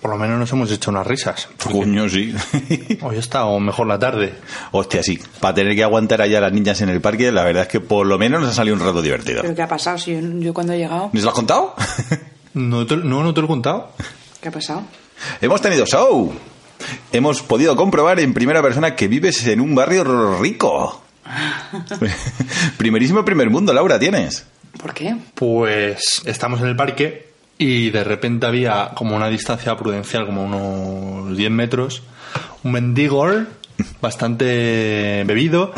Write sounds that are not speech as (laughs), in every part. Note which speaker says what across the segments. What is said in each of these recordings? Speaker 1: Por lo menos nos hemos hecho unas risas.
Speaker 2: Coño, sí.
Speaker 1: Hoy está, o mejor la tarde.
Speaker 2: (laughs) Hostia, sí. Para tener que aguantar allá a las niñas en el parque, la verdad es que por lo menos nos ha salido un rato divertido.
Speaker 3: ¿Pero qué ha pasado? Si yo, yo cuando he llegado,
Speaker 2: ¿Nos lo has contado? (laughs)
Speaker 1: No, te- no, no te lo he contado.
Speaker 3: ¿qué ha pasado?
Speaker 2: Hemos tenido show. Hemos podido comprobar en primera persona que vives en un barrio rico. (laughs) Primerísimo primer mundo, Laura, tienes.
Speaker 3: ¿Por qué?
Speaker 1: Pues estamos en el parque y de repente había como una distancia prudencial, como unos 10 metros, un mendigo bastante
Speaker 2: (laughs)
Speaker 1: bebido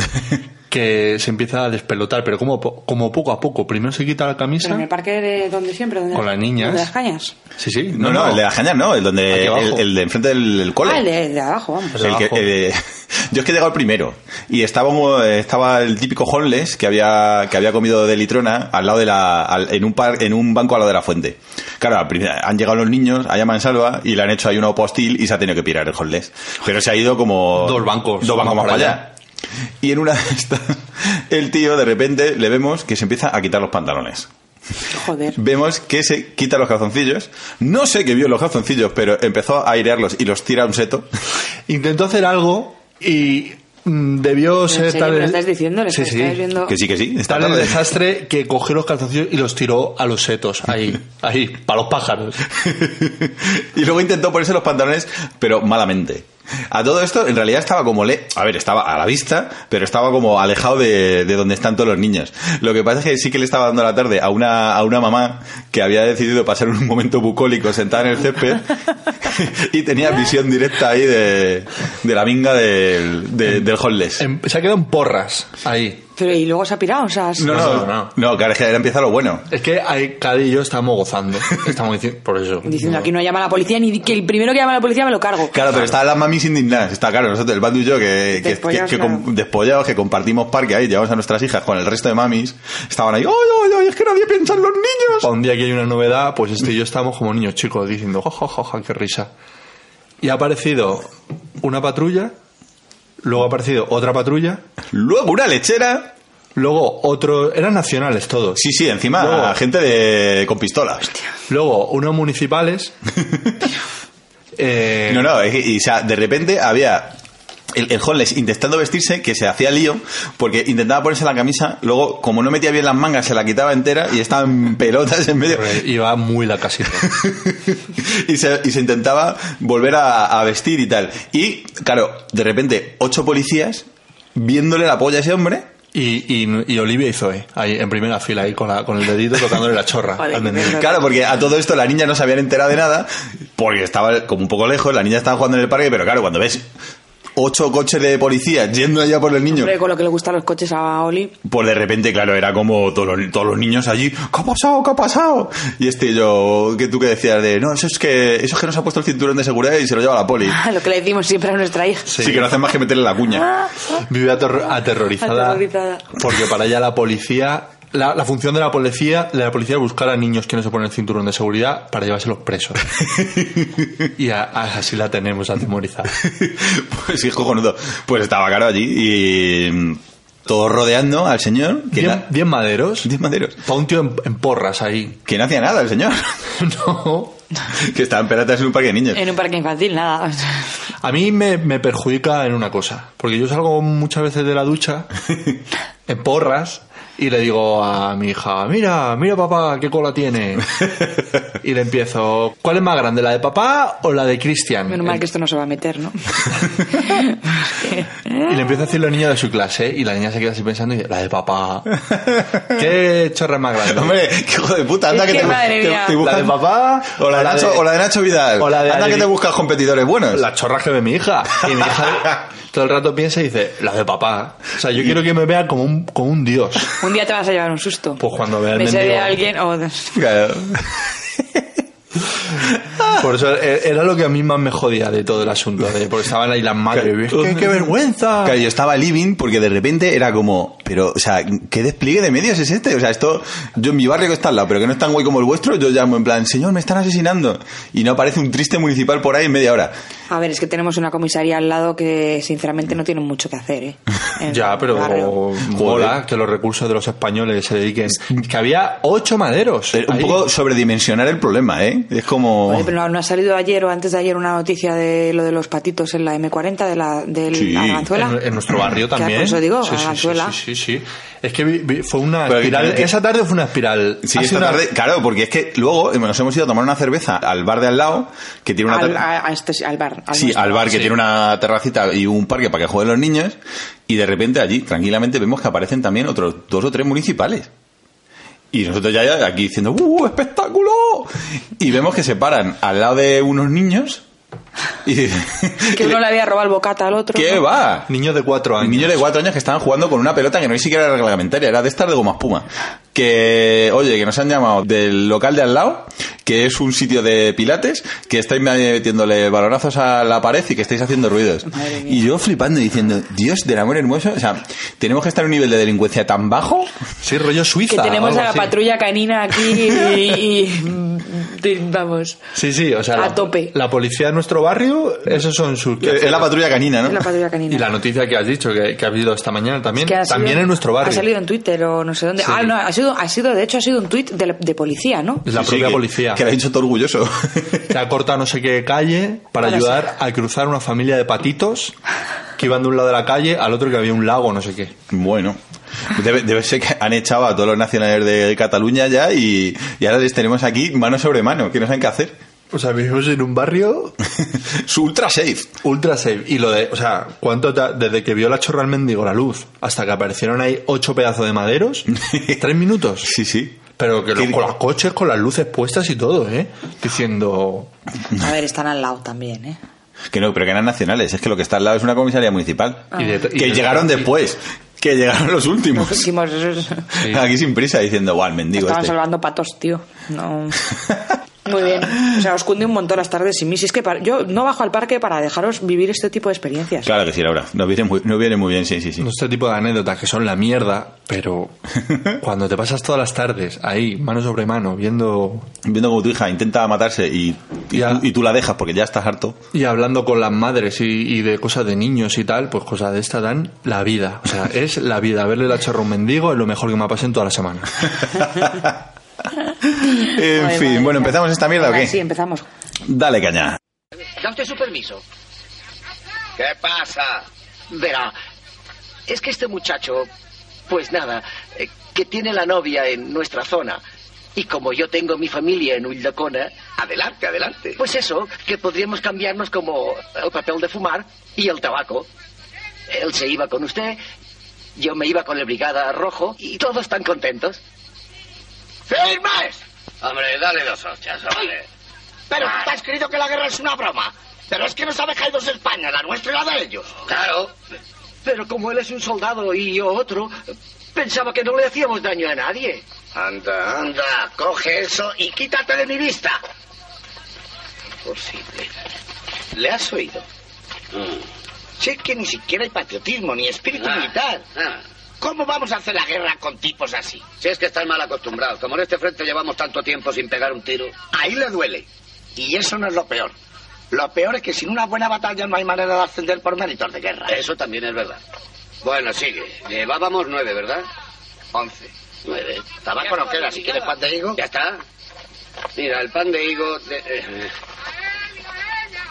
Speaker 1: que se empieza a despelotar, pero como, po- como poco a poco. Primero se quita la
Speaker 3: ¿Pero
Speaker 1: camisa.
Speaker 3: en el parque de donde siempre? donde-
Speaker 1: Con las niñas.
Speaker 3: ¿De las cañas?
Speaker 1: Sí, sí.
Speaker 2: No, no, el de Ajañar, no, el donde
Speaker 1: Aquí abajo.
Speaker 2: el, el de enfrente del, del cole.
Speaker 3: Ah, el de, de abajo, vamos.
Speaker 2: El que-
Speaker 1: Abajo.
Speaker 2: el- (laughs) yo es que he llegado el primero y estaba un- eh, estaba el típico homeless que había que había comido de litrona al lado de la al- en un par, en un banco al lado de la fuente. Claro, al primer- han llegado los niños, a llaman salva y le han hecho ahí una postil y se ha tenido que pirar el homeless. Pero se ha ido como
Speaker 1: Dos bancos,
Speaker 2: dos bancos más
Speaker 1: más
Speaker 2: para
Speaker 1: para
Speaker 2: allá. Y en una de estas (laughs) el tío de repente le vemos que se empieza a quitar los pantalones
Speaker 1: Pues,
Speaker 3: Joder.
Speaker 2: vemos que se quita los calzoncillos. No sé qué vio en los calzoncillos, pero empezó a airearlos y los tira a un seto.
Speaker 1: Intentó hacer algo y mm, debió
Speaker 3: ¿En
Speaker 1: ser
Speaker 3: serio
Speaker 1: tal
Speaker 3: me lo
Speaker 1: el-
Speaker 3: estás diciendo? ¿Le
Speaker 1: Sí,
Speaker 3: estás-
Speaker 1: sí.
Speaker 3: estás viendo?
Speaker 2: Que sí, que sí. Esta
Speaker 1: Tal el
Speaker 2: tarde.
Speaker 1: desastre que cogió los calzoncillos y los tiró a los setos, ahí, (laughs) ahí, para los pájaros.
Speaker 2: (laughs) y luego intentó ponerse los pantalones, pero malamente. A todo esto, en realidad estaba como le. A ver, estaba a la vista, pero estaba como alejado de, de donde están todos los niños. Lo que pasa es que sí que le estaba dando la tarde a una, a una mamá que había decidido pasar un momento bucólico sentada en el césped (laughs) y tenía visión directa ahí de, de la minga del, de- del homeless.
Speaker 1: En- se ha quedado en porras, ahí.
Speaker 3: Pero y luego se ha pirado, o sea... es-
Speaker 2: No,
Speaker 1: No,
Speaker 2: no, no.
Speaker 1: no.
Speaker 2: claro, es que ahora empieza lo bueno.
Speaker 1: Es que ahí, Cadi y yo estamos gozando. Estamos diciendo, por eso.
Speaker 3: (laughs) Diciendo, aquí no llama a la policía, ni que el primero que llama a la policía me lo cargo.
Speaker 2: Claro, pero está las mamis indignadas. Está claro, nosotros, el bando y yo, que, que,
Speaker 3: Despollados,
Speaker 2: que- que com-
Speaker 3: claro.
Speaker 2: despollados, que compartimos parque ahí, llevamos a nuestras hijas con el resto de mamis, estaban ahí, ¡ay, ay, ay! Es que nadie piensa en los niños.
Speaker 1: Para un día que hay una novedad, pues este y yo estamos como niños chicos diciendo, jojojoja, qué risa. Y ha aparecido una patrulla, luego ha aparecido otra patrulla,
Speaker 2: Luego una lechera.
Speaker 1: luego otro. Eran nacionales todos.
Speaker 2: Sí, sí, encima
Speaker 1: Luego.
Speaker 2: gente de, con pistolas.
Speaker 1: Luego unos (laughs) municipales. eh,
Speaker 2: No, no, es que- y, o sea, de repente había el, el homeless intentando vestirse que se hacía lío porque intentaba ponerse la camisa, luego como no metía bien las mangas se la quitaba entera y estaban (laughs) pelotas en medio.
Speaker 1: Iba muy la casita.
Speaker 2: (laughs) y, se, y se intentaba volver a, a vestir y tal. Y, claro, de repente, ocho policías viéndole la polla a ese hombre.
Speaker 1: Y, y- y Olivia y Zoe, ahí en primera fila, ahí con, la- con el dedito tocándole la chorra.
Speaker 3: Joder,
Speaker 1: al
Speaker 3: qué
Speaker 1: mendigo.
Speaker 3: mierda.
Speaker 2: Claro, porque a todo esto la niña no se habían enterado de nada, porque estaba como un poco lejos, la niña estaba jugando en el parque, pero claro, cuando ves ocho coches de policías yendo allá por el niño,
Speaker 3: Hombre, con lo que le gustan los coches a Oli. (laughs)
Speaker 2: pues de repente, claro, era como todos los, todos los niños allí, ¿qué ha pasado? ¿Qué ha pasado? Y este y yo, que tú que decías de, no, eso es que, eso es que no se ha puesto el cinturón de seguridad y se lo lleva la poli.
Speaker 3: Lo que le decimos siempre a nuestra hija.
Speaker 2: Sí, que no hacen más que meterle la cuña.
Speaker 1: Vive ator- aterrorizada,
Speaker 3: Aterrorizada.
Speaker 1: porque para ella la policía, la, la función de la policía, de la policía es buscar a niños que no se ponen el cinturón de seguridad para llevárselos presos. y a- a- así la tenemos atemorizada.
Speaker 2: (laughs) Pues sí, cojonudo. Pues estaba caro allí y mm, todos rodeando al señor. Que
Speaker 1: Diez,
Speaker 2: na-
Speaker 1: diez maderos,
Speaker 2: diez maderos.
Speaker 1: para un tío en, en porras ahí. (laughs)
Speaker 2: Que no hacía nada el señor. (laughs)
Speaker 1: no.
Speaker 2: que estaban peratas en un parque de niños. (laughs)
Speaker 3: En un parque infantil, nada.
Speaker 1: A mí me, me perjudica en una cosa, porque yo salgo muchas veces de la
Speaker 2: (laughs)
Speaker 1: ducha en porras y le digo a mi hija, mira, mira papá, qué cola
Speaker 2: (laughs)
Speaker 1: tiene. Y le empiezo, ¿cuál es más grande, la de papá o la de Cristian?
Speaker 3: Menos mal que esto no se va a meter,
Speaker 1: (laughs)
Speaker 3: ¿no?
Speaker 1: Y le empiezo a decir los niños de su clase y la niña se queda así pensando y dice, la de papá.
Speaker 2: (laughs)
Speaker 1: ¿Qué chorra es más grande?
Speaker 2: Hombre, qué hijo de puta. Anda
Speaker 3: Es
Speaker 2: que,
Speaker 3: que
Speaker 2: te,
Speaker 3: madre
Speaker 2: te-
Speaker 3: mía.
Speaker 2: te buscas-
Speaker 1: ¿La de papá
Speaker 2: O la de, Nacho, o la de Nacho Vidal.
Speaker 1: o la de
Speaker 2: Anda que
Speaker 1: Adri-
Speaker 2: te buscas competidores buenos.
Speaker 1: la chorra que ve mi hija. Y mi
Speaker 2: (laughs)
Speaker 1: hija todo el rato piensa y dice, la de papá. O sea, yo quiero que me vea como un, como un dios.
Speaker 3: Un día te vas a llevar un susto.
Speaker 1: Pues cuando vea el
Speaker 3: Me sé de
Speaker 1: mendigo.
Speaker 3: alguien oh, o...
Speaker 2: Claro.
Speaker 1: Por eso e- era lo que a mí más me jodía de todo el asunto, de, porque estaban ahí las madres. y, "Es que, ¡Qué, vergüenza!
Speaker 2: Claro, yo estaba living porque de repente era como Pero, o sea, ¿qué despliegue de medios es este? O sea, esto, yo en mi barrio que está al lado, pero que no es tan guay como el vuestro, yo llamo en plan, señor, me están asesinando. Y no aparece un triste municipal por ahí en media hora.
Speaker 3: A ver, es que tenemos una comisaría al lado que sinceramente no tiene mucho que
Speaker 1: (laughs)
Speaker 3: hacer, ¿eh? En
Speaker 1: Ya,
Speaker 3: el
Speaker 1: pero
Speaker 3: barrio.
Speaker 1: mola que los recursos de los españoles se dediquen. Que había ocho maderos.
Speaker 2: Pero Un
Speaker 1: ahí.
Speaker 2: poco sobredimensionar el problema, ¿eh? Es como...
Speaker 3: Oye, pero no, no ha salido ayer o antes de ayer una noticia de lo de los patitos en la M40 de la del
Speaker 2: Sí,
Speaker 3: Arganzuela.
Speaker 1: En, en nuestro barrio
Speaker 3: Claro,
Speaker 1: también.
Speaker 3: por eso digo,
Speaker 1: sí, sí, sí,
Speaker 3: Arganzuela.
Speaker 1: sí, sí, sí. Es que vi- vi- fue una
Speaker 2: Pero que-
Speaker 1: espiral.
Speaker 2: que-
Speaker 1: Esa tarde fue una espiral.
Speaker 2: Sí,
Speaker 1: Ha
Speaker 2: esta
Speaker 1: sido una-
Speaker 2: tarde, claro, porque es que luego eh, nos hemos ido a tomar una cerveza al bar de al lado, que tiene una...
Speaker 3: Al,
Speaker 2: ter-
Speaker 3: a- a este- al bar. al
Speaker 2: Sí,
Speaker 3: nuestro.
Speaker 2: al bar que
Speaker 1: sí.
Speaker 2: tiene una terracita y un parque para que jueguen los niños. Y de repente allí, tranquilamente, vemos que aparecen también otros dos o tres municipales. Y nosotros ya- ya aquí diciendo, ¡uh, espectáculo! Y vemos que se paran al lado de unos niños.
Speaker 3: (laughs)
Speaker 2: Y
Speaker 3: Que uno le había robado el bocata al otro.
Speaker 2: (laughs) ¿Qué
Speaker 3: ¿no?
Speaker 2: va?
Speaker 1: Niños de cuatro años.
Speaker 2: Niños de cuatro años que estaban jugando con una pelota que no ni siquiera era reglamentaria, era de estas de goma espuma. Que, oye, que nos han llamado del local de al lado, que es un sitio de pilates, que estáis metiéndole balonazos a la pared y que estáis haciendo ruidos.
Speaker 3: Madre mía.
Speaker 2: Y yo flipando y diciendo, Dios del amor hermoso, o sea, tenemos que estar a un nivel de delincuencia tan bajo.
Speaker 1: Sí, rollo Suiza.
Speaker 3: Que
Speaker 1: o
Speaker 3: tenemos
Speaker 1: algo
Speaker 3: a la
Speaker 1: así.
Speaker 3: patrulla canina aquí y, y- y- vamos.
Speaker 1: Sí, sí, o sea.
Speaker 3: A
Speaker 1: la,
Speaker 3: tope.
Speaker 1: La policía de nuestro barrio, esos son sus.
Speaker 2: Eh, Es la patrulla canina, ¿no?
Speaker 3: Es la patrulla canina.
Speaker 1: Y la noticia que has dicho, que, que ha habido esta mañana también,
Speaker 3: Es que ha
Speaker 1: también
Speaker 3: salido-
Speaker 1: en nuestro
Speaker 3: Ha
Speaker 1: barrio.
Speaker 3: salido en Twitter o no sé dónde.
Speaker 1: Sí.
Speaker 3: Ah, no, ha sido, ha sido, de hecho, ha sido un tuit de, la- de policía, ¿no?
Speaker 1: (laughs) Es la
Speaker 2: Sí, sí,
Speaker 1: propia
Speaker 2: que-
Speaker 1: policía.
Speaker 2: Que la he hecho todo orgulloso. (laughs)
Speaker 1: Se ha cortado no sé qué calle para
Speaker 3: Ahora
Speaker 1: ayudar a cruzar una familia de patitos que iban de un lado de la calle al otro que había un lago, no sé qué.
Speaker 2: Bueno, debe, debe ser que han echado a todos los nacionales de Cataluña ya y, y ahora les tenemos aquí mano sobre mano, que no saben qué hacer. (laughs)
Speaker 1: O sea, vivimos en un barrio
Speaker 2: Su ultra safe.
Speaker 1: ultra safe. Y lo de, o sea, ¿cuánto ta- desde que vio la chorra al mendigo la luz hasta que aparecieron ahí ocho pedazos de (laughs) maderos? ¿Tres minutos?
Speaker 2: Sí, sí.
Speaker 1: Pero que los-
Speaker 2: Sí.
Speaker 1: con los coches, con las luces puestas y todo, ¿eh? Diciendo,
Speaker 3: A ver, están al lado también, ¿eh?
Speaker 2: Que no, pero que eran nacionales. Es que lo que está al lado es una comisaría municipal.
Speaker 3: Ah.
Speaker 1: Y de- y
Speaker 2: que
Speaker 1: de-
Speaker 2: llegaron después. Que llegaron los últimos. (laughs)
Speaker 3: Los últimos, esos-
Speaker 1: Sí.
Speaker 2: Aquí sin prisa diciendo, guau, el mendigo.
Speaker 3: Estaban
Speaker 2: este".
Speaker 3: salvando patos, tío.
Speaker 2: (laughs)
Speaker 3: No. Muy bien. O sea, os cunde un montón las tardes sin mí. Si es que para- yo no bajo al parque para dejaros vivir este tipo de experiencias.
Speaker 2: Claro que sí, Laura. Nos viene muy, nos viene muy bien, sí, sí, sí.
Speaker 1: No este tipo de anécdotas que son la mierda, pero cuando te pasas todas las tardes ahí, mano sobre mano, viendo
Speaker 2: Viendo como tu hija intenta matarse y, y,
Speaker 1: Ya.
Speaker 2: tú, y tú la dejas porque ya estás
Speaker 3: (laughs)
Speaker 2: harto.
Speaker 1: y hablando con las madres y, y de cosas de niños y tal, pues cosas de esta dan la vida. O sea, es la vida. Verle la chorra a un mendigo es lo mejor que me ha pasado en toda la semana.
Speaker 2: En
Speaker 3: Ay, madre
Speaker 2: fin, bueno,
Speaker 3: mía.
Speaker 2: ¿empezamos esta mierda o
Speaker 3: Venga,
Speaker 2: qué?
Speaker 3: Sí, empezamos.
Speaker 2: Dale caña.
Speaker 4: Da usted su permiso. ¿Qué pasa? Verá, es que este muchacho, pues nada, eh, que tiene la novia en nuestra zona. Y como yo tengo mi familia en Uldacona... Adelante, adelante. Pues eso, que podríamos cambiarnos como el papel de fumar y el tabaco. Él se iba con usted, yo me iba con el Brigada Rojo y todos tan contentos. ¡Firmes!
Speaker 5: Hombre, dale dos hostias, hombre.
Speaker 4: Pero está escrito que la guerra es una broma. Pero es que nos ha dejado dos España, la nuestra y la de ellos.
Speaker 5: Claro.
Speaker 4: Pero como él es un soldado y yo otro, pensaba que no le hacíamos daño a nadie.
Speaker 5: Anda, anda.
Speaker 4: Anda, coge eso y quítate de mi vista. Posible. ¿Le has oído? Sé que ni siquiera hay patriotismo ni espíritu
Speaker 5: Ah,
Speaker 4: militar.
Speaker 5: ah.
Speaker 4: ¿Cómo vamos a hacer la guerra con tipos así?
Speaker 5: Si es que están mal acostumbrados. Como en este frente llevamos tanto tiempo sin pegar un tiro.
Speaker 4: Ahí le duele. Y eso no es lo peor. Lo peor es que sin una buena batalla no hay manera de ascender por méritos de guerra.
Speaker 5: Eso también es verdad. Bueno, sigue. Llevábamos nueve, ¿verdad? Once. Nueve.
Speaker 4: Tabaco no queda, si quieres pan de higo.
Speaker 5: Ya está. Mira, el pan de higo... de- eh,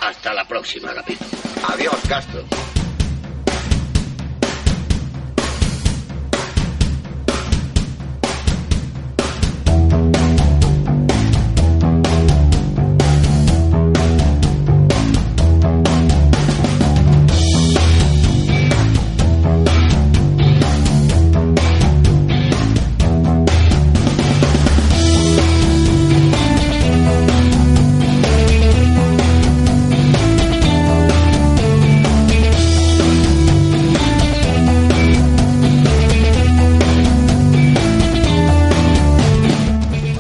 Speaker 5: Hasta la próxima, Agapito.
Speaker 4: Adiós, Castro.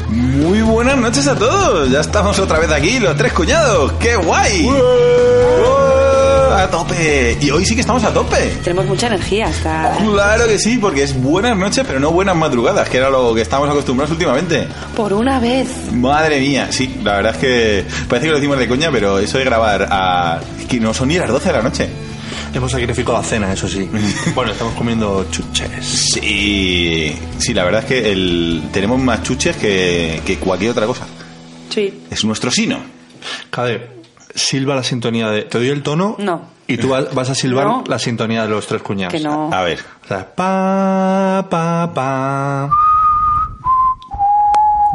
Speaker 2: Muy buenas noches a todos. Ya estamos otra vez aquí, los tres cuñados. ¡Qué guay! ¡Ué! a tope. Y hoy sí que estamos a tope.
Speaker 3: Tenemos mucha energía hasta...
Speaker 2: Claro que sí, porque es buenas noches, pero no buenas madrugadas, que era lo que estábamos acostumbrados últimamente.
Speaker 3: Por una vez.
Speaker 2: Madre mía, sí, la verdad es que parece que lo decimos de coña, pero eso de grabar a... es que no son ni las 12 de la noche.
Speaker 1: Hemos sacrificado la cena, eso sí. bueno, estamos comiendo chuches.
Speaker 2: Sí, sí, la verdad es que el... tenemos más chuches que... que cualquier otra cosa.
Speaker 3: Sí.
Speaker 2: Es nuestro sino.
Speaker 1: Cade, silba la sintonía de. Te doy el tono.
Speaker 3: No.
Speaker 1: Y tú vas vas a silbar
Speaker 3: No.
Speaker 1: la sintonía de los tres cuñados.
Speaker 3: Que no.
Speaker 2: A ver.
Speaker 1: O sea, pa, pa, pa.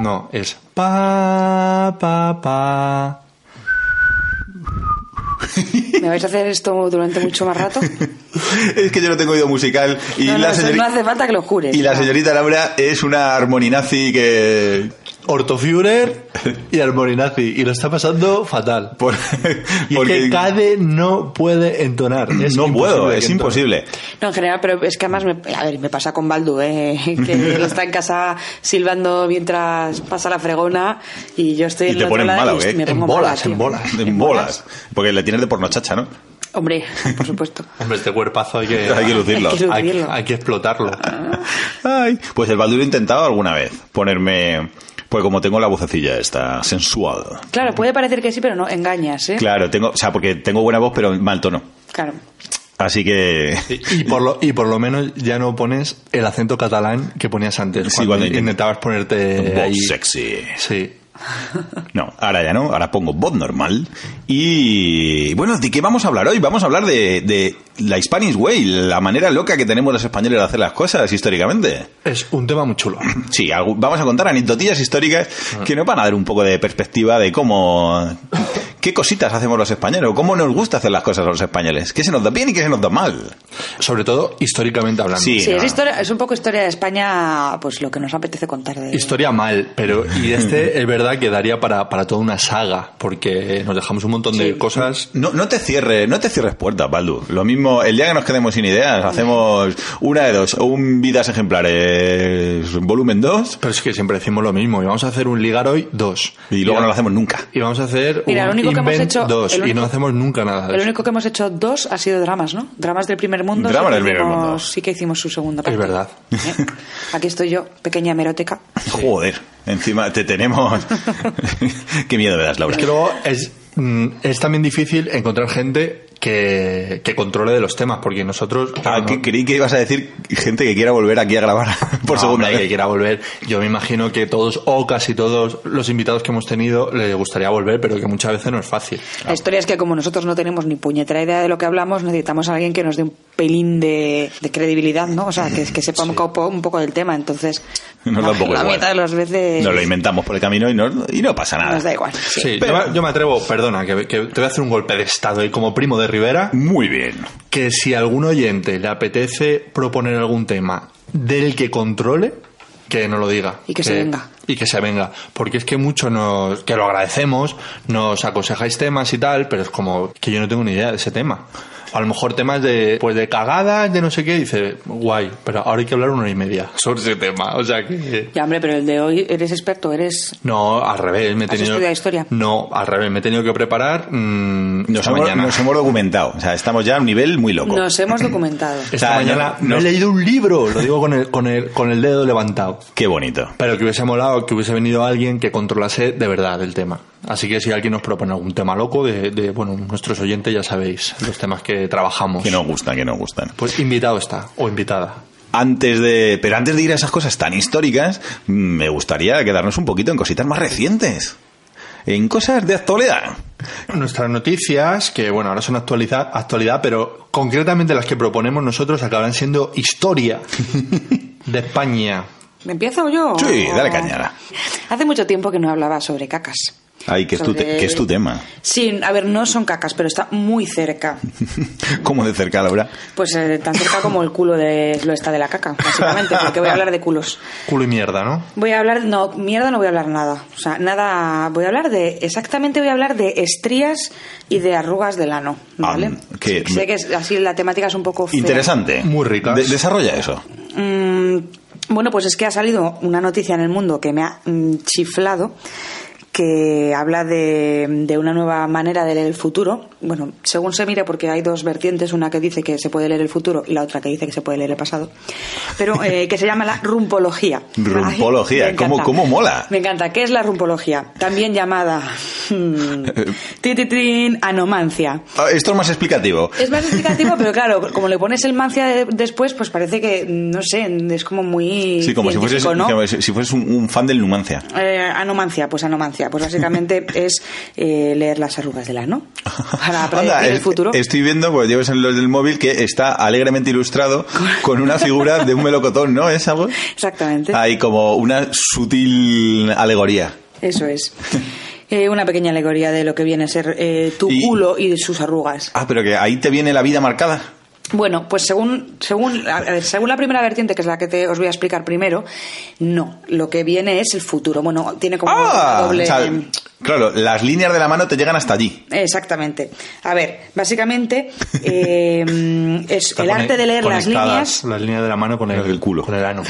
Speaker 1: No, es pa, pa, pa.
Speaker 3: ¿Me vais a hacer esto durante mucho más rato?
Speaker 2: Es que yo no tengo oído musical (laughs) y
Speaker 3: No, no,
Speaker 2: la
Speaker 3: eso
Speaker 2: señorita...
Speaker 3: no hace falta que lo jures.
Speaker 2: Y la
Speaker 3: No.
Speaker 2: señorita Laura es una armoninazi que...
Speaker 1: Ortoführer y Armoninazi. Y lo está pasando fatal.
Speaker 2: por- (laughs)
Speaker 1: Y es
Speaker 2: porque
Speaker 1: que Cade no puede entonar. Es
Speaker 2: no puedo,
Speaker 1: imposible que
Speaker 2: es
Speaker 1: entone.
Speaker 2: imposible.
Speaker 3: No, en general, pero es que además, me, a ver, me pasa con Baldu, ¿eh? (laughs) que
Speaker 2: (laughs)
Speaker 3: él está en casa silbando mientras pasa la fregona y yo estoy
Speaker 2: Y
Speaker 3: en
Speaker 2: te
Speaker 3: el otro
Speaker 2: pones
Speaker 3: lado
Speaker 2: malo,
Speaker 3: y
Speaker 2: ¿eh?
Speaker 3: me
Speaker 2: En
Speaker 3: pongo
Speaker 1: bolas,
Speaker 3: mala, tío.
Speaker 1: en
Speaker 2: (laughs)
Speaker 1: bolas.
Speaker 2: En bolas. Porque le tienes de porno chacha, ¿no? (laughs)
Speaker 3: Hombre, por supuesto.
Speaker 1: Hombre, este cuerpazo hay que,
Speaker 2: Hay que lucirlo.
Speaker 3: Hay que lucirlo.
Speaker 1: hay- hay que explotarlo.
Speaker 2: Ay. Pues el Baldur he intentado alguna vez ponerme... Pues como tengo la vocecilla esta, sensual.
Speaker 3: Claro, puede parecer que sí, pero no, engañas, ¿eh?
Speaker 2: Claro, tengo... O sea, porque tengo buena voz, pero mal tono.
Speaker 3: Claro.
Speaker 2: Así que...
Speaker 1: Y por, lo, y por lo menos ya no pones el acento catalán que ponías antes.
Speaker 2: Sí, cuando intent-
Speaker 1: intentabas ponerte
Speaker 2: voz
Speaker 1: eh, ahí.
Speaker 2: sexy.
Speaker 1: Sí.
Speaker 2: No, ahora ya no, ahora pongo voz normal. Y bueno, ¿de qué vamos a hablar hoy? Vamos a hablar de, de la Spanish Way, la manera loca que tenemos los españoles de hacer las cosas históricamente.
Speaker 1: Es un tema muy chulo.
Speaker 2: Sí, algo- vamos a contar anecdotillas históricas que nos van a dar un poco de perspectiva de cómo... ¿Qué cositas hacemos los españoles? o ¿Cómo nos gusta hacer las cosas a los españoles? ¿Qué se nos da bien y qué se nos da mal?
Speaker 1: Sobre todo históricamente hablando.
Speaker 2: Sí.
Speaker 3: Sí, es,
Speaker 2: no.
Speaker 3: historia, es un poco historia de España, pues lo que nos apetece contar de...
Speaker 1: Historia mal, pero y
Speaker 2: (laughs)
Speaker 1: este es verdad que daría para, para toda una saga, porque nos dejamos un montón de
Speaker 3: Sí.
Speaker 1: cosas.
Speaker 2: No, no te cierres, no te cierres puertas, Baldu. Lo mismo, el día que nos quedemos sin ideas, hacemos una de dos, o un Vidas Ejemplares volumen 2
Speaker 1: Pero es que siempre decimos lo mismo. Y vamos a hacer un ligar hoy dos.
Speaker 2: y luego no lo hacemos nunca.
Speaker 1: Y vamos a hacer
Speaker 3: Mira, lo
Speaker 1: un
Speaker 3: único que hemos
Speaker 1: invent
Speaker 3: hecho-
Speaker 1: dos.
Speaker 3: el
Speaker 1: Y
Speaker 3: único-
Speaker 1: no hacemos nunca nada. de
Speaker 3: Lo
Speaker 1: eso.
Speaker 3: único que hemos hecho dos ha sido dramas, ¿no? Dramas del primer mundo.
Speaker 2: Dramas
Speaker 3: sí que
Speaker 2: del primer
Speaker 3: hicimos-
Speaker 2: mundo.
Speaker 3: Sí que hicimos su segunda parte.
Speaker 1: verdad.
Speaker 3: ¿Eh? Aquí estoy yo, pequeña hemeroteca.
Speaker 2: Joder, encima te
Speaker 1: (laughs)
Speaker 2: tenemos. Qué miedo me das, Laura.
Speaker 1: Es que luego es, mm, es también difícil encontrar gente que, que controle de los temas, porque nosotros...
Speaker 2: Ah,
Speaker 1: claro,
Speaker 2: que
Speaker 1: no-
Speaker 2: creí que ibas a decir gente que quiera volver aquí a grabar (laughs) por
Speaker 1: no,
Speaker 2: segunda
Speaker 1: hombre, que
Speaker 2: vez.
Speaker 1: quiera volver. Yo me imagino que todos o casi todos los invitados que hemos tenido le gustaría volver, pero que muchas veces no es fácil.
Speaker 3: La historia es que como nosotros no tenemos ni puñetera idea de lo que hablamos, necesitamos a alguien que nos dé un pelín de, de credibilidad, ¿no? O sea, que, que sepa un, poco, un poco del
Speaker 2: (laughs)
Speaker 3: tema. Entonces,
Speaker 2: Nos da un poco
Speaker 3: la
Speaker 2: igual.
Speaker 3: mitad de las veces
Speaker 2: Nos lo inventamos por el camino y no, y no pasa nada.
Speaker 3: nos da igual. sí.
Speaker 1: Sí,
Speaker 2: Pero-
Speaker 1: yo, me, yo me atrevo, perdona, que, que te voy a hacer un golpe de estado y como primo de Rivera,
Speaker 2: Muy bien.
Speaker 1: que si a algún oyente le apetece proponer algún tema del que controle, que no lo diga.
Speaker 3: Y que se venga.
Speaker 1: Y que se venga. Porque es que mucho nos, que lo agradecemos, nos aconsejáis temas y tal, pero es como que yo no tengo ni idea de ese tema. A lo mejor temas de, pues de cagadas, de no sé qué, y dice, guay, pero ahora hay que hablar una hora y media sobre ese tema. O sea que...
Speaker 3: Ya, hombre, pero el de hoy eres experto, eres...
Speaker 1: No, al revés, me he
Speaker 3: ¿Has
Speaker 1: tenido...
Speaker 3: estudiado historia?
Speaker 1: No, al revés, me he tenido que preparar mm,
Speaker 2: Nos
Speaker 1: esta
Speaker 2: hemos,
Speaker 1: mañana.
Speaker 2: nos hemos documentado. O sea, estamos ya a un nivel muy loco.
Speaker 3: Nos hemos documentado.
Speaker 1: Esta
Speaker 2: O sea,
Speaker 1: mañana me
Speaker 2: no- no-
Speaker 1: he leído un libro, lo digo con el, con el, con el dedo levantado.
Speaker 2: Qué bonito.
Speaker 1: Pero que hubiese molado que hubiese venido alguien que controlase de verdad el tema. Así que si alguien nos propone algún tema loco, de, de, bueno, nuestros oyentes ya sabéis los temas que trabajamos.
Speaker 2: Que nos gustan, que nos gustan.
Speaker 1: Pues invitado está, o invitada.
Speaker 2: Antes de, pero antes de ir a esas cosas tan históricas, mm, me gustaría quedarnos un poquito en cositas más recientes. En cosas de actualidad.
Speaker 1: Nuestras noticias, que bueno, ahora son actualidad, actualidad, pero concretamente las que proponemos nosotros acabarán siendo historia de España.
Speaker 3: ¿Me empiezo yo?
Speaker 2: Sí,
Speaker 3: O-
Speaker 2: dale cañada.
Speaker 3: Hace mucho tiempo que no hablaba sobre cacas.
Speaker 2: Ay, que es, tu te-
Speaker 3: Sobre-
Speaker 2: que es tu tema.
Speaker 3: Sí, a ver, no son cacas, pero está muy cerca.
Speaker 2: Como de cerca, Laura.
Speaker 3: Pues eh, tan cerca como el culo de lo está de la caca,
Speaker 2: (laughs)
Speaker 3: básicamente, porque voy a hablar de culos.
Speaker 1: Culo y mierda, ¿no?
Speaker 3: Voy a hablar, no, mierda no voy a hablar nada. O sea, nada, voy a hablar de, exactamente voy a hablar de estrías y de arrugas del ano, ¿vale?
Speaker 2: Ah, que-
Speaker 3: sé que es, así la temática es un poco fea.
Speaker 2: Interesante.
Speaker 1: Muy ricas.
Speaker 2: De- desarrolla eso.
Speaker 3: Mm, bueno, pues es que ha salido una noticia en el mundo que me ha mm, chiflado que habla de, de una nueva manera de leer el futuro. Bueno, según se mire, porque hay dos vertientes, una que dice que se puede leer el futuro y la otra que dice que se puede leer el pasado, pero eh, que se llama la rumpología.
Speaker 2: Rumpología,
Speaker 3: Ay, me
Speaker 2: ¿cómo-
Speaker 3: encanta.
Speaker 2: cómo mola?
Speaker 3: Me encanta. ¿Qué es la rumpología? También llamada hmm,
Speaker 2: (laughs)
Speaker 3: ti, ti, tin, anomancia.
Speaker 2: Ah, Esto es más explicativo.
Speaker 3: Es más explicativo, pero claro, como le pones el mancia de- después, pues parece que, no sé, es como muy.
Speaker 2: Sí, como si fueses,
Speaker 3: científico, ¿no?
Speaker 2: como si si fueses un, un fan del Numancia.
Speaker 3: Eh, anomancia, pues anomancia.
Speaker 2: (laughs)
Speaker 3: Pues básicamente es eh, leer las arrugas del ano para predecir
Speaker 2: Anda,
Speaker 3: el
Speaker 2: es-
Speaker 3: futuro.
Speaker 2: Estoy viendo, pues llevas en los del móvil, que está alegremente ilustrado con una figura de un melocotón, ¿no? ¿Es algo?
Speaker 3: Exactamente.
Speaker 2: Hay como una sutil alegoría.
Speaker 3: Eso
Speaker 2: (laughs)
Speaker 3: es. Eh, una pequeña alegoría de lo que viene a ser eh, tu
Speaker 2: Y-
Speaker 3: culo y de sus arrugas.
Speaker 2: Ah, pero que ahí te viene la vida marcada.
Speaker 3: Bueno, pues según, según, a ver, según la primera vertiente, que es la que te, os voy a explicar primero, no. Lo que viene es el futuro. Bueno, tiene como
Speaker 2: Ah,
Speaker 3: una doble.
Speaker 2: o sea, claro, las líneas de la mano te llegan hasta allí.
Speaker 3: Exactamente. A ver, básicamente eh, es el arte de leer las líneas.
Speaker 1: La línea de la mano e- con el,
Speaker 2: Con el culo.
Speaker 1: Con el ano.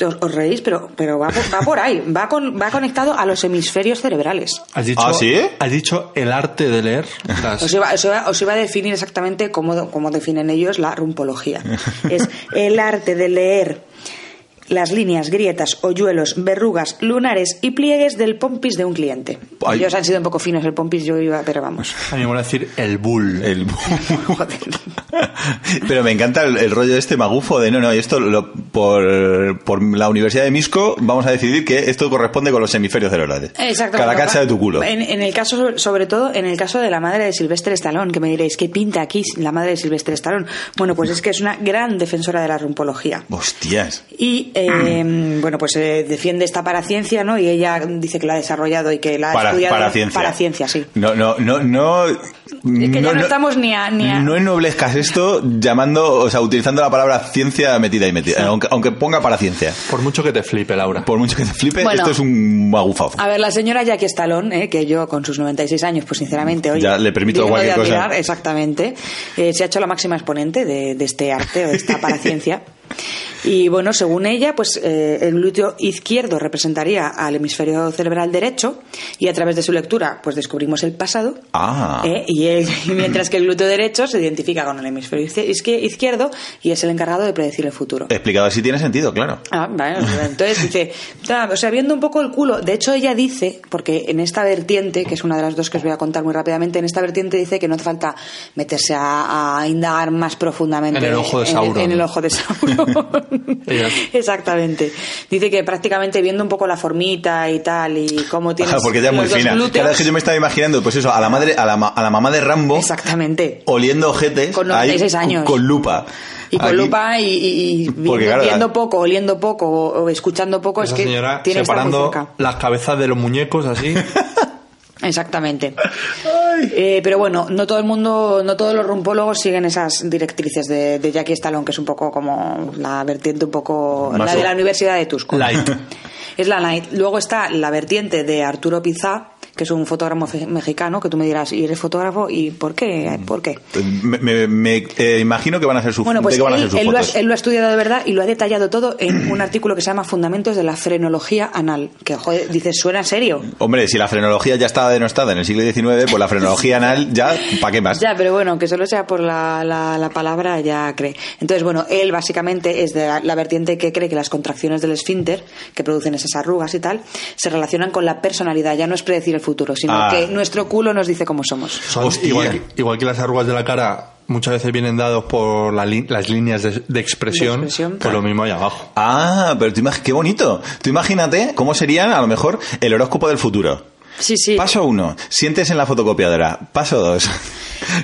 Speaker 3: Os, os reís, pero, pero va, por, va por ahí. Va, con, va conectado a los hemisferios cerebrales.
Speaker 1: ¿Has dicho,
Speaker 2: ¿Ah, sí?
Speaker 1: Has dicho el arte de
Speaker 2: (laughs)
Speaker 1: leer las-
Speaker 3: Os iba, os iba- os iba a definir exactamente cómo, cómo definen ellos la rumpología. Es el arte de leer las líneas, grietas, hoyuelos, verrugas, lunares y pliegues del pompis de un cliente.
Speaker 2: Ay.
Speaker 3: Ellos han sido un poco finos el pompis, yo iba, pero vamos.
Speaker 1: A mí me mola decir el bull.
Speaker 2: El-
Speaker 3: (laughs) Joder.
Speaker 2: Pero me encanta el, el rollo este magufo de no, no, esto lo- por, por la Universidad de Misco vamos a decidir que esto corresponde con los hemisferios cerebrales.
Speaker 3: Exacto.
Speaker 2: Cada
Speaker 3: papá.
Speaker 2: cacha de tu culo.
Speaker 3: En, en el caso, sobre- sobre todo, en el caso de la madre de Silvestre Stallone, que me diréis, ¿qué pinta aquí la madre de Silvestre Stallone? Bueno, pues es que es una gran defensora de la rumpología.
Speaker 2: Hostias.
Speaker 3: Y, eh,
Speaker 2: Mm.
Speaker 3: bueno, pues eh, defiende esta paraciencia, ¿no? Y ella dice que la ha desarrollado y que la ha
Speaker 2: Para,
Speaker 3: estudiado.
Speaker 2: para ciencia.
Speaker 3: Paraciencia, sí.
Speaker 2: No, no, no, no.
Speaker 3: Es que ya no, estamos ni a... Ni a-
Speaker 2: No ennoblezcas esto llamando, o sea, utilizando la palabra ciencia metida y metida, aunque, aunque ponga para ciencia.
Speaker 1: Por mucho que te flipe, Laura.
Speaker 2: Por mucho que te flipe,
Speaker 3: Bueno.
Speaker 2: esto es un magufazo.
Speaker 3: A ver, la señora Jackie Stallone, eh, que yo con sus 96 años, pues sinceramente, oye,
Speaker 2: Ya le permito
Speaker 3: digno
Speaker 2: cualquier
Speaker 3: de
Speaker 2: cosa.
Speaker 3: admirar, Exactamente. Eh, se ha hecho la máxima exponente de, de este arte o de esta
Speaker 2: (laughs)
Speaker 3: paraciencia. Y bueno, según ella, pues eh, el glúteo izquierdo representaría al hemisferio cerebral derecho y a través de su lectura, pues descubrimos el pasado.
Speaker 2: Ah.
Speaker 3: Eh, y, el- (laughs) y mientras que el glúteo derecho se identifica con el hemisferio izquier- izquierdo y es el encargado de predecir el futuro.
Speaker 2: Explicado así tiene sentido, claro.
Speaker 3: Ah, vale, entonces dice, ta, o sea, viendo un poco el culo, de hecho ella dice, porque en esta vertiente, que es una de las dos que os voy a contar muy rápidamente, en esta vertiente dice que no hace falta meterse a, a indagar más profundamente
Speaker 1: En el ojo de
Speaker 3: en el-
Speaker 1: Sauron.
Speaker 3: en el ojo
Speaker 2: (laughs)
Speaker 3: de Sauron. (laughs)
Speaker 1: Ella-
Speaker 3: Exactamente. Dice que prácticamente viendo un poco la formita y tal y cómo tiene
Speaker 2: Ah, (laughs) porque ella es muy
Speaker 3: los dos
Speaker 2: fina.
Speaker 3: glúteos-
Speaker 2: Cada vez que yo me estaba imaginando, pues eso, a la madre, a la, ma- a la mamá de Rambo,
Speaker 3: Exactamente.
Speaker 2: oliendo ojetes.
Speaker 3: Con
Speaker 2: ahí,
Speaker 3: 96 años.
Speaker 2: Con lupa.
Speaker 3: Y con
Speaker 2: Aquí-
Speaker 3: lupa y, y- y viendo,
Speaker 2: Porque, claro,
Speaker 3: viendo
Speaker 2: la-
Speaker 3: poco, oliendo poco o, o escuchando poco,
Speaker 1: Esa
Speaker 3: es Pues que
Speaker 1: señora
Speaker 3: tiene que estar muy
Speaker 1: separando
Speaker 3: cerca.
Speaker 1: las cabezas de los muñecos
Speaker 2: (laughs)
Speaker 1: así.
Speaker 3: Exactamente. Eh, pero bueno, no todo el mundo, no todos los rumpólogos siguen esas directrices de, de Jackie Stallone, que es un poco como la vertiente un poco
Speaker 2: Más
Speaker 3: la de la
Speaker 2: o-
Speaker 3: Universidad de Tusco.
Speaker 1: Light.
Speaker 3: (laughs) Es la light. Luego está la vertiente de Arturo Pizá, que es un fotógrafo fe- mexicano, que tú me dirás, ¿y eres fotógrafo? ¿Y por qué? ¿Por qué?
Speaker 2: Me, me- me, eh, imagino que van a hacer sus,
Speaker 3: Bueno, pues
Speaker 2: de que
Speaker 3: él,
Speaker 2: van a hacer sus
Speaker 3: él lo ha,
Speaker 2: fotos.
Speaker 3: él lo ha estudiado de verdad y lo ha detallado todo en un artículo que se llama Fundamentos de la Frenología Anal, que joder, dices, suena serio.
Speaker 2: Hombre, si la frenología ya estaba denostada en el siglo XIX, pues la frenología anal ya, ¿para qué más?
Speaker 3: Ya, pero bueno, que solo sea por la, la- la palabra ya cree. Entonces, bueno, él básicamente es de la, la vertiente que cree que las contracciones del esfínter, que producen esas arrugas y tal, se relacionan con la personalidad. Ya no es predecir el futuro, sino
Speaker 2: Ah.
Speaker 3: que nuestro culo nos dice cómo somos.
Speaker 1: Son
Speaker 2: Hostia.
Speaker 1: igual, que- igual que las arrugas de la cara muchas veces vienen dados por la li- las líneas de, de expresión,
Speaker 3: De expresión.
Speaker 1: por lo mismo ahí abajo.
Speaker 2: Ah, pero tú imag- qué bonito. Tú imagínate cómo sería a lo mejor el horóscopo del futuro.
Speaker 3: Sí, sí.
Speaker 2: Paso uno, sientes en la fotocopiadora. Paso dos,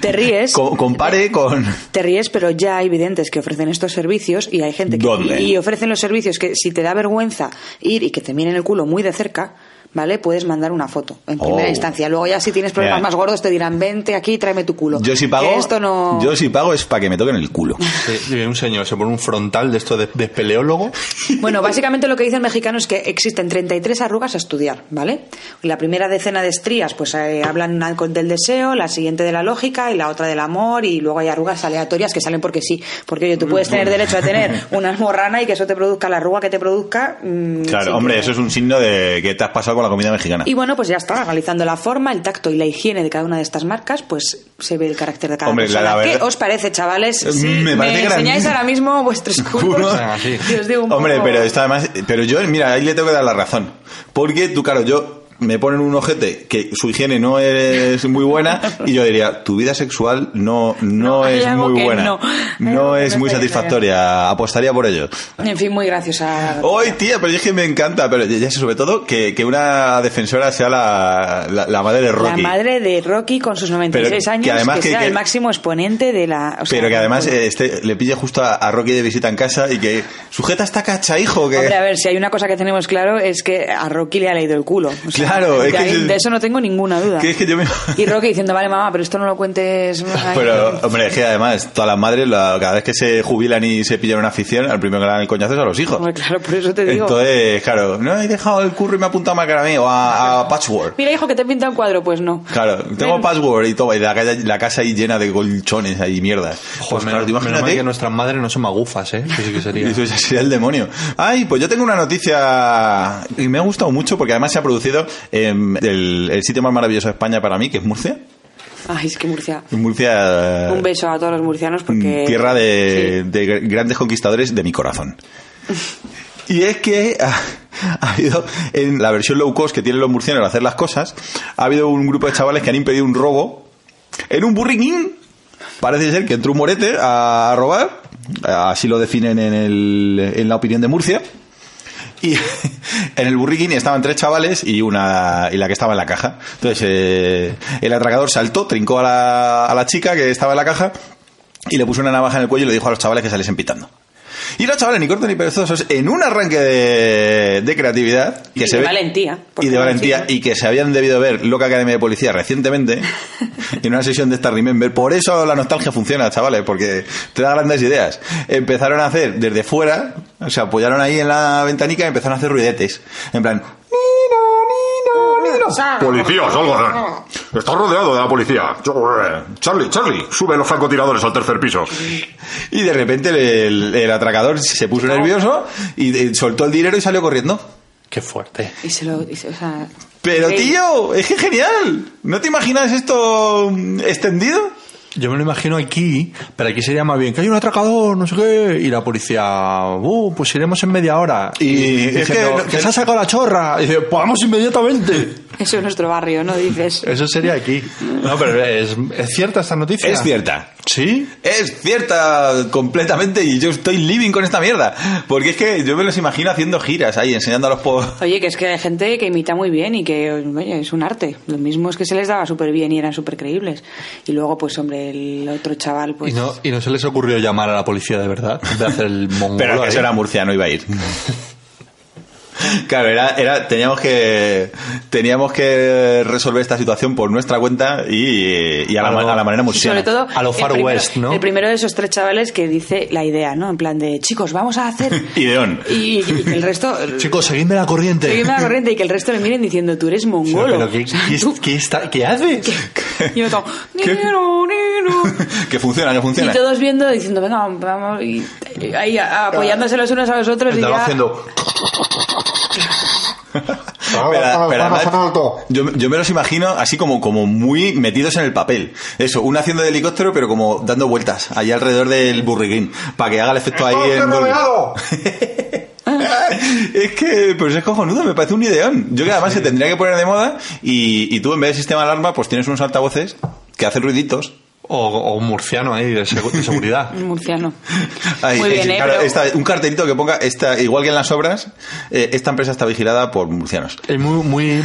Speaker 3: Te
Speaker 2: (laughs)
Speaker 3: ríes.
Speaker 2: co- compare
Speaker 3: (laughs)
Speaker 2: con...
Speaker 3: Te ríes, pero ya hay videntes que ofrecen estos servicios y hay gente que
Speaker 2: ¿Dónde?
Speaker 3: y ofrecen los servicios que si te da vergüenza ir y que te miren el culo muy de cerca, ¿vale? Puedes mandar una foto en
Speaker 2: Oh.
Speaker 3: primera instancia. Luego ya si tienes problemas
Speaker 2: Mira.
Speaker 3: más gordos te dirán, "Vente aquí, tráeme tu culo."
Speaker 2: Yo si
Speaker 3: Que
Speaker 2: pago,
Speaker 3: Esto no
Speaker 2: yo si pago es para que me toquen el culo.
Speaker 1: Sí, y un señor se pone un frontal de esto de, de espeleólogo.
Speaker 2: Pues
Speaker 3: Bueno, básicamente lo que dice el mexicano es que existen 33 arrugas a estudiar, ¿vale? La primera decena de estrías, pues eh, hablan algo del deseo, la siguiente de la lógica y la otra del amor, y luego hay arrugas aleatorias que salen porque sí. Porque oye, tú puedes tener derecho
Speaker 2: (laughs)
Speaker 3: a tener una morrana y que eso te produzca la arruga que te produzca. mm,
Speaker 2: Claro,
Speaker 3: sin
Speaker 2: hombre,
Speaker 3: que-
Speaker 2: eso es un signo de que te has pasado con la comida mexicana.
Speaker 3: Y bueno, pues ya está, analizando la forma, el tacto y la higiene de cada una de estas marcas, pues se ve el carácter de cada
Speaker 2: Hombre, la-
Speaker 3: persona.
Speaker 2: la
Speaker 3: ¿Qué
Speaker 2: verdad-
Speaker 3: os parece, chavales?
Speaker 2: Mm,
Speaker 3: Si
Speaker 2: me
Speaker 3: me,
Speaker 2: parece
Speaker 3: enseñáis
Speaker 2: grandísimo.
Speaker 3: ahora
Speaker 2: (laughs)
Speaker 3: mismo vuestros
Speaker 2: Juro.
Speaker 3: culos.
Speaker 1: Así.
Speaker 3: y os pues, digo un
Speaker 2: Hombre,
Speaker 3: poco-
Speaker 2: pero esto además, pero yo, mira, ahí le tengo que dar la razón. Porque tú, claro, yo me ponen un ojete que su higiene no es muy buena y yo diría, tu vida sexual no, no,
Speaker 3: No, hay
Speaker 2: es
Speaker 3: algo
Speaker 2: muy
Speaker 3: que
Speaker 2: buena.
Speaker 3: no.
Speaker 2: No,
Speaker 3: Hay algo que
Speaker 2: es
Speaker 3: no
Speaker 2: muy
Speaker 3: está bien,
Speaker 2: satisfactoria, apostaría por ello.
Speaker 3: En fin, muy graciosa.
Speaker 2: Hoy, tía, pero es que me encanta, pero ya sé, sobre todo que, que una defensora sea la, la, la madre de
Speaker 3: La
Speaker 2: Rocky.
Speaker 3: madre de Rocky con sus 96
Speaker 2: Pero que
Speaker 3: años,
Speaker 2: además
Speaker 3: que
Speaker 2: que-
Speaker 3: sea
Speaker 2: que-
Speaker 3: el máximo exponente de la. o sea,
Speaker 2: pero que además
Speaker 3: bueno.
Speaker 2: eh, este, le pille justo a, a Rocky de visita en casa y que sujeta esta cacha, hijo, que...
Speaker 3: Hombre, a ver, si hay una cosa que tenemos claro es que a Rocky le ha leído el culo. O sea,
Speaker 2: Claro,
Speaker 3: de,
Speaker 2: es que
Speaker 3: ahí-
Speaker 2: yo-
Speaker 3: de eso no tengo ninguna duda.
Speaker 2: que es que yo me...
Speaker 3: Y Rocky diciendo, vale, mamá, pero esto no lo cuentes.
Speaker 2: (laughs)
Speaker 3: ay,
Speaker 2: Pero, hombre, es que además, todas las madres, la- cada vez que se jubilan y se pillan una afición, al primero que le dan el coñazo es a los hijos.
Speaker 3: Hombre, claro, por eso te digo.
Speaker 2: Entonces, claro, no he dejado el curro y me ha apuntado más cara a mí, o a, a Patchwork.
Speaker 3: Mira, hijo, que te pinta un cuadro. Pues no.
Speaker 2: Claro, tengo
Speaker 3: Ven.
Speaker 2: Patchwork y todo, y la, calle- la casa ahí llena de colchones ahí, mierdas. Pues
Speaker 1: Joder,
Speaker 2: claro, tú
Speaker 1: menos, menos mal
Speaker 2: imagínate.
Speaker 1: que nuestras madres no son magufas, ¿eh? Eso sí que
Speaker 2: (laughs) Y
Speaker 1: sería.
Speaker 2: eso ya sería el demonio. Ay, pues yo tengo una noticia y me ha gustado mucho porque además se ha producido en el, el sitio más maravilloso de España para mí, que es Murcia.
Speaker 3: Ay, es que Murcia.
Speaker 2: Murcia.
Speaker 3: Un beso a todos los murcianos porque.
Speaker 2: Mm, Tierra de,
Speaker 3: Sí.
Speaker 2: de gr- grandes conquistadores de mi corazón. (laughs) Y es que ah, ha, habido, en la versión low cost que tienen los murcianos de hacer las cosas, ha habido un grupo de chavales que han impedido un robo en un burriquín. Parece ser que entró un morete a robar, así lo definen en, el- en la opinión de Murcia. Y (laughs) en el burriquín estaban tres chavales y una y la que estaba en la caja. Entonces eh, el atracador saltó, trincó a la, a la chica que estaba en la caja y le puso una navaja en el cuello y le dijo a los chavales que saliesen pitando. Y los chavales, ni cortos ni perezosos, en un arranque de, de creatividad que
Speaker 3: Y
Speaker 2: se
Speaker 3: de
Speaker 2: ve-
Speaker 3: valentía, porque
Speaker 2: y de
Speaker 3: no
Speaker 2: valentía
Speaker 3: decirlo.
Speaker 2: y que se habían debido ver Loca Academia de Policía
Speaker 3: (laughs)
Speaker 2: recientemente en una sesión de Star Remember. Por eso la nostalgia funciona, chavales, porque te da grandes ideas. Empezaron a hacer desde fuera, se apoyaron ahí en la ventanica y empezaron a hacer ruidetes. En plan, "Nino, Nino, Nino".
Speaker 6: Policía, salgan. Está rodeado de la policía. eh, Charlie, Charlie, sube los francotiradores al tercer piso.
Speaker 2: Y de repente el, el atracador se puso nervioso y, eh, soltó el dinero y salió corriendo.
Speaker 1: Qué fuerte.
Speaker 3: Y se lo. y se- o sea,
Speaker 2: Pero
Speaker 3: sí.
Speaker 2: tío, es que genial. ¿No te imaginas esto mm, extendido?
Speaker 1: Yo me lo imagino aquí, pero aquí sería más bien que hay un atracador, no sé qué, y la policía, "Uh, pues iremos en media hora.
Speaker 2: Y es
Speaker 1: diciendo,
Speaker 2: que no-
Speaker 1: se ha sacado la chorra. Y dice, pues vamos inmediatamente.
Speaker 3: Eso es nuestro barrio, ¿no dices?
Speaker 1: Eso sería aquí. No, pero es, ¿es cierta esta noticia.
Speaker 2: Es cierta.
Speaker 1: ¿Sí?
Speaker 2: Es cierta completamente y yo estoy living con esta mierda. Porque es que yo me los imagino haciendo giras ahí, enseñando a los pobres. (laughs)
Speaker 3: Oye, que es que hay gente que imita muy bien y que oye, es un arte. Lo mismo es que se les daba súper bien y eran súper creíbles. Y luego, pues, hombre, el otro chaval, pues.
Speaker 1: Y no, y no se les ocurrió llamar a la policía de verdad, de hacer
Speaker 2: (laughs)
Speaker 1: el mongolo.
Speaker 2: Pero es que
Speaker 1: ahí.
Speaker 2: eso era murciano, iba a ir. Claro, era, era, teníamos que teníamos que resolver esta situación por nuestra cuenta y, y a, la, ma- a la manera
Speaker 3: Y
Speaker 2: murciana.
Speaker 3: sobre todo
Speaker 1: A lo
Speaker 3: el
Speaker 1: Far
Speaker 3: primero-
Speaker 1: West, ¿no?
Speaker 3: el primero de esos tres chavales que dice la idea no en plan de chicos vamos a hacer
Speaker 2: Ideón.
Speaker 3: y, y que el resto
Speaker 1: Chicos, seguidme la corriente.
Speaker 3: seguidme la corriente y que el resto le miren diciendo tú eres
Speaker 1: Pero,
Speaker 3: mongolo
Speaker 1: pero ¿qué,
Speaker 3: O sea,
Speaker 1: qué-
Speaker 3: tú-
Speaker 1: qué está- qué haces? (laughs)
Speaker 3: y yo todo,
Speaker 2: ¿Qué?
Speaker 3: "Nero, nero".
Speaker 2: (laughs) Que funciona, que
Speaker 3: y
Speaker 2: funciona.
Speaker 3: todos viendo diciendo venga vamos y y ahí a- apoyándose los unos a los otros y
Speaker 2: Estaba
Speaker 3: ya
Speaker 2: haciendo. Pero- pero además, yo, yo me los imagino así como, como muy metidos en el papel. Eso, uno haciendo de helicóptero, pero como dando vueltas allá alrededor del burriguín, para que haga el efecto ahí en Dolby. (laughs) Es que, pues es cojonudo, me parece un ideón. Yo que además se tendría que poner de moda y, y tú en vez de sistema de alarma, pues tienes unos altavoces que hacen ruiditos.
Speaker 1: O, o un murciano ahí de, segu- de seguridad.
Speaker 3: un murciano
Speaker 2: Ahí,
Speaker 3: Muy
Speaker 2: ahí,
Speaker 3: bien, ¿eh?
Speaker 2: claro,
Speaker 3: Pero-
Speaker 2: está- un cartelito que ponga, esta, igual que en las obras, eh, esta empresa está vigilada por murcianos.
Speaker 1: Es muy, muy,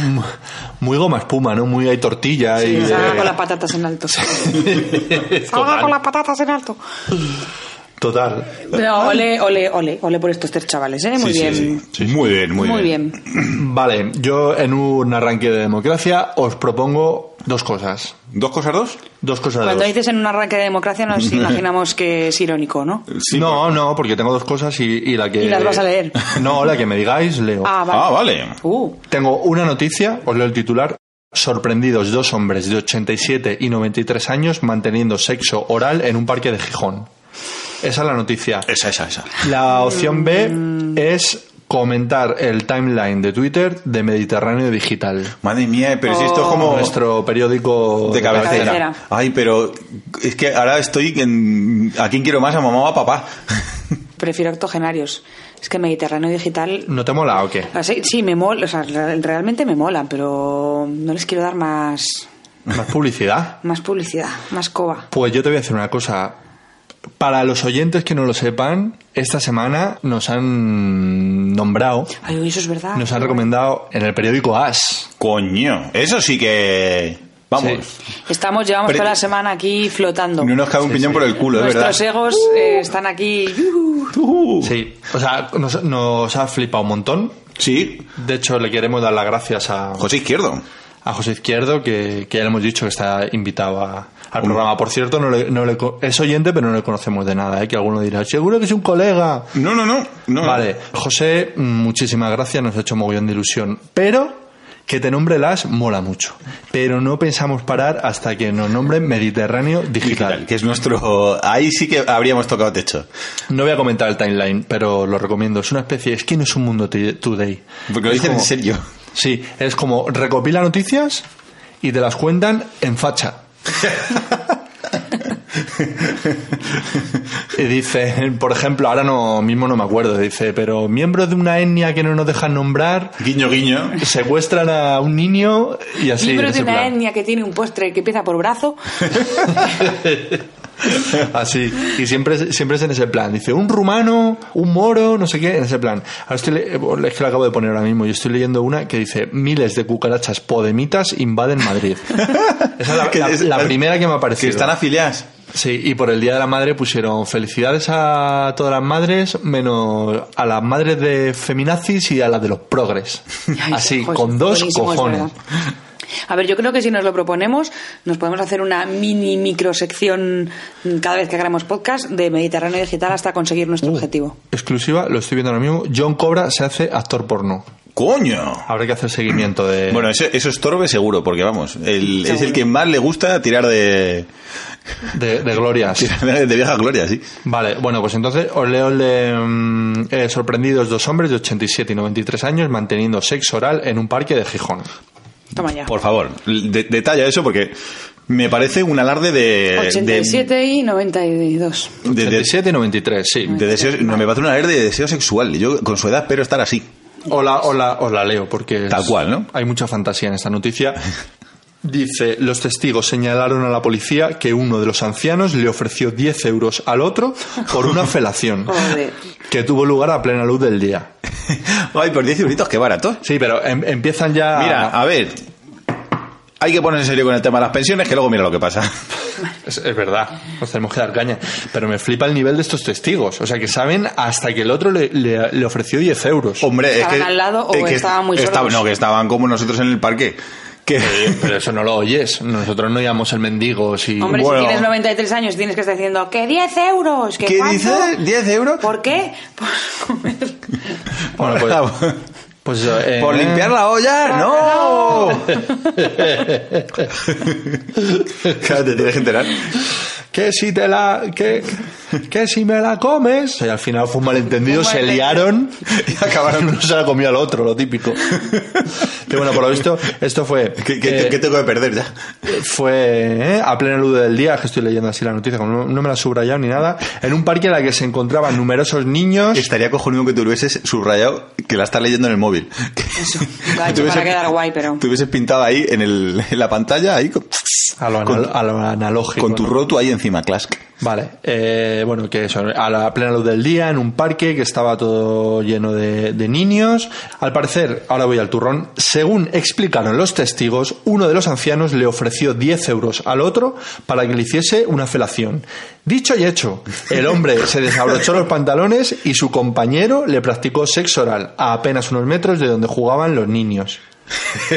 Speaker 1: muy goma espuma, ¿no? Muy hay tortilla y...
Speaker 3: Sí,
Speaker 1: eh,
Speaker 3: salga con las patatas en alto (laughs) salga con las patatas en alto
Speaker 1: Total. (clears throat)
Speaker 3: No, ole ole ole ole por estos tres chavales eh
Speaker 2: Sí,
Speaker 3: muy
Speaker 2: sí, sí.
Speaker 3: bien
Speaker 2: Sí, Muy bien, muy,
Speaker 3: muy bien.
Speaker 1: Vale, yo en un arranque de democracia os propongo dos cosas.
Speaker 2: ¿Dos cosas dos?
Speaker 1: Dos cosas de
Speaker 3: Cuando
Speaker 1: dos.
Speaker 3: dices en un arranque de
Speaker 2: (laughs)
Speaker 3: democracia nos imaginamos que es irónico, ¿no?
Speaker 1: no, no, porque tengo dos cosas y, y la que...
Speaker 3: Y las vas a leer.
Speaker 1: (laughs) No, la que me digáis, leo.
Speaker 3: Ah, vale.
Speaker 2: Ah, vale.
Speaker 3: Uh,
Speaker 1: Tengo una noticia, os leo el titular. Sorprendidos dos hombres de 87 y 93 años manteniendo sexo oral en un parque de Gijón. Esa es la noticia.
Speaker 2: Esa, esa, esa.
Speaker 1: La opción B es comentar el timeline de Twitter de Mediterráneo Digital.
Speaker 2: Madre mía, pero si esto es como
Speaker 1: Nuestro periódico
Speaker 2: Oh. de cabecera.
Speaker 3: cabecera.
Speaker 2: Ay, pero es que ahora estoy en... ¿A quién quiero más? ¿A mamá o a papá?
Speaker 3: Prefiero octogenarios. Es que Mediterráneo Digital.
Speaker 1: ¿No te mola o qué?
Speaker 3: Ah, Sí, sí, me mola, o sea, re- realmente me molan, pero no les quiero dar más,
Speaker 1: Más publicidad.
Speaker 3: más publicidad, más coba.
Speaker 1: Pues yo te voy a decir una cosa. Para los oyentes que no lo sepan, esta semana nos han nombrado,
Speaker 3: Ay, uy, eso es verdad.
Speaker 1: nos han recomendado en el periódico As.
Speaker 2: Coño, eso sí que... Vamos,
Speaker 3: Estamos, llevamos
Speaker 2: Pero-
Speaker 3: toda la semana aquí flotando.
Speaker 2: no nos cabe un piñón por el culo, es verdad.
Speaker 3: Nuestros egos eh, están aquí. yujú.
Speaker 2: Uh,
Speaker 1: Sí, o sea, nos, nos ha flipado un montón.
Speaker 2: sí,
Speaker 1: De hecho, le queremos dar las gracias a,
Speaker 2: José Izquierdo.
Speaker 1: a José Izquierdo, que, que ya le hemos dicho que está invitado a- al programa. Por cierto, no le- no le co- es oyente, pero no le conocemos de nada, ¿eh? que alguno dirá, seguro que es un colega.
Speaker 2: No, no, no. no.
Speaker 1: Vale, José, mm, muchísimas gracias, nos ha hecho mogollón de ilusión. Pero que te nombre las mola mucho. Pero no pensamos parar hasta que nos nombren Mediterráneo Digital.
Speaker 2: Que es nuestro... Ahí sí que habríamos tocado techo.
Speaker 1: No voy a comentar el timeline, pero lo recomiendo. Es una especie, es que no es un mundo t- today.
Speaker 2: Porque
Speaker 1: Es
Speaker 2: lo dicen en
Speaker 1: como-
Speaker 2: serio.
Speaker 1: Sí, es como recopila noticias y te las cuentan en facha. y dice, por ejemplo, ahora no mismo no me acuerdo, dice, pero miembros de una etnia que no nos dejan nombrar
Speaker 2: Guiño, guiño.
Speaker 1: secuestran a un niño y así.
Speaker 3: Libro
Speaker 1: en
Speaker 3: de
Speaker 1: ese
Speaker 3: una
Speaker 1: plan.
Speaker 3: etnia que tiene un postre que empieza por
Speaker 2: (laughs)
Speaker 3: brazo.
Speaker 1: (laughs) Así. Y siempre, es- siempre es en ese plan. Dice, un rumano, un moro, no sé qué, en ese plan. Ahora estoy le- eh, es que lo acabo de poner ahora mismo. Yo estoy leyendo una que dice, miles de cucarachas podemitas invaden Madrid. Esa es la,
Speaker 2: Que
Speaker 1: la-
Speaker 2: es-
Speaker 1: la primera que me ha
Speaker 2: Que
Speaker 1: parecido.
Speaker 2: están afiliadas.
Speaker 1: Sí, y por el Día de la Madre pusieron felicidades a todas las madres, menos a las madres de feminazis y a las de los progres.
Speaker 3: Ay,
Speaker 1: Así,
Speaker 3: joder,
Speaker 1: con dos
Speaker 3: buenísimo, es
Speaker 1: cojones.
Speaker 3: verdad. A ver, yo creo que si nos lo proponemos, nos podemos hacer una mini microsección mm, cada vez que hagamos podcast de Mediterráneo Digital hasta conseguir nuestro
Speaker 2: Uh.
Speaker 3: objetivo.
Speaker 1: Exclusiva, lo estoy viendo ahora mismo. John Cobra se hace actor porno.
Speaker 2: ¡Coño!
Speaker 1: Habrá que hacer seguimiento de.
Speaker 2: Bueno, eso, eso es Torbe seguro, porque vamos, el- es
Speaker 3: Seguro.
Speaker 2: el que más le gusta tirar de,
Speaker 1: De, de glorias.
Speaker 2: tirar (laughs) de de vieja gloria, sí.
Speaker 1: Vale, bueno, pues entonces os leo el de, mm, eh, sorprendidos dos hombres de 87 y 93 años manteniendo sexo oral en un parque de Gijón.
Speaker 3: Toma ya.
Speaker 2: Por favor, de- detalla eso porque me parece un alarde eh, de...
Speaker 3: 87 y 92.
Speaker 2: De, de- de-
Speaker 1: 87 y 93, sí.
Speaker 2: de deseos, no, me parece un alarde de deseo sexual. Yo con su edad espero estar así. (laughs)
Speaker 1: O la, o la- o la leo, porque. es-
Speaker 2: Tal cual, ¿no?
Speaker 1: Hay mucha fantasía en esta
Speaker 2: (laughs)
Speaker 1: noticia. Dice: Los testigos señalaron a la policía que uno de los ancianos le ofreció 10 euros al otro por
Speaker 2: (laughs)
Speaker 1: una felación.
Speaker 3: Joder.
Speaker 1: que tuvo lugar a plena luz del día.
Speaker 2: Ay, por 10 euritos, qué barato.
Speaker 1: Sí, pero em- empiezan ya.
Speaker 2: Mira, a ver, hay que ponerse serio con el tema de las pensiones que luego mira lo que pasa. (laughs)
Speaker 1: Es, es verdad, nos tenemos que dar caña. Pero me flipa el nivel de estos testigos. O sea, que saben hasta que el otro le, le- le ofreció 10 euros.
Speaker 2: Hombre, es
Speaker 3: ¿Estaban
Speaker 2: que...
Speaker 3: al lado o
Speaker 2: es que
Speaker 3: estaban muy
Speaker 2: estaban-
Speaker 3: sordos?
Speaker 2: No, que estaban como nosotros en el parque. Que...
Speaker 1: Pero eso no lo oyes. Nosotros no íbamos el mendigo. Si...
Speaker 3: Hombre,
Speaker 2: Bueno.
Speaker 3: si tienes 93 años tienes que estar diciendo que 10 euros, que
Speaker 2: ¿Qué
Speaker 3: cuánto?
Speaker 2: dices? ¿10 euros?
Speaker 3: ¿Por qué? (laughs) Por
Speaker 2: (laughs)
Speaker 3: comer.
Speaker 1: Bueno, pues, pues eso, eh,
Speaker 2: Por limpiar la olla, no. (laughs) Claro, te tienes que enterar.
Speaker 1: Que si te la. Que, que si me la comes. Y al final fue un malentendido,
Speaker 3: Un
Speaker 1: se
Speaker 3: malentendido.
Speaker 1: liaron y acabaron. Uno se la comió al otro, lo típico. Pero bueno, por lo visto, esto fue.
Speaker 2: ¿Qué, qué-
Speaker 1: eh,
Speaker 2: qué tengo que perder ya?
Speaker 1: fue eh, a plena luz del día, que estoy leyendo así la noticia, como no, no me la he subrayado ni nada, en un parque en la que se encontraban numerosos niños.
Speaker 2: Estaría cojonudo que tú hubieses subrayado que la estás leyendo en el móvil. (laughs)
Speaker 3: Eso.
Speaker 2: Que
Speaker 3: Lo ha hecho
Speaker 2: tuvieses-
Speaker 3: para quedar guay,
Speaker 2: (laughs)
Speaker 3: pero.
Speaker 2: Te hubieses pintado ahí en, el, en la pantalla, ahí con,
Speaker 1: A lo, anal- a lo analógico.
Speaker 2: con tu
Speaker 1: ¿no?
Speaker 2: roto ahí encima, clask.
Speaker 1: Vale, eh, bueno, que eso, a la plena luz del día, en un parque que estaba todo lleno de, de niños. Al parecer, ahora voy al turrón, según explicaron los testigos, uno de los ancianos le ofreció 10 euros al otro para que le hiciese una felación. Dicho y hecho, el hombre se desabrochó los pantalones y su compañero le practicó sexo oral a apenas unos metros de donde jugaban los niños.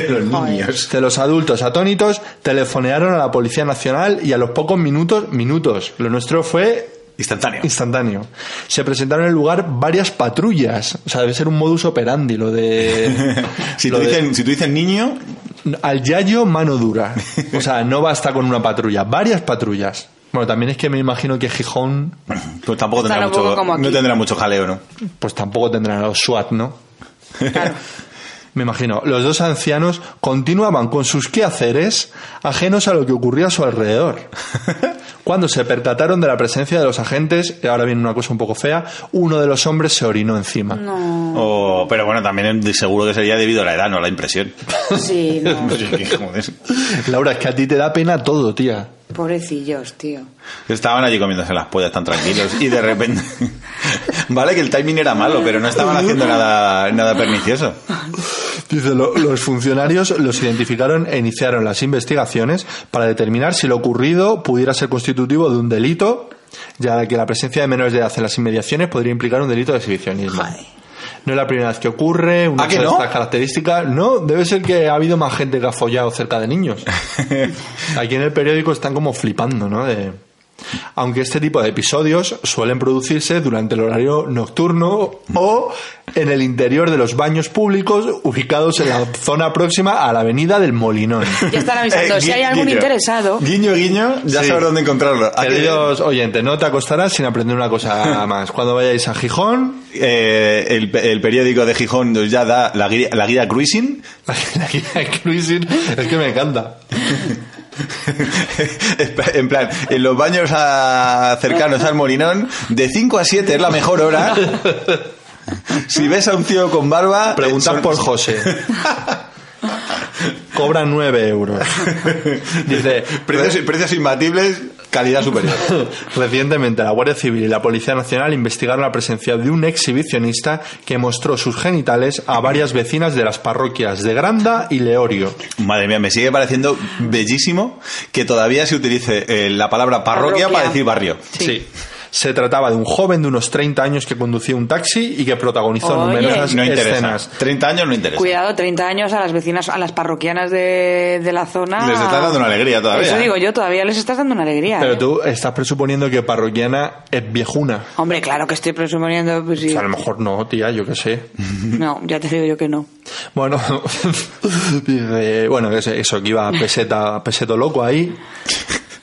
Speaker 2: Los niños.
Speaker 1: De los adultos atónitos telefonearon a la Policía Nacional y a los pocos minutos, minutos, lo nuestro fue
Speaker 2: Instantáneo.
Speaker 1: instantáneo. Se presentaron en el lugar varias patrullas. O sea, debe ser un modus operandi lo de...
Speaker 2: (laughs) Si
Speaker 1: lo
Speaker 2: tú,
Speaker 1: de-
Speaker 2: dicen, si tú dices niño,
Speaker 1: Al yayo, mano dura. O sea, no basta con una patrulla, varias patrullas. Bueno, también es que me imagino que Gijón
Speaker 2: pues tampoco
Speaker 3: Están
Speaker 2: tendrá
Speaker 3: un poco
Speaker 2: mucho,
Speaker 3: como aquí.
Speaker 2: no tendrá mucho jaleo, ¿no?
Speaker 1: pues tampoco tendrán los SWAT, ¿no? (laughs) Me imagino, los dos ancianos continuaban con sus quehaceres ajenos a lo que ocurría a su alrededor. (laughs) Cuando se percataron de la presencia de los agentes, y ahora viene una cosa un poco fea, uno de los hombres se orinó encima.
Speaker 2: O- pero bueno, también seguro que sería debido a la edad, no a la (laughs) impresión.
Speaker 3: Sí, no.
Speaker 2: Pues es que, joder.
Speaker 1: Laura, es que a ti te da pena todo, tía.
Speaker 3: Pobrecillos, tío.
Speaker 2: Estaban allí comiéndose las pollas tan tranquilos y de repente... (laughs) vale que el timing era malo, pero no estaban haciendo nada, nada pernicioso.
Speaker 1: Dice, "Lo- los funcionarios los identificaron e iniciaron las investigaciones para determinar si lo ocurrido pudiera ser constitutivo de un delito, ya que la presencia de menores de edad en las inmediaciones podría implicar un delito de exhibicionismo. No es la primera vez que ocurre, una
Speaker 2: ¿Ah, que
Speaker 1: de
Speaker 2: no?
Speaker 1: estas características. No, debe ser que ha habido más gente que ha follado cerca de
Speaker 2: (laughs)
Speaker 1: niños. Aquí en el periódico están como flipando, ¿no? De- Aunque este tipo de episodios suelen producirse durante el horario nocturno o en el interior de los baños públicos ubicados en la zona próxima a la avenida del Molinón.
Speaker 3: Ya están avisando.
Speaker 2: (laughs) Eh,
Speaker 3: si
Speaker 2: gui-
Speaker 3: hay algún
Speaker 2: guiño.
Speaker 3: interesado.
Speaker 2: Guiño, guiño, ya
Speaker 1: Sí.
Speaker 2: sabrás dónde encontrarlo. ¿A qué-
Speaker 1: Queridos oyentes, no te acostarás sin aprender una cosa más. Cuando vayáis a Gijón, (laughs)
Speaker 2: Eh, el, el periódico de Gijón nos ya da la guía, la guía Cruising. (laughs)
Speaker 1: la, guía cruising, es que me encanta.
Speaker 2: en plan, en los baños a- cercanos al Morinón, de 5 a 7 es la mejor hora. Si ves a un tío con barba, eh,
Speaker 1: Preguntad
Speaker 2: son-
Speaker 1: por José. Cobra 9 euros. Dice,
Speaker 2: (laughs) Precios, precios imbatibles, calidad superior.
Speaker 1: (laughs) Recientemente, la Guardia Civil y la Policía Nacional investigaron la presencia de un exhibicionista que mostró sus genitales a varias vecinas de las parroquias de Granda y Leorio.
Speaker 2: Madre mía, me sigue pareciendo bellísimo que todavía se utilice eh, la palabra parroquia
Speaker 3: Parroquia.
Speaker 2: para decir barrio.
Speaker 3: Sí.
Speaker 1: Se trataba de un joven de unos 30 años que conducía un taxi y que protagonizó
Speaker 3: Oye.
Speaker 1: numerosas
Speaker 2: No interesa.
Speaker 1: escenas.
Speaker 2: 30 años no interesa.
Speaker 3: Cuidado, 30 años a las vecinas, a las parroquianas de, de la zona.
Speaker 2: Les está dando una alegría todavía. ¿eh?
Speaker 3: Eso digo yo, todavía les estás dando una alegría.
Speaker 1: Pero
Speaker 3: ¿eh?
Speaker 1: tú estás presuponiendo que parroquiana es viejuna.
Speaker 3: Hombre, claro que estoy presumiendo. pues sí.
Speaker 1: O sea, a lo mejor no, tía, yo qué sé.
Speaker 3: No, ya te digo yo que no.
Speaker 1: Bueno, (laughs) dice, bueno, que se- eso, que iba peseta, peseto loco ahí,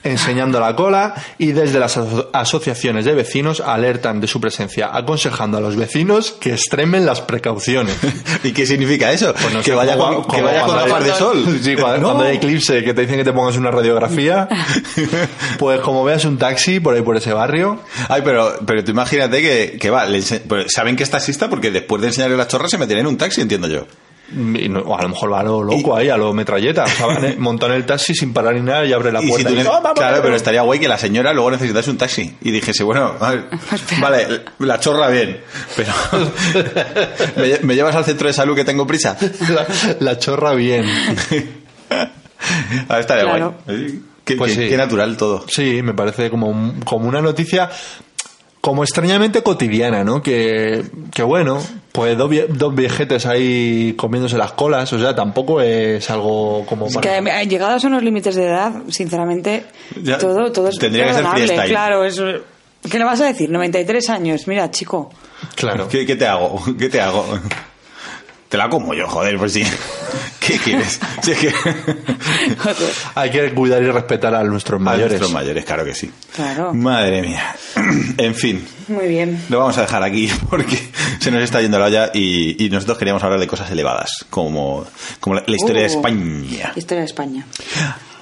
Speaker 1: enseñando la cola, y desde las aso- asociaciones de vecinos alertan de su presencia, aconsejando a los vecinos que extremen las precauciones.
Speaker 2: ¿Y qué significa eso?
Speaker 1: Pues no
Speaker 2: que,
Speaker 1: sé,
Speaker 2: vaya
Speaker 1: como
Speaker 2: con, que
Speaker 1: cuando-
Speaker 2: vaya con
Speaker 1: cuando
Speaker 2: la par
Speaker 1: hay-
Speaker 2: de sol.
Speaker 1: (laughs) Sí, cuando,
Speaker 2: No.
Speaker 1: cuando hay eclipse, que te dicen que te pongas una radiografía, (laughs) pues como veas un taxi por ahí por ese barrio,
Speaker 2: Ay, pero, pero tú imagínate que, que va, le ense- pero saben que es taxista porque después de enseñarle las chorras se meten en un taxi, entiendo yo.
Speaker 1: y no- o a lo mejor va a lo loco ahí, a lo metralleta, ¿sabes? montan el taxi sin parar ni nada y abre la
Speaker 2: Y si
Speaker 1: puerta.
Speaker 2: tú
Speaker 1: y
Speaker 2: le-
Speaker 1: dice, "Ah, "Vamos, vamos,
Speaker 2: claro, pero
Speaker 1: vamos".
Speaker 2: estaría guay que la señora luego necesitase un taxi. Y dijese, bueno, a ver, vale, la chorra bien, pero
Speaker 1: (laughs)
Speaker 2: (laughs) ¿me, lle- me llevas al centro de salud que tengo prisa?
Speaker 1: La, la chorra bien.
Speaker 2: A ver, Ah, estaría
Speaker 3: Claro.
Speaker 2: guay. Eh, Qué,
Speaker 1: Pues
Speaker 2: qué-
Speaker 1: sí.
Speaker 2: qué natural todo.
Speaker 1: Sí, me parece como, un- como una noticia como extrañamente cotidiana, ¿no? Que, que bueno, pues dos, vie- dos viejetes ahí comiéndose las colas, o sea, tampoco es algo como...
Speaker 3: Es
Speaker 1: para-
Speaker 3: que eh, llegados a unos límites de edad, sinceramente,
Speaker 2: Ya,
Speaker 3: todo, todo es
Speaker 2: tendría que ser
Speaker 3: perdonable,
Speaker 2: freestyle.
Speaker 3: Claro, eso. ¿Qué le vas a decir? 93 años,
Speaker 2: (laughs)
Speaker 3: mira, chico.
Speaker 1: Claro.
Speaker 2: ¿Qué, qué te hago? (laughs) ¿Qué te hago? Te la como yo, joder, pues sí.
Speaker 1: (laughs)
Speaker 2: ¿Qué quieres? Si es que...
Speaker 3: Joder,
Speaker 1: Hay que cuidar y respetar a nuestros
Speaker 2: A
Speaker 1: mayores.
Speaker 2: nuestros mayores, claro que sí.
Speaker 3: Claro.
Speaker 2: Madre mía. (clears throat) En fin,
Speaker 3: Muy bien.
Speaker 2: lo vamos a dejar aquí (laughs) porque se nos está yendo la olla y, y nosotros queríamos hablar de cosas elevadas, como, como la, la historia de
Speaker 3: Uh.
Speaker 2: España.
Speaker 3: Historia de España.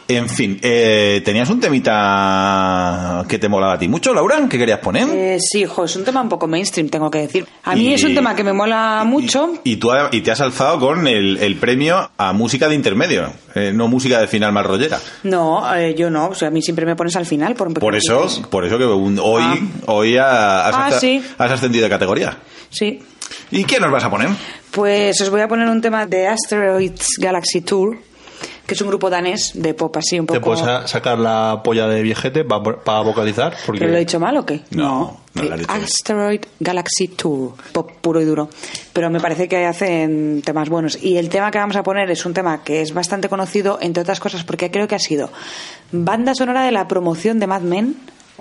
Speaker 2: En fin, eh, tenías un temita que te molaba a ti mucho, Laura, que querías poner.
Speaker 3: Eh, sí, jo, es un tema un poco mainstream, tengo que decir. A mí
Speaker 2: Y-
Speaker 3: es un tema que me mola mucho.
Speaker 2: Y, y tú ha- y te has alzado con el, el premio a música de intermedio, eh, no música de final más rollera.
Speaker 3: No, eh, yo no. O sea, a mí siempre me pones al final. Por, un
Speaker 2: Por eso,
Speaker 3: pequeño interés.
Speaker 2: por eso que un- hoy, hoy ha- has,
Speaker 3: Pues Ah,
Speaker 2: hasta-
Speaker 3: sí.
Speaker 2: has ascendido de categoría.
Speaker 3: Sí.
Speaker 2: ¿Y qué nos vas a poner?
Speaker 3: Pues os voy a poner un tema de Asteroids Galaxy Tour, que es un grupo danés de pop así un
Speaker 1: ¿Te
Speaker 3: poco...
Speaker 1: puedes sa- sacar la polla de viejete para vocalizar? Porque
Speaker 3: ¿Pero lo he dicho mal o qué?
Speaker 2: No, no lo has dicho bien.
Speaker 3: Asteroid Galaxy Tour, pop puro y duro. Pero me parece que hacen temas buenos. Y el tema que vamos a poner es un tema que es bastante conocido, entre otras cosas, porque creo que ha sido banda sonora de la promoción de Mad Men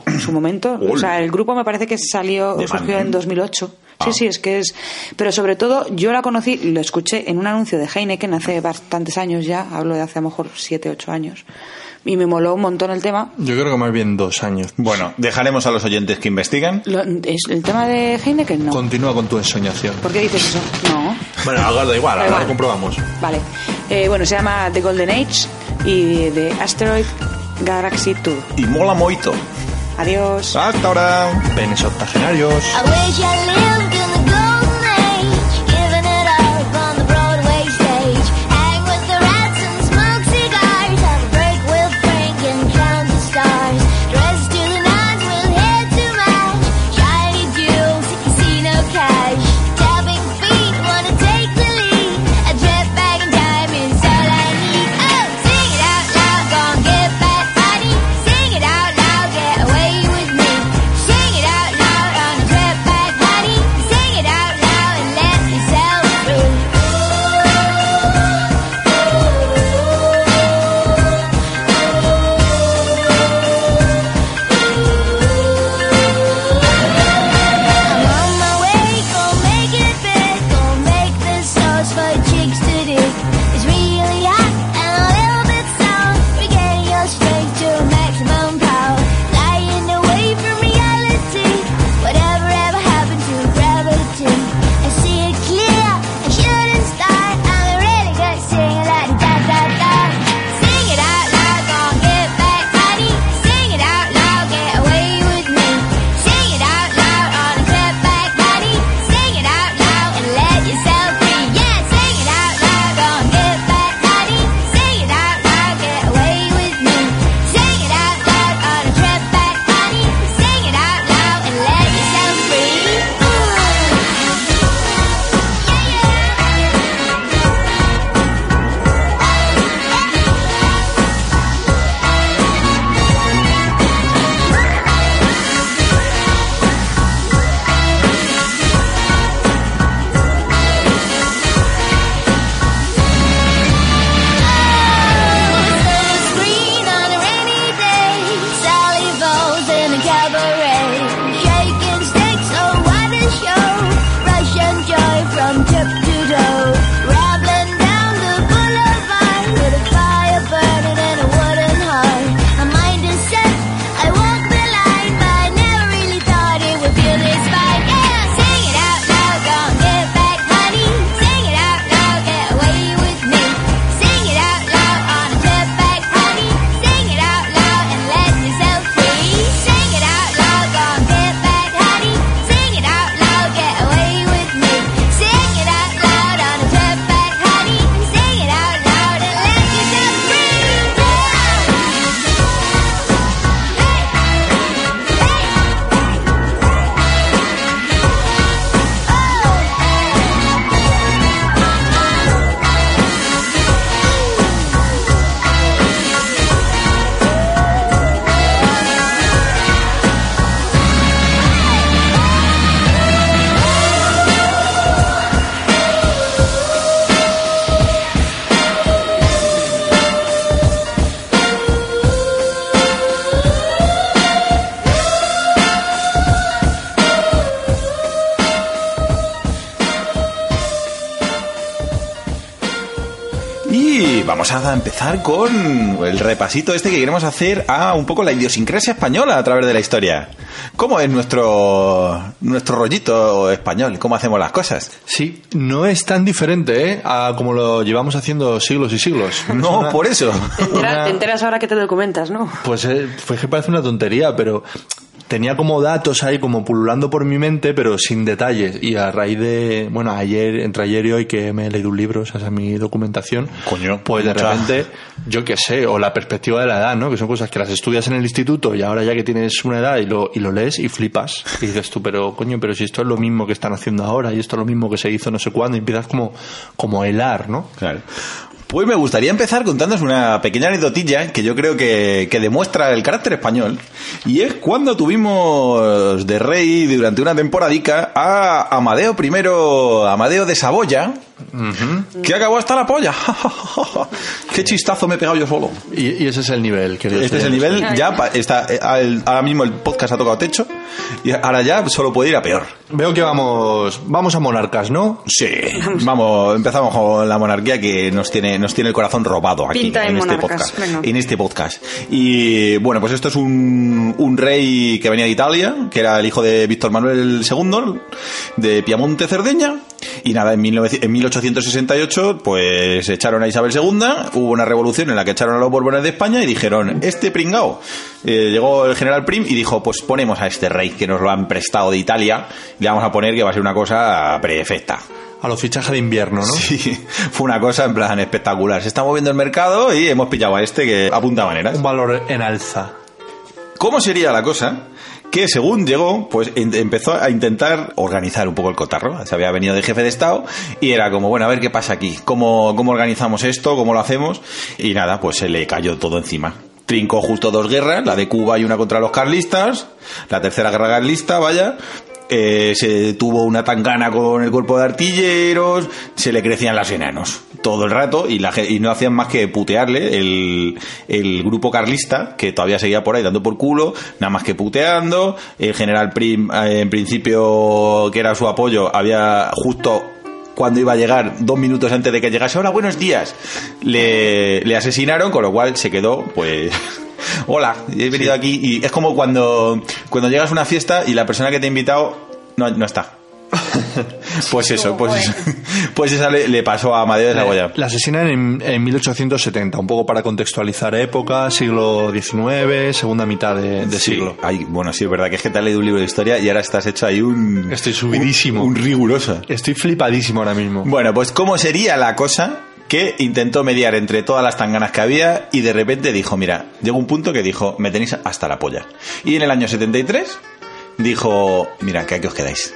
Speaker 3: en
Speaker 2: (clears throat)
Speaker 3: su momento. O
Speaker 2: Ol.
Speaker 3: sea, el grupo me parece que salió,
Speaker 2: ¿De Mad
Speaker 3: surgió en
Speaker 2: Men? Ah.
Speaker 3: 2008. Sí, sí, es que es. Pero sobre todo, yo la conocí, lo escuché en un anuncio de Heineken hace bastantes años ya, hablo de hace a lo mejor 7, 8 años. y me moló un montón el tema.
Speaker 1: Yo creo que más bien dos años.
Speaker 2: Bueno, dejaremos a los oyentes que investiguen.
Speaker 3: Lo- es- el tema de Heineken no.
Speaker 1: Continúa con tu ensoñación.
Speaker 3: ¿Por qué dices eso? No.
Speaker 1: Bueno, ahora da igual,
Speaker 3: Da
Speaker 1: ahora
Speaker 3: igual.
Speaker 1: lo comprobamos.
Speaker 3: Vale. Eh, bueno, se llama The Golden Age y The Asteroid Galaxy Tour.
Speaker 2: Y mola moito.
Speaker 3: Adiós.
Speaker 2: Hasta ahora.
Speaker 1: Penes octogenarios.
Speaker 7: I wish I lived in the golden age, giving it up on the Broadway stage. Hang with the rats and smoke cigars, have a break with Frank and count the stars. Dress to the nines with hair to match, shiny jewels, casino cash. Tapping feet, wanna take the lead. A trip back in time is all I need. Oh, sing it out loud, gonna get back money. Sing it out loud, get away with me. Sing it out loud on a trip back money. Sing it out loud and let yourself free. I'm on my way, go make it big, go make this sauce for chicks to dig. It's really hot and a little bit sour. Regain your strength to maximum power. Flying away from reality. Whatever ever happened to gravity? I see it clear, I shouldn't start. I'm a really good singer, like da da da. Sing it out loud, gon' get back money. Sing it out loud, get away with me. Sing it out loud on a clap back body. Sing it out loud and let yourself free. Yeah, sing it out loud, gon' get back money. Sing it out loud, get away with me. Sing it out loud on a clap back body. Sing it out loud and let yourself free. Silver screen on a rainy day. Sally Bowles in a cabaret. Shaking sticks, oh what a show. Russian joy from tip to toe. Rambling down the boulevard with a fire burning and a wooden heart. My mind is set, I walk the line, but I never really thought it would feel this fine. Yeah, sing it out loud, gon' get back money. Sing it out loud, get away with me. Sing it out loud on a trip back honey. Sing it out loud and let yourself free. Sing it out loud, gon' get back honey. Sing it out loud, get away with me. Sing it out loud on a trip back honey. Sing it out loud and let yourself free. Hey, hey. Oh!
Speaker 2: Y vamos a empezar con el repasito este que queremos hacer a un poco la idiosincrasia española a través de la historia. ¿Cómo es nuestro, nuestro rollito español? ¿Cómo hacemos las cosas?
Speaker 1: Sí, no es tan diferente, ¿eh? A como lo llevamos haciendo siglos y siglos.
Speaker 2: No, por eso.
Speaker 3: Te enteras, te enteras ahora que te documentas, ¿no?
Speaker 1: Pues eh, fue que parece una tontería, pero tenía como datos ahí como pululando por mi mente, pero sin detalles. Y a raíz de, bueno, ayer, entre ayer y hoy que me he leído un libro, o sea, esa es mi documentación,
Speaker 2: Coño,
Speaker 1: pues de
Speaker 2: mucha.
Speaker 1: repente, yo qué sé, o la perspectiva de la edad, ¿no? Que son cosas que las estudias en el instituto y ahora ya que tienes una edad y lo, y lo lees y flipas. Y dices tú, pero coño, pero si esto es lo mismo que están haciendo ahora y esto es lo mismo que se hizo no sé cuándo, y empiezas como, como a helar, ¿no?
Speaker 2: Claro. Pues me gustaría empezar contándoos una pequeña anecdotilla que yo creo que, que demuestra el carácter español. Y es cuando tuvimos de rey durante una temporadica a Amadeo I, Amadeo de Saboya, Que acabó hasta la polla. (laughs) Qué chistazo me he pegado yo solo.
Speaker 1: Y, y ese es el nivel, queridos
Speaker 2: Este es el
Speaker 1: oyentes.
Speaker 2: nivel, ya pa- está, eh, al- ahora mismo el podcast ha tocado techo y ahora ya solo puede ir a peor.
Speaker 1: Veo que vamos, vamos a monarcas, ¿no?
Speaker 2: Sí, vamos, empezamos con la monarquía que nos tiene, nos tiene el corazón robado aquí
Speaker 3: Pinta de
Speaker 2: en este
Speaker 3: monarcas,
Speaker 2: podcast.
Speaker 3: venga.
Speaker 2: En este podcast. Y bueno, pues esto es un, un rey que venía de Italia, que era el hijo de Víctor Manuel II, de Piamonte, Cerdeña. Y nada, en, 19 en 1868, pues echaron a Isabel II, hubo una revolución en la que echaron a los Borbones de España y dijeron, este pringao. Eh, llegó el general Prim y dijo, pues ponemos a este rey que nos lo han prestado de Italia, le vamos a poner que va a ser una cosa perfecta.
Speaker 1: A los fichajes de invierno, ¿no?
Speaker 2: (laughs) Sí, fue una cosa en plan espectacular. Se está moviendo el mercado y hemos pillado a este que apunta maneras.
Speaker 1: Un valor en alza.
Speaker 2: ¿Cómo sería la cosa? Que según llegó, pues en- empezó a intentar organizar un poco el cotarro. Se había venido de jefe de Estado y era como, bueno, a ver qué pasa aquí, cómo, cómo organizamos esto, cómo lo hacemos. Y nada, pues se le cayó todo encima. Trincó justo dos guerras, la de Cuba y una contra los carlistas, la tercera guerra carlista, vaya. Eh, se tuvo una tangana con el cuerpo de artilleros, se le crecían las enanos todo el rato y, la, ge- y no hacían más que putearle el, el grupo carlista que todavía seguía por ahí dando por culo, nada más que puteando. El general Prim, eh, en principio, que era su apoyo, había justo cuando iba a llegar, dos minutos antes de que llegase, hola, buenos días, le, le asesinaron, con lo cual se quedó, pues, (laughs) hola, he venido aquí. Y es como cuando, cuando llegas a una fiesta y la persona que te ha invitado no,
Speaker 1: (laughs)
Speaker 2: no está. Pues eso, pues eso. (laughs) Pues esa le, le pasó a Amadeo de Saboya.
Speaker 1: La asesinan en, en 1870, un poco para contextualizar época, siglo XIX, segunda mitad de, de
Speaker 2: Sí.
Speaker 1: siglo.
Speaker 2: Ay, bueno, sí, es verdad que es que te has leído un libro de historia y ahora estás hecho ahí un.
Speaker 1: Estoy subidísimo.
Speaker 2: Un, un riguroso.
Speaker 1: Estoy flipadísimo ahora mismo.
Speaker 2: Bueno, pues ¿cómo sería la cosa que intentó mediar entre todas las tanganas que había y de repente dijo, mira, llegó un punto que dijo, me tenéis hasta la polla. Y en el año 73 dijo, mira, que aquí os quedáis.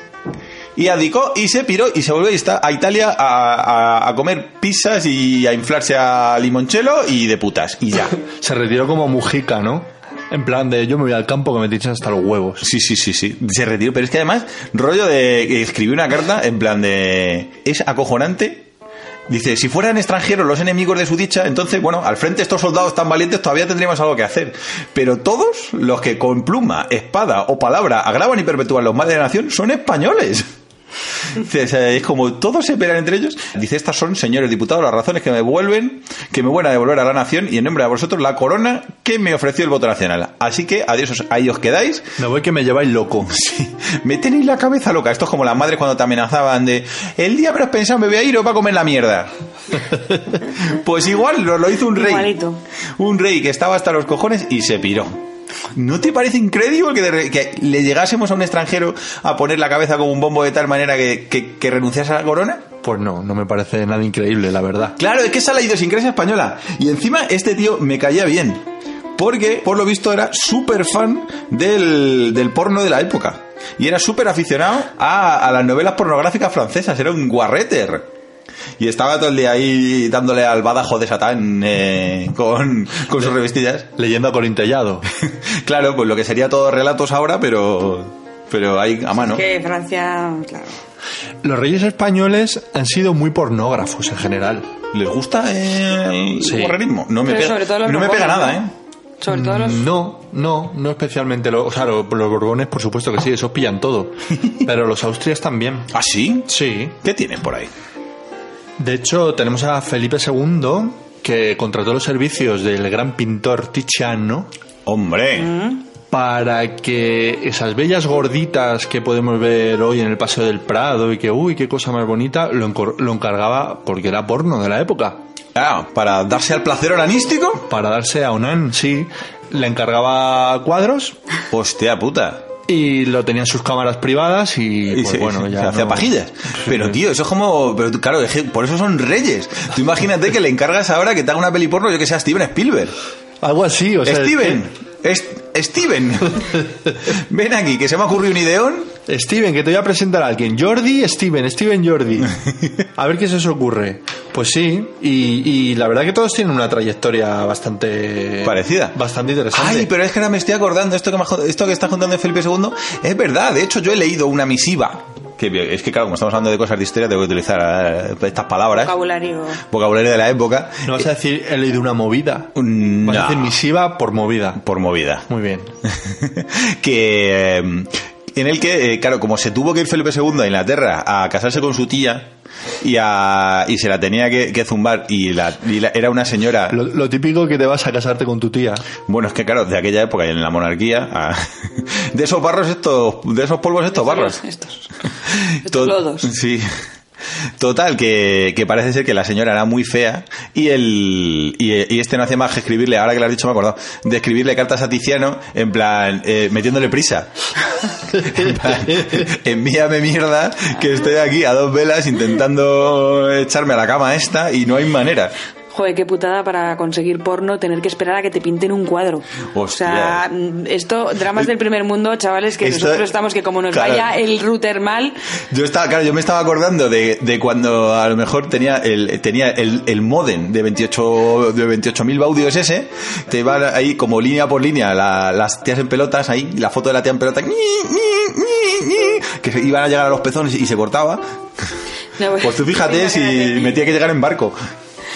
Speaker 2: Y adicó y se piró y se volvió y está a Italia a, a- a comer pizzas y a inflarse a limonchelo y de putas. Y ya.
Speaker 1: Se retiró como Mujica, ¿no? En plan de yo me voy al campo que me tienen hasta los huevos.
Speaker 2: Sí, sí, sí, sí. Se retiró. Pero es que además, rollo de escribí una carta en plan de. Es acojonante. Dice, si fueran extranjeros los enemigos de su dicha, entonces, bueno, al frente estos soldados tan valientes todavía tendríamos algo que hacer. Pero todos los que con pluma, espada o palabra agravan y perpetúan los males de la nación son españoles. Dice, o sea, es como todos se pelean entre ellos. Dice, estas son, señores diputados, las razones que me vuelven, que me vuelven a devolver a la nación y en nombre de vosotros la corona que me ofreció el voto nacional. Así que, adiós, os- ahí os quedáis.
Speaker 1: Me voy que me lleváis loco.
Speaker 2: Sí, me tenéis la cabeza loca. Esto es como las madres cuando te amenazaban de el día pero os pensado me voy a ir os va a comer la mierda. pues igual lo, lo hizo un rey.
Speaker 3: Igualito.
Speaker 2: Un rey que estaba hasta los cojones y se piró. ¿No te parece increíble que, de re- que le llegásemos a un extranjero a poner la cabeza como un bombo de tal manera que, que, que renunciase a la corona?
Speaker 1: Pues no, no me parece nada increíble, la verdad.
Speaker 2: Claro, es que esa es la idiosincrasia española. Y encima este tío me caía bien. Porque, por lo visto, era súper fan del, del porno de la época. Y era súper aficionado a, a las novelas pornográficas francesas. Era un guarreter. Y estaba todo el día ahí dándole al badajo de Satán eh, con, con sus revistillas. (laughs)
Speaker 1: Leyendo a Corintellado.
Speaker 2: claro, pues lo que sería todo relatos ahora, pero... Pero ahí a mano.
Speaker 3: Que Francia, claro.
Speaker 1: Los reyes españoles han sido muy pornógrafos en general.
Speaker 2: ¿Les gusta el
Speaker 1: Sí.
Speaker 2: guarrerismo? No me
Speaker 3: Pero
Speaker 2: pega,
Speaker 3: sobre todo los
Speaker 2: no me pega
Speaker 3: borbones,
Speaker 2: nada, ¿eh?
Speaker 3: ¿no? Sobre todo
Speaker 2: Mm,
Speaker 3: los...
Speaker 1: No, no, no especialmente. Los, o sea, los, los borbones, por supuesto que sí, esos pillan todo. Pero los austrias también.
Speaker 2: ¿Ah, sí?
Speaker 1: Sí.
Speaker 2: ¿Qué tienen por ahí?
Speaker 1: De hecho, tenemos a Felipe II, que contrató los servicios del gran pintor Tiziano
Speaker 2: Hombre,
Speaker 1: Mm. para que esas bellas gorditas que podemos ver hoy en el Paseo del Prado y que, uy, qué cosa más bonita, lo, encor- lo encargaba porque era porno de la época.
Speaker 2: ah, para darse al placer oranístico.
Speaker 1: Para darse a Onan, sí. Le encargaba cuadros
Speaker 2: Hostia puta.
Speaker 1: y lo tenían sus cámaras privadas y,
Speaker 2: Y
Speaker 1: pues,
Speaker 2: se,
Speaker 1: bueno,
Speaker 2: se-
Speaker 1: ya
Speaker 2: se hacía
Speaker 1: no- (laughs)
Speaker 2: pajillas. Pero tío, eso es como. Pero tú- claro, es que por eso son reyes. Tú imagínate que le encargas ahora que te haga una peli porno, yo que sea Steven Spielberg.
Speaker 1: Algo así, o sea.
Speaker 2: Steven, es-
Speaker 1: (laughs)
Speaker 2: Steven, ven aquí, que se me ha ocurrido un ideón.
Speaker 1: es- Steven, que te voy a presentar a alguien. Jordi, Steven, Steven
Speaker 2: (laughs)
Speaker 1: Jordi. A ver qué se os ocurre. Pues sí, y, y la verdad que todos tienen una trayectoria bastante.
Speaker 2: Parecida.
Speaker 1: Bastante interesante.
Speaker 2: Ay, pero es que ahora me estoy acordando, esto que, me ha jo- esto que está contando Felipe II, es verdad, de hecho yo he leído una misiva que es que claro, como estamos hablando de cosas de historia, tengo que utilizar eh, estas palabras,
Speaker 3: Vocabulario.
Speaker 2: vocabulario de la época,
Speaker 1: No vas a decir he leído una movida.
Speaker 2: Mm,
Speaker 1: Vas a
Speaker 2: eh, no.
Speaker 1: decir misiva por movida.
Speaker 2: (laughs) por movida. (laughs)
Speaker 1: Muy bien.
Speaker 2: que eh, en el que, eh, claro, como se tuvo que ir Felipe II a Inglaterra a casarse con su tía y, a, y se la tenía que, que zumbar y, la, y la- era una señora...
Speaker 1: Lo, lo típico que te vas a casarte con tu tía.
Speaker 2: Bueno, es que claro, de aquella época y en la monarquía, a- (laughs) de esos barros estos, de esos polvos estos barros. (laughs)
Speaker 3: Estos.
Speaker 2: To-
Speaker 3: Estos lodos.
Speaker 2: Sí. Total, que, que parece ser que la señora era muy fea y el y, y este no hacía más que escribirle, ahora que lo has dicho me he acordado, de escribirle cartas a Tiziano en plan, eh, metiéndole
Speaker 3: (laughs)
Speaker 2: prisa. En plan, envíame mierda que estoy aquí a dos velas intentando echarme a la cama esta y no hay manera.
Speaker 3: Joder, qué putada para conseguir porno tener que esperar a que te pinten un cuadro. O
Speaker 2: Hostia.
Speaker 3: sea, mm, esto, dramas del primer mundo, chavales, que
Speaker 2: Esto-
Speaker 3: nosotros estamos que como nos
Speaker 2: claro.
Speaker 3: vaya el router mal,
Speaker 2: Yo estaba, claro, yo me estaba acordando de, de cuando a lo mejor tenía el, tenía el, el modem de 28, de 28.000 baudios ese, te iban ahí como línea por línea la- las tías en pelotas ahí, la foto de la tía en pelota, ñi, ñi, ñi, ñi, que se iban a llegar a los pezones y se cortaba.
Speaker 3: No, pues-
Speaker 2: Pues tú fíjate si
Speaker 3: (laughs) Imagínate.
Speaker 2: me tenía que llegar en barco.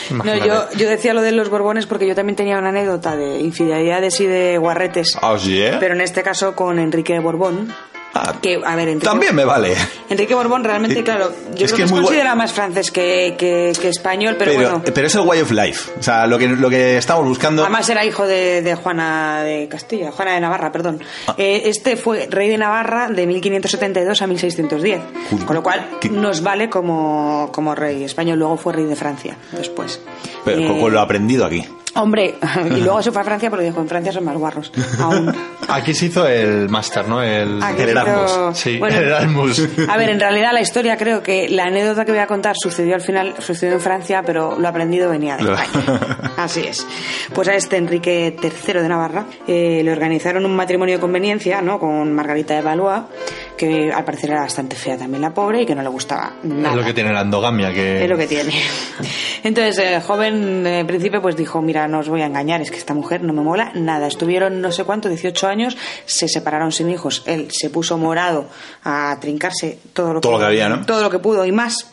Speaker 3: No, yo, yo decía lo de los borbones porque yo también tenía una anécdota de infidelidades y de guarretes.
Speaker 2: Ah, sí, ¿eh?
Speaker 3: Pero en este caso con Enrique Borbón.
Speaker 2: Ah,
Speaker 3: Que, a ver, Enrique,
Speaker 2: También me vale.
Speaker 3: Enrique Borbón realmente,
Speaker 2: Eh,
Speaker 3: claro, yo
Speaker 2: es
Speaker 3: creo
Speaker 2: que
Speaker 3: que
Speaker 2: es
Speaker 3: es
Speaker 2: muy bu-
Speaker 3: considerado más francés que, que- que español, pero, bueno.
Speaker 2: pero eh, es el way of life. O sea, lo que, lo que estamos buscando.
Speaker 3: Además era hijo de, de Juana de Castilla, Juana de Navarra, perdón.
Speaker 2: Ah.
Speaker 3: Eh, este fue rey de Navarra de 1572 a 1610,
Speaker 2: Joder,
Speaker 3: con lo cual
Speaker 2: qué-
Speaker 3: nos vale como, como rey español. Luego fue rey de Francia después.
Speaker 2: pero con-
Speaker 3: Eh,
Speaker 2: con lo aprendido aquí.
Speaker 3: Hombre, (laughs) y luego se fue a Francia porque dijo, en Francia son más guarros.
Speaker 1: (laughs)
Speaker 3: Aún.
Speaker 1: Aquí se hizo el máster, ¿no? El,
Speaker 3: Aquí
Speaker 2: El Erasmus.
Speaker 3: hizo-
Speaker 1: Sí,
Speaker 3: Bueno,
Speaker 1: el Erasmus.
Speaker 3: A ver, en realidad la historia creo que la anécdota que voy a contar sucedió al final, sucedió en Francia, pero lo aprendido venía de
Speaker 1: (laughs)
Speaker 2: Lo-
Speaker 3: España. Así es. Pues a este Enrique III de Navarra eh, le organizaron un matrimonio de conveniencia, ¿no? Con Margarita de Valois, que al parecer era bastante fea también la pobre y que no le gustaba (laughs) nada.
Speaker 1: Es lo que tiene la endogamia, que...
Speaker 3: Es lo que tiene. Entonces, el joven eh, príncipe pues dijo, mira, no os voy a engañar, es que esta mujer no me mola nada. Estuvieron no sé cuánto, 18 años, se separaron sin hijos. Él se puso morado a trincarse todo lo,
Speaker 2: Todo lo que había, ¿no?
Speaker 3: Todo lo que pudo y más.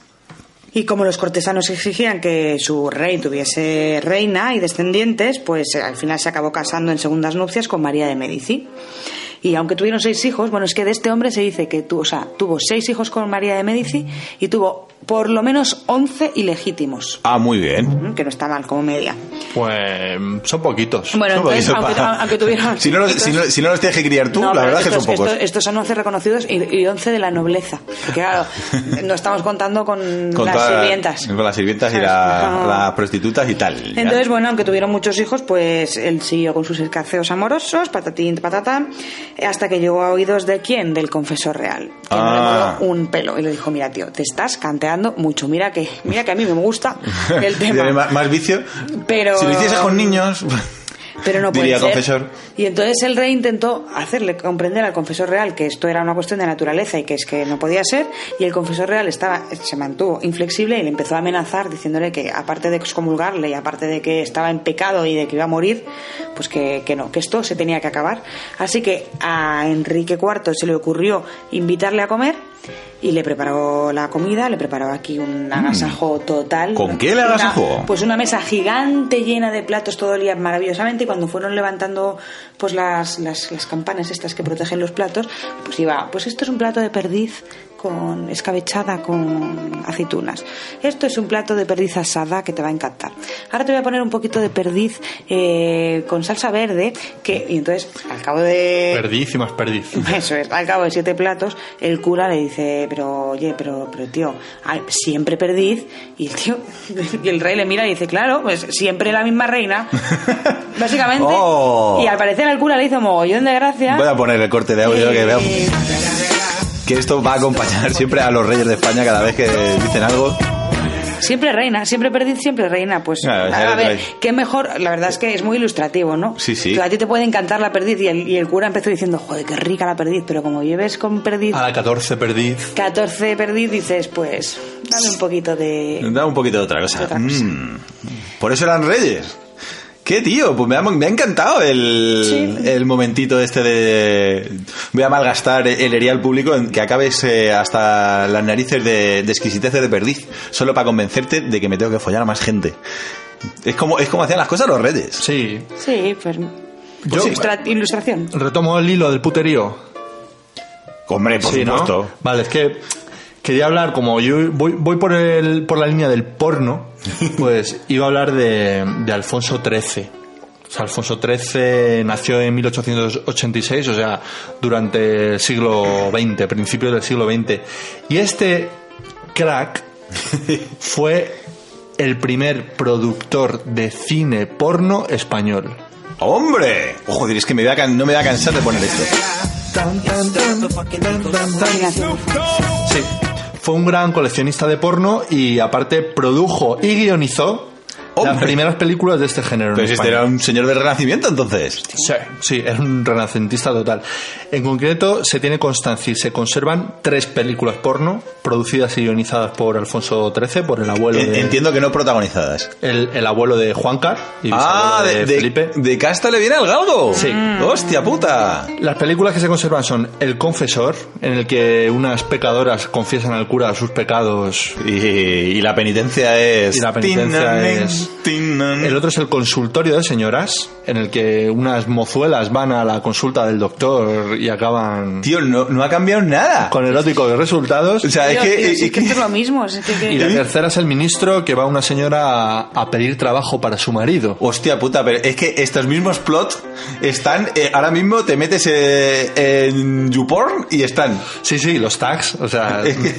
Speaker 3: Y como los cortesanos exigían que su rey tuviese reina y descendientes, pues eh, al final se acabó casando en segundas nupcias con María de Medici. Y aunque tuvieron seis hijos, bueno, es que de este hombre se dice que tu- o sea, tuvo seis hijos con María de Medici y tuvo por lo menos once ilegítimos,
Speaker 2: Ah, muy bien.
Speaker 3: ¿m? que no está mal como media.
Speaker 1: Pues son poquitos.
Speaker 3: Bueno,
Speaker 2: Son
Speaker 3: entonces,
Speaker 2: poquitos
Speaker 3: aunque,
Speaker 2: para-
Speaker 3: aunque
Speaker 2: (laughs)
Speaker 3: tuvieron...
Speaker 2: Si no, los, si, no, si no los tienes que criar tú,
Speaker 3: No,
Speaker 2: la
Speaker 3: pero
Speaker 2: verdad es que son
Speaker 3: estos,
Speaker 2: pocos.
Speaker 3: estos- estos son 11 reconocidos y, y 11 de la nobleza. Porque
Speaker 2: (laughs)
Speaker 3: claro, no estamos contando con,
Speaker 2: Con
Speaker 3: las
Speaker 2: todas-
Speaker 3: sirvientas.
Speaker 2: Con las sirvientas y
Speaker 3: ¿Sabes?
Speaker 2: la-
Speaker 3: No.
Speaker 2: las prostitutas y tal. ya.
Speaker 3: Entonces, bueno, aunque tuvieron muchos hijos, pues él siguió con sus escaseos amorosos, patatín, patatán, hasta que llegó a oídos de quién? Del confesor real. Que
Speaker 2: Ah.
Speaker 3: no le moló un pelo. Y le dijo, mira, tío, te estás canteando mucho. Mira que, mira que a mí me gusta
Speaker 2: (laughs)
Speaker 3: el
Speaker 2: Tiene
Speaker 3: tema.
Speaker 2: más, más vicio.
Speaker 3: Pero-
Speaker 2: Si lo hicieses con niños.
Speaker 3: Pero no puede
Speaker 2: Diría
Speaker 3: ser.
Speaker 2: confesor.
Speaker 3: Y entonces el rey intentó hacerle comprender al confesor real que esto era una cuestión de naturaleza y que es que no podía ser. Y el confesor real estaba, se mantuvo inflexible y le empezó a amenazar diciéndole que aparte de excomulgarle y aparte de que estaba en pecado y de que iba a morir, pues que, que no, que esto se tenía que acabar. Así que a Enrique IV se le ocurrió invitarle a comer. Y le preparó la comida, le preparó aquí un agasajo total.
Speaker 2: ¿Con qué le
Speaker 3: Una-
Speaker 2: agasajó?
Speaker 3: Pues una mesa gigante llena de platos, todo olía maravillosamente, y cuando fueron levantando pues las, las, las campanas estas que protegen los platos, pues iba, pues esto es un plato de perdiz con escabechada con aceitunas. Esto es un plato de perdiz asada que te va a encantar. Ahora te voy a poner un poquito de perdiz eh, con salsa verde, que y entonces al cabo de
Speaker 1: Perdiz y más perdiz.
Speaker 3: (laughs) eso es, al cabo de siete platos, el cura le dice, pero oye, pero, pero tío, ay, siempre perdiz. Y el tío, (laughs) y el rey le mira y dice, claro, pues siempre la
Speaker 2: (laughs)
Speaker 3: misma reina. Básicamente.
Speaker 2: Oh.
Speaker 3: Y al parecer al cura le hizo mogollón de gracia.
Speaker 2: Voy a poner el corte de audio que veo.
Speaker 3: Eh,
Speaker 2: Que esto va a acompañar siempre a los reyes de España cada vez que dicen algo.
Speaker 3: Siempre reina, siempre perdiz, siempre reina. Pues
Speaker 2: Claro, ya
Speaker 3: a
Speaker 2: lo
Speaker 3: ver,
Speaker 2: traes.
Speaker 3: qué mejor, la verdad es que es muy ilustrativo, ¿no?
Speaker 2: Sí, sí.
Speaker 3: Tú, a ti te puede encantar la perdiz y el, y el cura empezó diciendo, joder, qué rica la perdiz, pero como lleves con perdiz
Speaker 1: A la 14 perdiz.
Speaker 3: 14 perdiz, dices, pues dame un poquito de...
Speaker 2: Da un poquito de otra cosa.
Speaker 3: De otra cosa.
Speaker 2: Mm. Por eso eran reyes. ¿Qué tío? Pues me ha, me ha encantado el, el momentito este de. Voy a malgastar el erial público en que acabes eh, hasta las narices de, de exquisiteces de perdiz, solo para convencerte de que me tengo que follar a más gente. Es como, es como hacían las cosas los redes.
Speaker 1: Sí.
Speaker 3: Sí, pues.
Speaker 1: Yo-
Speaker 3: ilustra- ilustración.
Speaker 1: Retomo el hilo del puterío.
Speaker 2: Hombre, por
Speaker 1: Sí, ¿no?
Speaker 2: supuesto.
Speaker 1: Vale, es que quería hablar, como yo voy, voy por, el, por la línea del porno, pues iba a hablar de, de Alfonso XIII. O sea, Alfonso XIII nació en 1886, o sea, durante el siglo XX, principios del siglo XX. Y este crack fue el primer productor de cine porno español.
Speaker 2: ¡Hombre! Oh, joder, es que me voy a can- no me voy a cansar de poner esto.
Speaker 3: Imaginación.
Speaker 1: Sí, fue un gran coleccionista de porno y aparte produjo y guionizó las
Speaker 2: Hombre.
Speaker 1: primeras películas de este género. en
Speaker 2: Pero si este
Speaker 1: España.
Speaker 2: era un señor del renacimiento, entonces.
Speaker 1: Sí, sí, era un renacentista total. En concreto, se tiene constancia y se conservan tres películas porno producidas y guionizadas por Alfonso XIII, por el abuelo
Speaker 2: En-
Speaker 1: de,
Speaker 2: Entiendo que no protagonizadas.
Speaker 1: el, el abuelo de Juancar y
Speaker 2: Ah,
Speaker 1: bisabuelo
Speaker 2: de,
Speaker 1: de
Speaker 2: de-
Speaker 1: Felipe.
Speaker 2: de casta le viene al galgo.
Speaker 1: Sí.
Speaker 2: Hostia puta.
Speaker 1: Las películas que se conservan son El Confesor, en el que unas pecadoras confiesan al cura sus pecados
Speaker 2: Y, y la penitencia es.
Speaker 1: Y la penitencia
Speaker 2: Tinanen,
Speaker 1: es-
Speaker 2: tinanen.
Speaker 1: El otro es el consultorio de señoras, en el que unas mozuelas van a la consulta del doctor y acaban
Speaker 2: Tío, no, no ha cambiado nada.
Speaker 1: con eróticos resultados.
Speaker 2: O sea, es
Speaker 3: Tío,
Speaker 2: que.
Speaker 3: tío, sí
Speaker 2: es
Speaker 3: que
Speaker 2: que-
Speaker 3: esto es lo mismo. es que- que-
Speaker 1: y la tercera es el ministro que va una señora a, a pedir trabajo para su marido.
Speaker 2: Hostia puta, pero es que estos mismos plots están. eh, ahora mismo te metes eh, en YouPorn y están.
Speaker 1: Sí, sí, los tags, o sea,
Speaker 2: Es que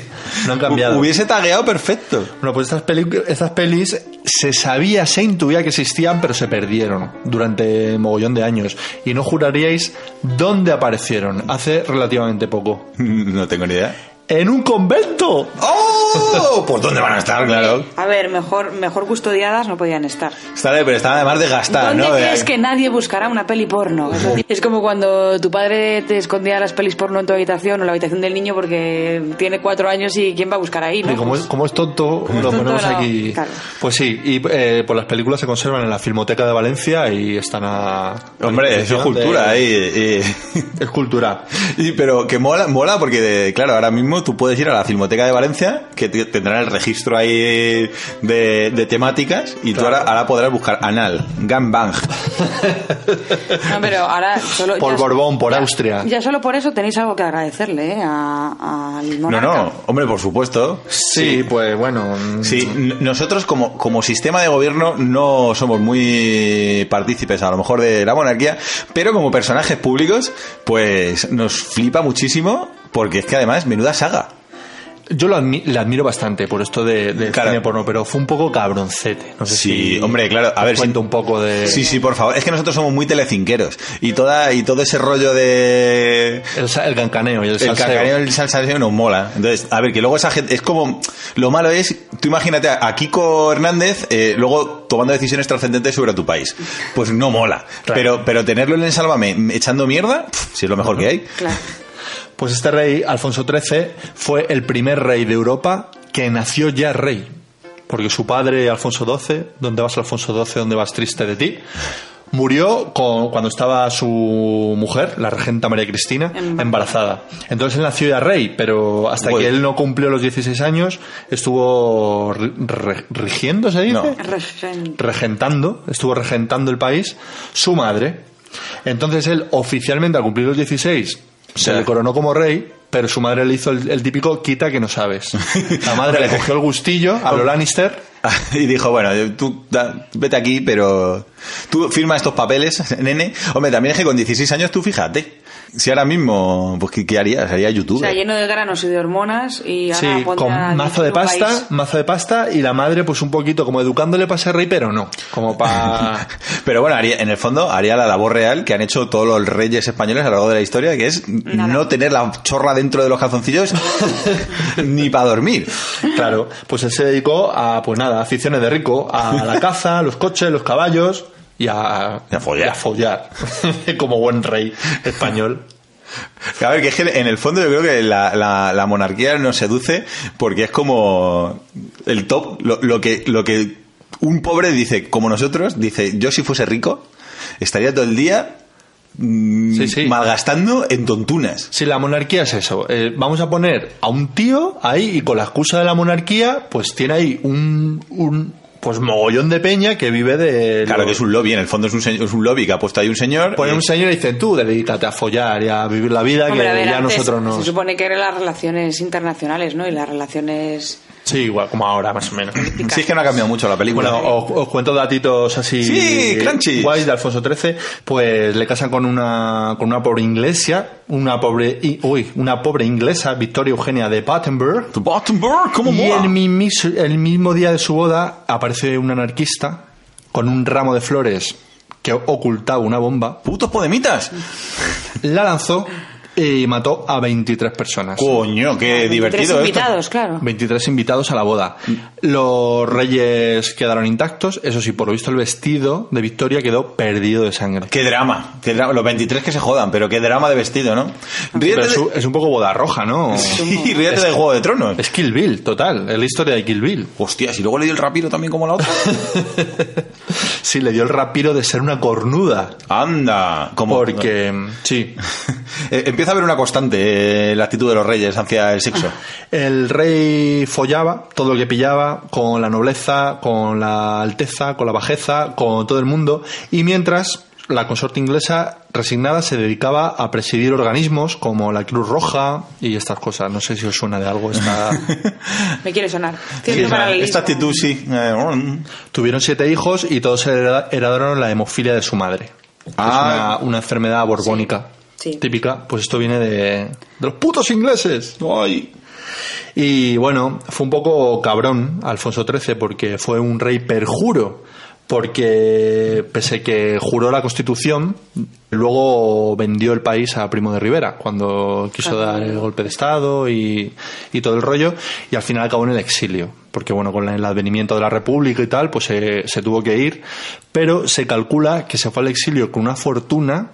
Speaker 1: no han cambiado.
Speaker 2: hu- Hubiese tagueado perfecto. (laughs)
Speaker 1: Bueno, pues estas, peli- estas pelis se sabía, se intuía que existían, pero se perdieron durante mogollón de años. Y no juraríais dónde aparecieron, hace relativamente poco.
Speaker 2: No tengo ni
Speaker 1: (laughs)
Speaker 2: idea.
Speaker 1: ¡En un convento!
Speaker 2: ¡Oh! ¿Por dónde van a estar? Claro.
Speaker 3: A ver, mejor, mejor custodiadas no podían estar.
Speaker 2: Está bien, pero están además desgastadas,
Speaker 3: ¿Dónde
Speaker 2: ¿no? Eh, De-
Speaker 1: Eh,
Speaker 3: crees que nadie buscará una peli
Speaker 1: (laughs)
Speaker 3: porno? O sea, Es como cuando tu padre te escondía las pelis porno en tu habitación o la habitación del niño porque tiene cuatro años y ¿quién va a buscar ahí?
Speaker 1: Y
Speaker 3: ¿no?
Speaker 1: como es, como es tonto, lo
Speaker 3: tonto,
Speaker 1: ponemos
Speaker 3: no.
Speaker 1: aquí.
Speaker 3: Claro.
Speaker 1: Pues sí, y eh, pues las películas se conservan en la Filmoteca de Valencia y están a.
Speaker 2: Hombre, eso es cultura, eh, eh.
Speaker 1: (laughs) Es cultura.
Speaker 2: (laughs) Y, pero que mola, mola porque, de- claro, ahora mismo tú puedes ir a la Filmoteca de Valencia, que te- tendrán el registro ahí de, de temáticas, y tú ahora, ahora podrás buscar anal, gangbang.
Speaker 3: No, pero
Speaker 1: (laughs)
Speaker 3: ahora solo...
Speaker 1: Por
Speaker 3: ya-
Speaker 1: Borbón, por
Speaker 3: ya-
Speaker 1: Austria.
Speaker 3: Ya solo por eso tenéis algo que agradecerle ¿eh? a, al
Speaker 2: No,
Speaker 3: monarca.
Speaker 2: no, hombre, por supuesto.
Speaker 1: Sí, pues bueno. mm,
Speaker 2: Sí, n- nosotros como, como sistema de gobierno no somos muy partícipes a lo mejor de la monarquía, pero como personajes públicos, pues nos flipa muchísimo, porque es que además, menuda saga.
Speaker 1: Yo lo admi- le admiro bastante por esto de, de
Speaker 2: Claro.
Speaker 1: cine porno, pero fue un poco cabroncete. No sé
Speaker 2: Sí,
Speaker 1: si.
Speaker 2: hombre, claro, a
Speaker 1: os
Speaker 2: ver, sí.
Speaker 1: Cuento un poco de.
Speaker 2: Sí, sí, por favor. Es que nosotros somos muy telecinqueros. Y, toda, y todo ese rollo de...
Speaker 1: El, sa- el gancaneo y el,
Speaker 2: El
Speaker 1: salseo.
Speaker 2: cacareo el salseo nos mola. Entonces, a ver, que luego esa gente... Es como... Lo malo es... Tú imagínate a a Kiko Hernández eh, luego tomando decisiones trascendentes sobre tu país. Pues no mola. Pero, pero tenerlo en el Sálvame echando mierda, pf, si es lo mejor que hay.
Speaker 3: Claro.
Speaker 1: Pues este rey, Alfonso XIII, fue el primer rey de Europa que nació ya rey. Porque su padre, Alfonso XII, ¿dónde vas Alfonso XII? ¿Dónde vas triste de ti? Murió con- cuando estaba su mujer, la regenta María Cristina,
Speaker 3: Embarazada.
Speaker 1: embarazada. Entonces él nació ya rey, pero hasta
Speaker 2: Bueno.
Speaker 1: que él no cumplió los 16 años, estuvo ri- re- rigiendo, ¿se dice?
Speaker 2: No.
Speaker 3: Regente.
Speaker 1: regentando, estuvo regentando el país, su madre. Entonces él oficialmente al cumplir los 16 se
Speaker 2: Ya.
Speaker 1: le coronó como rey, pero su madre le hizo el, el típico quita que no
Speaker 2: (laughs)
Speaker 1: sabes. La madre le cogió el gustillo a lo Lannister.
Speaker 2: (laughs) Y dijo, bueno, tú da- vete aquí, pero tú firma estos papeles, (laughs) nene. Hombre, también es que con 16 años tú fíjate. Si ahora mismo, pues, ¿qué, qué harías? Haría
Speaker 3: O
Speaker 2: YouTube.
Speaker 3: sea, lleno de granos y de hormonas y
Speaker 1: Sí,
Speaker 3: ahora pondrá
Speaker 1: con
Speaker 3: al
Speaker 1: mazo de
Speaker 3: niño en un
Speaker 1: pasta,
Speaker 3: país.
Speaker 1: mazo de pasta y la madre pues un poquito como educándole para ser rey, pero no, como para
Speaker 2: (laughs) Pero bueno, haría, en el fondo haría la labor real que han hecho todos los reyes españoles a lo largo de la historia, que es
Speaker 3: Nada.
Speaker 2: no tener la chorra dentro de los
Speaker 3: (laughs)
Speaker 2: calzoncillos ni para dormir.
Speaker 1: Claro, pues él se dedicó a pues nada, a aficiones de rico, a
Speaker 2: (laughs)
Speaker 1: la caza, los coches, los caballos y a,
Speaker 2: Y a follar.
Speaker 1: y a follar. (laughs) como buen rey español.
Speaker 2: A ver, que es que en el fondo yo creo que la, la- la monarquía nos seduce porque es como el top, lo, lo que, lo que Un pobre dice, como nosotros, dice, yo si fuese rico, estaría todo el día mm,
Speaker 1: Sí, sí.
Speaker 2: malgastando en tontunas.
Speaker 1: Si la monarquía es eso, eh, vamos a poner a un tío ahí y con la excusa de la monarquía, pues tiene ahí un, un pues mogollón de peña que vive de...
Speaker 2: Claro
Speaker 1: lo-
Speaker 2: que es un lobby, en el fondo es un, se- es un lobby que ha puesto ahí un
Speaker 1: Ponen
Speaker 2: señor. eh,
Speaker 1: Pues un señor y dicen, tú dedícate a follar y a vivir la vida
Speaker 3: Hombre,
Speaker 1: que
Speaker 3: a ver,
Speaker 1: ya
Speaker 3: antes
Speaker 1: nosotros no...
Speaker 3: Se supone que eran las relaciones internacionales, ¿no? Y las relaciones.
Speaker 1: Sí, igual, como ahora, más o menos.
Speaker 2: Sí, es que no ha cambiado mucho la película.
Speaker 1: (laughs)
Speaker 2: Oh,
Speaker 1: Bueno, os, os cuento datitos así
Speaker 2: Sí, crunchy.
Speaker 1: guays de Alfonso XIII. Pues le casan con una con una pobre inglesa, una pobre i- uy, una pobre inglesa, Victoria Eugenia de Battenberg.
Speaker 2: The Battenberg, ¿cómo
Speaker 1: Y
Speaker 2: mola?
Speaker 1: el mimis- el mismo día de su boda aparece un anarquista con un ramo de flores que ocultaba una bomba,
Speaker 2: Putos podemitas.
Speaker 1: la lanzó y mató a 23 personas.
Speaker 2: Coño, qué
Speaker 3: Tres
Speaker 2: divertido esto.
Speaker 3: invitados, claro.
Speaker 1: 23 invitados a la boda. Los reyes quedaron intactos, eso sí, por lo visto el vestido de Victoria quedó perdido de sangre.
Speaker 2: Qué drama, qué drama. Los 23 que se jodan, pero qué drama de vestido, ¿no? Ríete
Speaker 1: Pero
Speaker 2: de-
Speaker 1: es, un- es un poco boda roja, ¿no?
Speaker 2: Sí, (laughs) ríete del Juego de Tronos.
Speaker 1: Es Kill Bill, total, es la historia de Kill Bill.
Speaker 2: Hostia, si luego le dio el rapiro también como la otra.
Speaker 1: Sí, le dio el rapiro de ser una cornuda.
Speaker 2: (laughs) Anda, como...
Speaker 1: Porque, sí,
Speaker 2: (laughs) Eh, empieza a haber una constante eh, la actitud de los reyes hacia el
Speaker 3: (laughs)
Speaker 2: sexo.
Speaker 1: el rey follaba todo lo que pillaba con la nobleza, con la alteza, con la bajeza, con todo el mundo. Y mientras, la consorte inglesa resignada se dedicaba a presidir organismos como la Cruz Roja y estas cosas. No sé si os suena de algo. esta-
Speaker 3: Me quiere sonar.
Speaker 2: Sí,
Speaker 3: Cierto
Speaker 2: o sea,
Speaker 3: paralelismo.
Speaker 2: esta actitud sí. Eh, mm.
Speaker 1: Tuvieron siete hijos y todos hereda- heredaron la hemofilia de su madre. que
Speaker 2: Ah.
Speaker 1: Es una, una enfermedad borbónica.
Speaker 3: Sí, sí.
Speaker 1: Típica, pues esto viene de, de los putos ingleses.
Speaker 2: Ay.
Speaker 1: Y bueno, fue un poco cabrón Alfonso XIII porque fue un rey perjuro, porque pese que juró la Constitución, luego vendió el país a Primo de Rivera cuando quiso
Speaker 3: Claro.
Speaker 1: dar el golpe de Estado y, y todo el rollo, y al final acabó en el exilio, porque bueno, con el advenimiento de la República y tal, pues se, se tuvo que ir, pero se calcula que se fue al exilio con una fortuna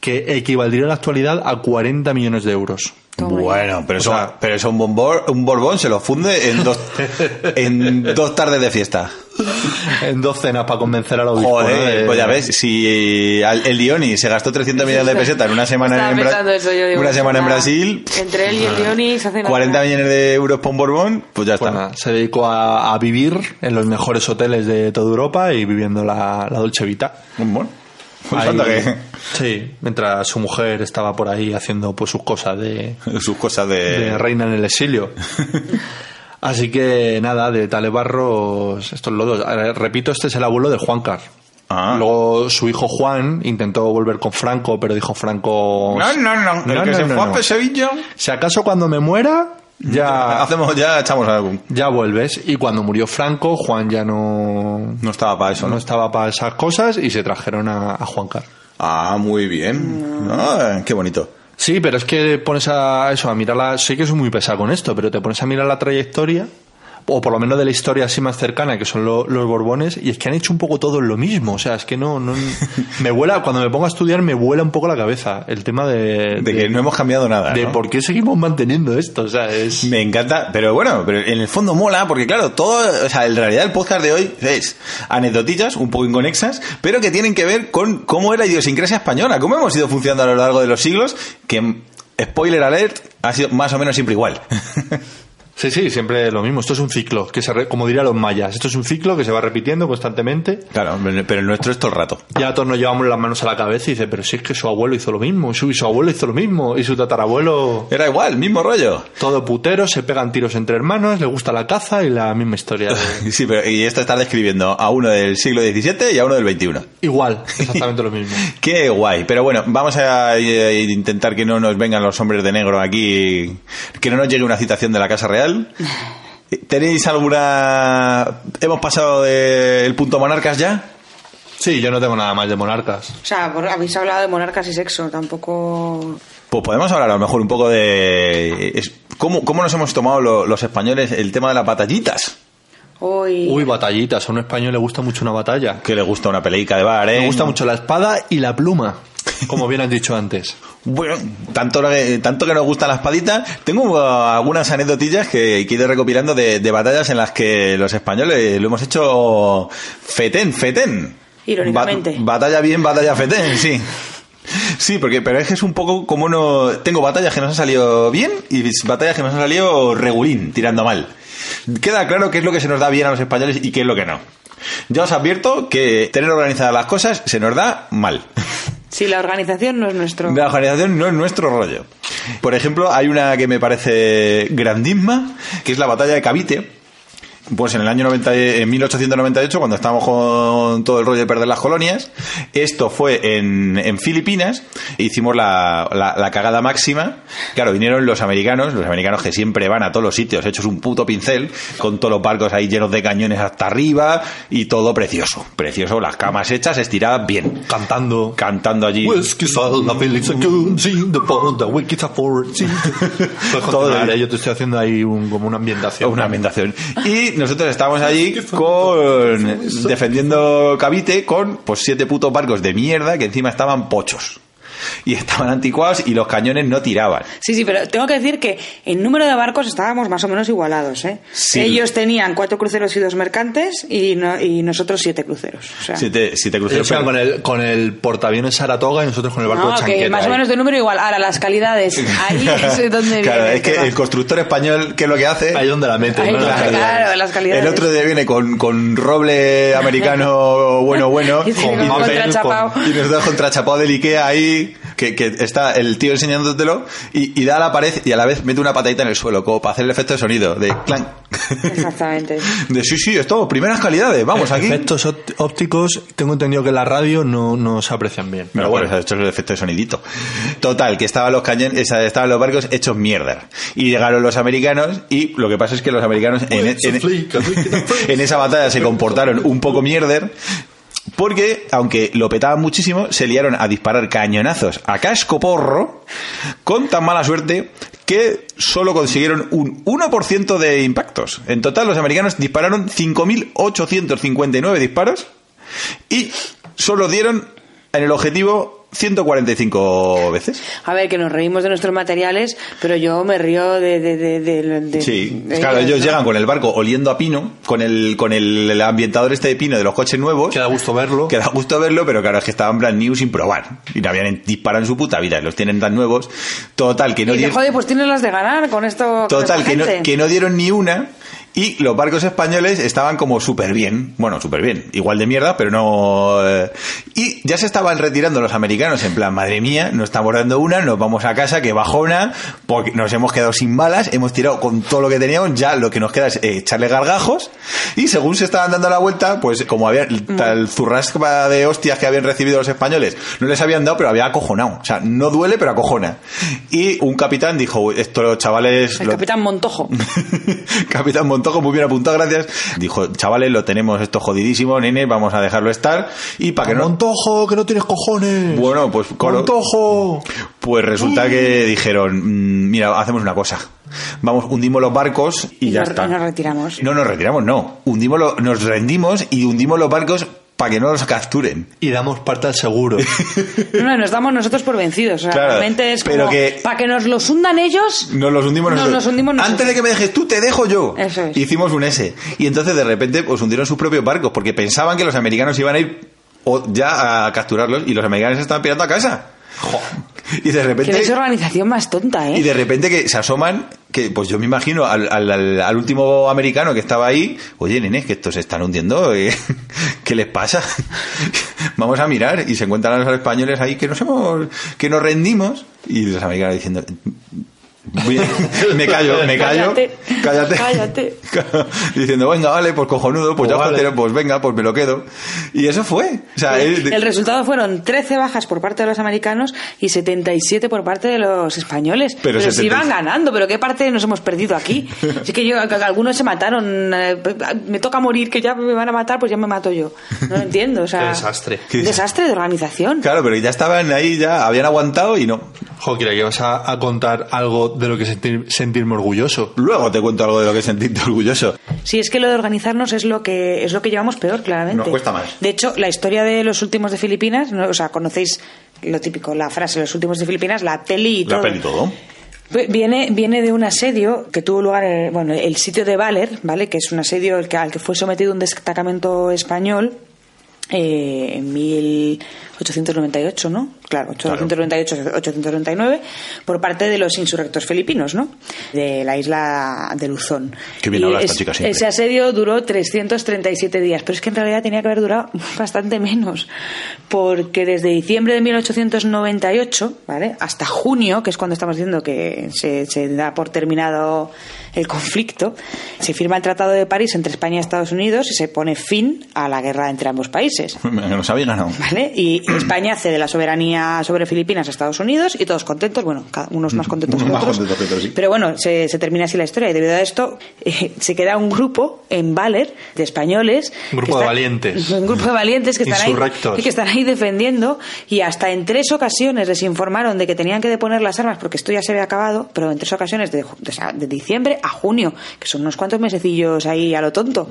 Speaker 1: que equivaldría en la actualidad a 40 millones de euros.
Speaker 3: Toma ya.
Speaker 2: Bueno, pero
Speaker 1: O
Speaker 2: eso,
Speaker 1: sea-
Speaker 2: pero eso un, bombor, un borbón se lo funde en (laughs) dos, en dos tardes de fiesta.
Speaker 1: en dos cenas para convencer al obispo. ¿no?
Speaker 2: Joder,
Speaker 1: De-
Speaker 2: pues ya ves, si al- el Dioni se gastó 300 millones de pesetas en una semana,
Speaker 3: Estaba
Speaker 2: en, Bra-
Speaker 3: pensando eso, yo digo,
Speaker 2: una semana en
Speaker 3: nada.
Speaker 2: Brasil,
Speaker 3: Entre él y el Dionis se hacen (laughs) nada.
Speaker 2: 40 millones de euros por un borbón, pues ya
Speaker 1: Pues
Speaker 2: está.
Speaker 1: nada, se dedicó a, a vivir en los mejores hoteles de toda Europa y viviendo la, la Dolce Vita.
Speaker 2: Borbón.
Speaker 1: (laughs)
Speaker 2: Pues
Speaker 1: Ahí-
Speaker 2: anda que
Speaker 1: Sí, mientras su mujer estaba por ahí haciendo pues sus cosas de,
Speaker 2: sus cosas
Speaker 1: de reina en el
Speaker 2: (laughs)
Speaker 1: exilio. Así que nada, de Tales Barros, estos lodos. Ahora, Repito, este es el abuelo de Juan Car.
Speaker 2: Ah.
Speaker 1: Luego su hijo Juan intentó volver con Franco, pero dijo Franco...
Speaker 2: No, no, no. El que se
Speaker 1: no,
Speaker 2: fue a
Speaker 1: no.
Speaker 2: Sevilla.
Speaker 1: Si acaso cuando me muera,
Speaker 2: (laughs)
Speaker 1: ya...
Speaker 2: Ah, Hacemos, ya echamos algo.
Speaker 1: ya vuelves. Y cuando murió Franco, Juan ya no,
Speaker 2: No estaba para eso,
Speaker 1: no
Speaker 2: ¿no?
Speaker 1: estaba para esas cosas y se trajeron a, a Juan Carlos.
Speaker 2: Ah, muy bien. Ah, qué bonito.
Speaker 1: Sí, pero es que pones a eso, a mirarla. Sé que soy muy pesado con esto, pero te pones a mirar la trayectoria, o por lo menos de la historia así más cercana, que son lo- los Borbones, y es que han hecho un poco todos lo mismo. O sea, es que no. (laughs) no me vuela, cuando me pongo a estudiar, me vuela un poco la cabeza el tema de.
Speaker 2: De que no hemos cambiado nada.
Speaker 1: de
Speaker 2: ¿no?
Speaker 1: por qué seguimos manteniendo esto. O sea, es.
Speaker 2: Me encanta, pero bueno, pero en el fondo mola, porque claro, todo, o sea, en realidad el podcast de hoy es anecdotillas, un poco inconexas, pero que tienen que ver con cómo era la idiosincrasia española, cómo hemos ido funcionando a lo largo de los siglos, que, mm, spoiler alert, ha sido más o menos siempre igual. (laughs)
Speaker 1: Sí, sí, siempre lo mismo. Esto es un ciclo, que se re- como dirían los mayas, esto es un ciclo que se va repitiendo constantemente.
Speaker 2: claro, pero el nuestro es todo el rato.
Speaker 1: Ya todos nos llevamos las manos a la cabeza y dice, pero si es que su abuelo hizo lo mismo, y su, y su abuelo hizo lo mismo, y su tatarabuelo,
Speaker 2: Era igual, mismo rollo. (laughs)
Speaker 1: todo putero, se pegan tiros entre hermanos, le gusta la caza y la misma historia.
Speaker 2: (laughs)
Speaker 1: de-
Speaker 2: Sí, pero y esto está describiendo a uno del siglo XVII y a uno del XXI.
Speaker 1: Igual, exactamente lo mismo.
Speaker 2: Qué guay, pero bueno, vamos a eh, intentar que no nos vengan los hombres de negro aquí, que no nos llegue una citación de la Casa Real.
Speaker 1: (laughs)
Speaker 2: ¿Tenéis alguna... ¿Hemos pasado del punto monarcas ya?
Speaker 1: Sí, yo no tengo nada más de monarcas.
Speaker 3: O sea, por- habéis hablado de monarcas y sexo, tampoco.
Speaker 2: Pues podemos hablar a lo mejor un poco de... es- ¿Cómo, cómo nos hemos tomado lo- los españoles el tema de las batallitas?
Speaker 3: Uy.
Speaker 1: Uy, batallitas. A un español le gusta mucho una batalla.
Speaker 2: Que le gusta una peleica de bar, ¿eh?
Speaker 1: Me gusta mucho la espada y la pluma, como bien has dicho antes.
Speaker 2: Bueno, tanto, que- tanto que nos gusta la espadita, tengo uh, algunas anécdotillas que, que he ido recopilando de, de batallas en las que los españoles lo hemos hecho fetén, fetén.
Speaker 3: Irónicamente.
Speaker 2: Ba- batalla bien, batalla fetén, sí. Sí, porque pero es que es un poco como no tengo batallas que nos han salido bien y batallas que nos han salido regulín, tirando a mal. Queda claro qué es lo que se nos da bien a los españoles y qué es lo que no. Ya os advierto que tener organizadas las cosas se nos da mal.
Speaker 3: Si la organización no es nuestro.
Speaker 2: La organización no es nuestro rollo. Por ejemplo, hay una que me parece grandísima, que es la batalla de Cavite. Pues en el año 90, y- en 1898, cuando estábamos con todo el rollo de perder las colonias, esto fue en, en Filipinas, e hicimos la, la- la cagada máxima. Claro, vinieron los americanos, los americanos que siempre van a todos los sitios hechos un puto pincel, con todos los barcos ahí llenos de cañones hasta arriba y todo precioso. Precioso, las camas hechas, estiradas bien,
Speaker 1: Cantando.
Speaker 2: cantando allí.
Speaker 1: Whisky, sal, la feliz, secund, sin the pond, the wicked afford,
Speaker 2: (laughs)
Speaker 1: sin- Puedes
Speaker 2: Todo
Speaker 1: continuar,
Speaker 2: bien.
Speaker 1: ¿eh? Yo te estoy haciendo ahí un- como una ambientación.
Speaker 2: una ambientación. Y nosotros estábamos allí con defendiendo Cavite con pues siete putos barcos de mierda que encima estaban pochos. Y estaban anticuados y los cañones no tiraban.
Speaker 3: Sí, sí, pero tengo que decir que en número de barcos estábamos más o menos igualados. ¿eh?
Speaker 2: Sí.
Speaker 3: Ellos tenían cuatro cruceros y dos mercantes y, no- y nosotros siete cruceros. O sea,
Speaker 2: Siete, siete
Speaker 1: Ellos
Speaker 2: cruceros.
Speaker 1: iban con
Speaker 2: pero-
Speaker 1: el, con el portaaviones Saratoga y nosotros con el barco
Speaker 3: No,
Speaker 1: de
Speaker 3: que
Speaker 1: chanqueta.
Speaker 3: más o
Speaker 1: ahí.
Speaker 3: menos de número igual. Ahora,
Speaker 2: (laughs)
Speaker 3: las calidades. Ahí es donde
Speaker 2: claro,
Speaker 3: viene este el
Speaker 2: es que
Speaker 3: tema.
Speaker 2: el constructor español, ¿qué es lo que hace?
Speaker 1: Ahí donde la meten,
Speaker 3: Ahí,
Speaker 1: ¿no? La
Speaker 3: claro,
Speaker 1: calidad.
Speaker 3: claro, las calidades.
Speaker 2: El otro día viene con, con roble americano bueno, bueno.
Speaker 3: (laughs) Y tiene
Speaker 2: con
Speaker 1: un
Speaker 2: papel,
Speaker 3: contrachapao.
Speaker 2: con- y nos da contrachapado del Ikea ahí, que, que está el tío enseñándotelo, y, y da a la pared y a la vez mete una patadita en el suelo, como para hacer el efecto de sonido, de clan. (laughs)
Speaker 3: Exactamente.
Speaker 2: De sí, sí, esto, primeras calidades,
Speaker 1: Eh,
Speaker 2: vamos aquí.
Speaker 1: Efectos ópt- ópticos, tengo entendido que en la radio no, no se aprecian bien.
Speaker 2: Pero bueno, esto es el efecto de sonidito. Total, que estaban los cañones, esa- estaban los barcos hechos mierda. Y llegaron los americanos y lo que pasa es que los americanos en, en- (laughs) en esa batalla se comportaron un poco mierder. Porque, aunque lo petaban muchísimo, se liaron a disparar cañonazos a casco porro con tan mala suerte que solo consiguieron un 1% de impactos. En total, los americanos dispararon 5.859 disparos y solo dieron en el objetivo 145 veces.
Speaker 3: A ver, que nos reímos de nuestros materiales, pero yo me río de... de, de, de- de-
Speaker 2: Sí,
Speaker 3: de
Speaker 2: claro, ellos
Speaker 3: ¿no?
Speaker 2: llegan con el barco oliendo a pino, con el con el, el ambientador este de pino de los coches nuevos.
Speaker 1: Queda gusto verlo.
Speaker 2: Que da gusto verlo, pero claro, es que estaban brand new sin probar. Y no habían disparado en su puta vida, y los tienen tan nuevos. Total, que no
Speaker 3: Y dice,
Speaker 2: dieron,
Speaker 3: joder, pues tienes las de ganar con esto. con
Speaker 2: total,
Speaker 3: esta
Speaker 2: que no,
Speaker 3: gente".
Speaker 2: que no dieron ni una. Y los barcos españoles estaban como súper bien. Bueno, súper bien. Igual de mierda, pero no. eh, Y ya se estaban retirando los americanos en plan, madre mía, nos estamos dando una, nos vamos a casa, que bajona, porque nos hemos quedado sin balas, hemos tirado con todo lo que teníamos, ya lo que nos queda es eh, echarle gargajos. Y según se estaban dando la vuelta, pues como había tal zurrasca de hostias que habían recibido los españoles, no les habían dado, pero había acojonado. O sea, no duele, pero acojona. Y un capitán dijo, "Uy, estos chavales...
Speaker 3: El
Speaker 2: lo-
Speaker 3: capitán Montojo.
Speaker 2: (laughs) Capitán Montojo, muy bien apuntado, gracias. Dijo, chavales, lo tenemos esto jodidísimo, nene, vamos a dejarlo estar. Y para que no...
Speaker 1: ¡Montojo, que no tienes cojones!
Speaker 2: Bueno, pues con lo-
Speaker 1: ¡Montojo!
Speaker 2: Pues resulta que dijeron, "Mm, mira, hacemos una cosa. Vamos, hundimos los barcos (laughs) y,
Speaker 3: Y
Speaker 2: ya
Speaker 3: nos-
Speaker 2: está.
Speaker 3: y nos retiramos.
Speaker 2: No nos retiramos, no. Hundimos lo- nos rendimos y hundimos los barcos para que no los capturen.
Speaker 1: Y damos parte al seguro. (laughs)
Speaker 3: No, no, nos damos nosotros por vencidos. O sea,
Speaker 2: Claro,
Speaker 3: realmente es
Speaker 2: pero
Speaker 3: como,
Speaker 2: que-
Speaker 3: para que nos los hundan ellos.
Speaker 2: Nos los hundimos
Speaker 3: Nos
Speaker 2: nosotros.
Speaker 3: los hundimos nosotros.
Speaker 2: Antes de que me dejes tú, te dejo yo.
Speaker 3: Eso es.
Speaker 2: Hicimos un S. Y entonces de repente pues hundieron sus propios barcos porque pensaban que los americanos iban a ir o- ya a capturarlos y los americanos estaban pirando a casa. Y de
Speaker 3: Que no
Speaker 2: repente...
Speaker 3: es organización más tonta, ¿eh?
Speaker 2: Y de repente que se asoman, que pues yo me imagino al, al- al- al último americano que estaba ahí, oye, nenes, que estos se están hundiendo, eh, (laughs) ¿qué les pasa? (laughs) Vamos a mirar y se encuentran a los españoles ahí que nos hemos, que nos rendimos y los americanos diciendo,
Speaker 1: (laughs)
Speaker 2: "Bien, me callo, me callo,
Speaker 3: Cállate,
Speaker 2: cállate, (laughs)
Speaker 3: cállate.
Speaker 2: diciendo, venga, vale, pues cojonudo,
Speaker 1: Pues
Speaker 2: pues ya
Speaker 1: vale.
Speaker 2: joder, pues venga, pues me lo quedo. Y eso fue, o sea, eh, es-
Speaker 3: El resultado fueron 13 bajas por parte de los americanos y 77 por parte de los españoles.
Speaker 2: Pero
Speaker 3: Pero, si
Speaker 2: 70
Speaker 3: van ganando, pero ¿qué parte nos hemos
Speaker 2: (laughs)
Speaker 3: perdido aquí? Es que yo, que algunos se mataron. eh, Me toca morir, que ya me van a matar, pues ya me mato yo. No lo entiendo. O sea,
Speaker 1: Qué desastre.
Speaker 3: un Desastre de organización.
Speaker 2: Claro, pero ya estaban ahí, ya habían aguantado y no.
Speaker 1: Jo, creía que ibas a, a contar algo de lo que sentir- sentirme orgulloso.
Speaker 2: Luego te cuento algo de lo que sentiste orgulloso.
Speaker 3: Sí, es que lo de organizarnos es lo que es lo que llevamos peor, claramente.
Speaker 2: Nos cuesta más.
Speaker 3: De hecho, la historia de los últimos de Filipinas, no, o sea, conocéis lo típico, la frase los últimos de Filipinas, la peli y
Speaker 2: La
Speaker 3: todo.
Speaker 2: peli y todo.
Speaker 3: Pues Viene, viene de un asedio que tuvo lugar en bueno, el sitio de Valer, ¿vale? que es un asedio al que, al que fue sometido un destacamento español eh, en 1898, ¿no? Claro, 898-899, por parte de los insurrectos filipinos, ¿no? De la isla de Luzón.
Speaker 2: Qué bien
Speaker 3: Y
Speaker 2: habla esta chica siempre.
Speaker 3: Ese asedio duró 337 días, pero es que en realidad tenía que haber durado (laughs) bastante menos, porque desde diciembre de 1898, ¿vale? Hasta junio, que es cuando estamos diciendo que se, se da por terminado el conflicto, se firma el Tratado de París entre España y Estados Unidos y se pone fin a la guerra entre
Speaker 2: (laughs)
Speaker 3: ambos países.
Speaker 2: Nos había ganado.
Speaker 3: (laughs) ¿Vale? Y España cede la soberanía sobre Filipinas a Estados Unidos y todos contentos, bueno, cada- unos más contentos
Speaker 2: Unos
Speaker 3: que
Speaker 2: más
Speaker 3: otros.
Speaker 2: contentos que otros, sí.
Speaker 3: Pero bueno, se, se termina así la historia y debido a esto eh, se queda un grupo en Valer de españoles.
Speaker 1: Un grupo
Speaker 3: que
Speaker 1: de valientes.
Speaker 3: (laughs) Un grupo de valientes que están,
Speaker 1: Insurrectos.
Speaker 3: ahí, que están ahí defendiendo y hasta en tres ocasiones les informaron de que tenían que deponer las armas porque esto ya se había acabado, pero en tres ocasiones de, ju- o sea, de diciembre a junio, que son unos cuantos mesecillos ahí a lo tonto,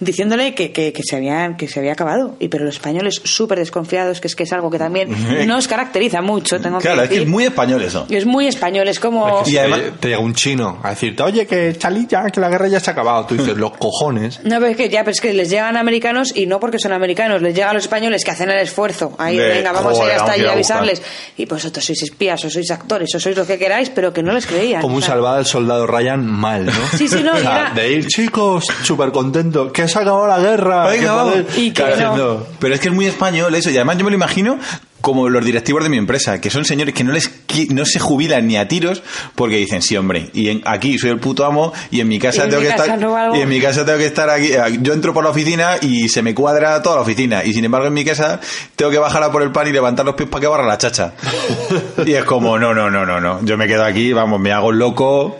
Speaker 3: diciéndole que, que, que se, habían, que se había acabado. Y pero los españoles súper desconfiados, que es que es algo que también nos caracteriza mucho, tengo
Speaker 2: Claro,
Speaker 3: que
Speaker 2: es que
Speaker 3: decir.
Speaker 2: es muy español eso.
Speaker 3: Es muy español, es como...
Speaker 2: Y además-
Speaker 1: Te- te llega un chino a decirte, oye, que chalí ya, que la guerra ya se ha acabado. Tú dices, los cojones.
Speaker 3: No, pero es que ya, pero es que les llegan americanos y no porque son americanos, les llegan los españoles que hacen el esfuerzo. Ahí,
Speaker 2: De,
Speaker 3: venga, vamos
Speaker 2: joder,
Speaker 3: allá hasta
Speaker 2: vamos a ir
Speaker 3: allí
Speaker 2: a
Speaker 3: a avisarles.
Speaker 2: buscar.
Speaker 3: Y vosotros sois espías, o sois actores, o sois lo que queráis, pero que no les creían.
Speaker 1: Como un
Speaker 3: O sea,
Speaker 1: salvado al soldado Ryan mal, ¿no?
Speaker 3: Sí, sí, no,
Speaker 1: O sea,
Speaker 3: y era-
Speaker 1: De ir, chicos, súper contento, que se ha acabado la guerra.
Speaker 2: Venga,
Speaker 1: que
Speaker 2: vamos.
Speaker 1: joder".
Speaker 3: Y que
Speaker 1: Claro,
Speaker 3: no.
Speaker 1: diciendo,
Speaker 2: Pero es que es muy español eso. Y además yo me lo imagino como los directivos de mi empresa, que son señores que no les qui- no se jubilan ni a tiros porque dicen, sí, hombre, y en- aquí soy el puto amo y en mi
Speaker 3: Y
Speaker 2: casa
Speaker 3: en
Speaker 2: tengo
Speaker 3: mi
Speaker 2: que
Speaker 3: casa
Speaker 2: estar
Speaker 3: no valgo".
Speaker 2: y en mi casa tengo que estar aquí. ah, Yo entro por la oficina y se me cuadra toda la oficina y sin embargo en mi casa tengo que bajar a por el pan y levantar los pies para que barra
Speaker 1: (laughs)
Speaker 2: la chacha. y es como, no, no, no, no, no. Yo me quedo aquí, vamos, me hago el loco.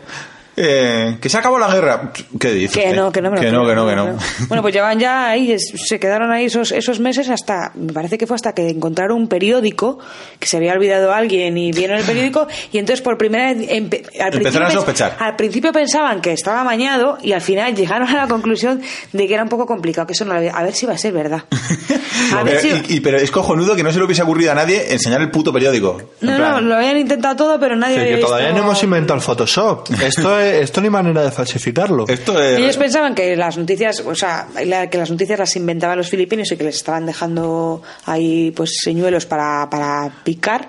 Speaker 2: Eh, que se acabó la guerra. ¿Qué dices?
Speaker 3: Que no, que no me lo
Speaker 2: Que
Speaker 3: creo,
Speaker 2: no, que no,
Speaker 3: me
Speaker 2: que
Speaker 3: lo
Speaker 2: no.
Speaker 3: creo. Bueno, pues llevan ya ahí, es- se quedaron ahí esos, esos meses hasta, me parece que fue hasta que encontraron un periódico que se había olvidado alguien y vieron el periódico y entonces por primera vez empe- al
Speaker 2: Empezaron
Speaker 3: principio
Speaker 2: a
Speaker 3: pens-
Speaker 2: sospechar.
Speaker 3: Al principio pensaban que estaba amañado y al final (laughs) llegaron a la conclusión de que era un poco complicado, que eso no lo había- a ver si va a
Speaker 2: (laughs)
Speaker 3: ser verdad. A ver
Speaker 2: Pero,
Speaker 3: si...
Speaker 2: y- y- pero es cojonudo que no se le hubiese ocurrido a nadie enseñar el puto periódico. En
Speaker 3: No, no,
Speaker 2: plan,
Speaker 3: lo habían intentado todo, pero nadie
Speaker 1: "Sí,
Speaker 3: había
Speaker 1: que
Speaker 3: visto-
Speaker 1: todavía no hemos inventado el Photoshop. Esto, es- esto no hay manera de falsificarlo.
Speaker 2: Esto es...
Speaker 3: Ellos pensaban que las noticias, o sea, la- que las noticias las inventaban los filipinos y que les estaban dejando ahí pues señuelos para, para
Speaker 1: (laughs)
Speaker 3: picar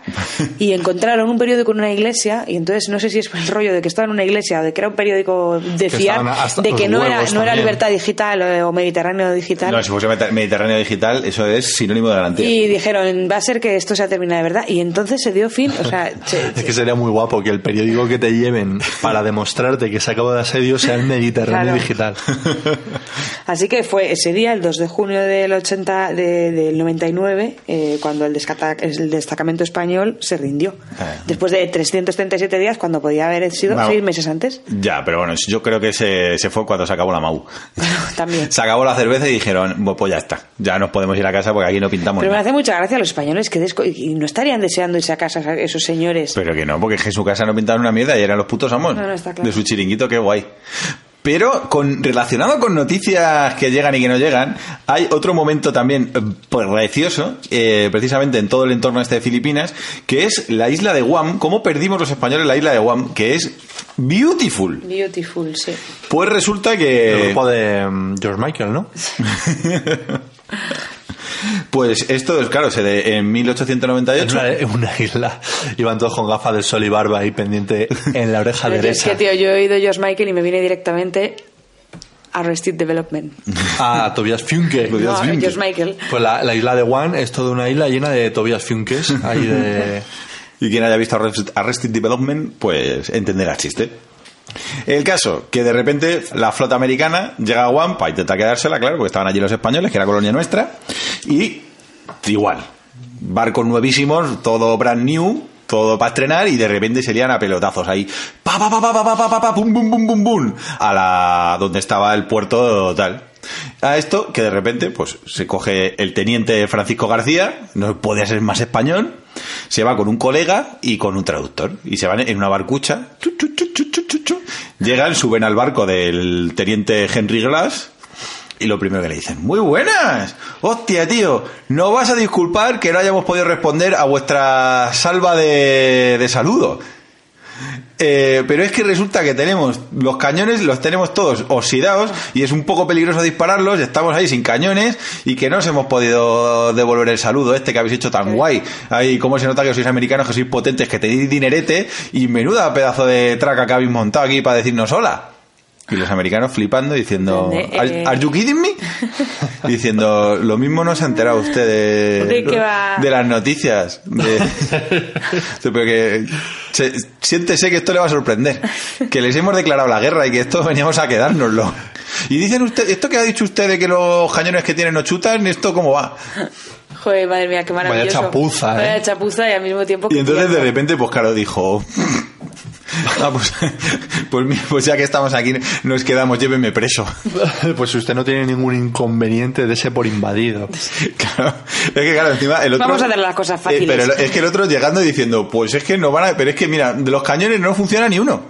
Speaker 3: y encontraron un periódico en una iglesia y entonces no sé si es por el rollo de que estaba en una iglesia o de que era un periódico de fiar,
Speaker 1: estaban hasta
Speaker 3: de que
Speaker 1: los
Speaker 3: no era,
Speaker 1: huevos
Speaker 3: no era
Speaker 1: también.
Speaker 3: libertad digital eh, o mediterráneo digital.
Speaker 2: No, si fuese Meta- Mediterráneo Digital, eso es sinónimo de garantía.
Speaker 3: y dijeron, va a ser que esto se ha terminado de verdad. Y entonces se dio fin, o sea, se-
Speaker 1: (laughs) Es que sería muy guapo que el periódico que te lleven para demostrarte que se acabó el asedio sea el Mediterráneo
Speaker 2: (laughs)
Speaker 3: Claro.
Speaker 1: Digital.
Speaker 3: Así que fue ese día, el 2 de junio del, 80, de- del 99, eh, cuando el, descata- el destacamento español se rindió.
Speaker 2: Ah.
Speaker 3: Después de 337 días, cuando podía haber sido
Speaker 2: Vamos.
Speaker 3: seis meses antes. (laughs)
Speaker 2: Ya, pero bueno, yo creo que se, se fue cuando se acabó la MAU.
Speaker 3: También.
Speaker 2: Se acabó la cerveza y dijeron, "Bueno, pues ya está, ya nos podemos ir a casa porque aquí no pintamos
Speaker 3: Pero me
Speaker 2: nada".
Speaker 3: hace mucha gracia a los españoles que desco- y no estarían deseando irse a casa a esos señores.
Speaker 2: Pero que no, porque es que en su casa no pintaron una mierda y eran los putos amos
Speaker 3: No, no, está claro.
Speaker 2: de su chiringuito, qué guay. Pero con, relacionado con noticias que llegan y que no llegan, hay otro momento también eh, precioso, eh, precisamente en todo el entorno este de Filipinas, que es la isla de Guam. ¿Cómo perdimos los españoles la isla de Guam? Que es beautiful.
Speaker 3: Beautiful, sí.
Speaker 2: Pues resulta
Speaker 1: El
Speaker 2: que...
Speaker 1: grupo de mm, George Michael, ¿no?
Speaker 2: Pues esto, es claro, se de, en
Speaker 1: En
Speaker 2: 1898...
Speaker 1: una, en una isla. Iban todos con gafas de sol y barba ahí pendiente en la
Speaker 2: (laughs)
Speaker 1: oreja
Speaker 3: Pero Es
Speaker 1: derecha.
Speaker 3: que, tío, yo he oído George Michael y me viene directamente Arrested Development.
Speaker 1: Ah, Tobias Funke.
Speaker 2: Tobias
Speaker 3: No,
Speaker 2: Funke.
Speaker 3: George Michael.
Speaker 1: Pues la, la isla de One es toda una isla llena de Tobias Funkes. Ahí
Speaker 2: (laughs)
Speaker 1: de...
Speaker 2: Y quien haya visto Arrest- Arrested Development, pues entenderá el chiste. El caso, que de repente la flota americana llega a Guam para intentar quedársela, claro, porque estaban allí los españoles, que era colonia nuestra, y igual, barcos nuevísimos, todo brand new, todo para estrenar, y de repente se lían a pelotazos ahí, pa, pa, pa, pa, pa, pa, pa, pa, pa, pum, pum, pum, pum, pum, a la, donde estaba el puerto tal. A esto, que de repente, pues se coge el teniente Francisco García, no podía ser más español, se va con un colega y con un traductor. Y se van en una barcucha. Chu, chu, chu, chu, chu, chu, chu. Llegan, suben al barco del teniente Henry Glass. Y lo primero que le dicen, muy buenas. Hostia, tío, no vas a disculpar que no hayamos podido responder a vuestra salva de, de saludo. Eh, pero es que resulta que tenemos los cañones, los tenemos todos oxidados y es un poco peligroso dispararlos. y Estamos ahí sin cañones y que no os hemos podido devolver el saludo este que habéis hecho tan guay. Ahí, cómo se nota que sois americanos, que sois potentes, que tenéis dinerete y menuda pedazo de traca que habéis montado aquí para decirnos hola. Y los americanos flipando diciendo,
Speaker 8: Entiende,
Speaker 2: "¿Are-
Speaker 8: eh.
Speaker 2: ¿Are you kidding me? (laughs) Diciendo, lo mismo no se ha enterado usted de,
Speaker 8: ¿De qué va?
Speaker 2: de las noticias. De, (laughs) Sí, pero que se- siéntese que esto le va a sorprender. Que les hemos declarado la guerra y que esto veníamos a quedárnoslo. Y dicen usted, esto que ha dicho usted de que los cañones que tienen no chutan, ¿esto cómo va?
Speaker 8: Joder, madre mía, qué maravilloso.
Speaker 1: chapuza, ¿eh?
Speaker 8: Vaya chapuza y al mismo tiempo...
Speaker 2: Y entonces de
Speaker 8: tierno.
Speaker 2: repente, pues claro, dijo... "Ah, pues, (laughs) pues mira, pues ya que estamos aquí, nos quedamos, llévenme preso.
Speaker 1: Pues usted no tiene ningún inconveniente de ese por invadido.
Speaker 2: (laughs) Claro, es que claro, encima el otro...
Speaker 3: Vamos a hacer las cosas fáciles.
Speaker 2: Eh, pero el- es que el otro llegando y diciendo, pues es que no van a... Pero es que mira, de los cañones no funciona ni uno.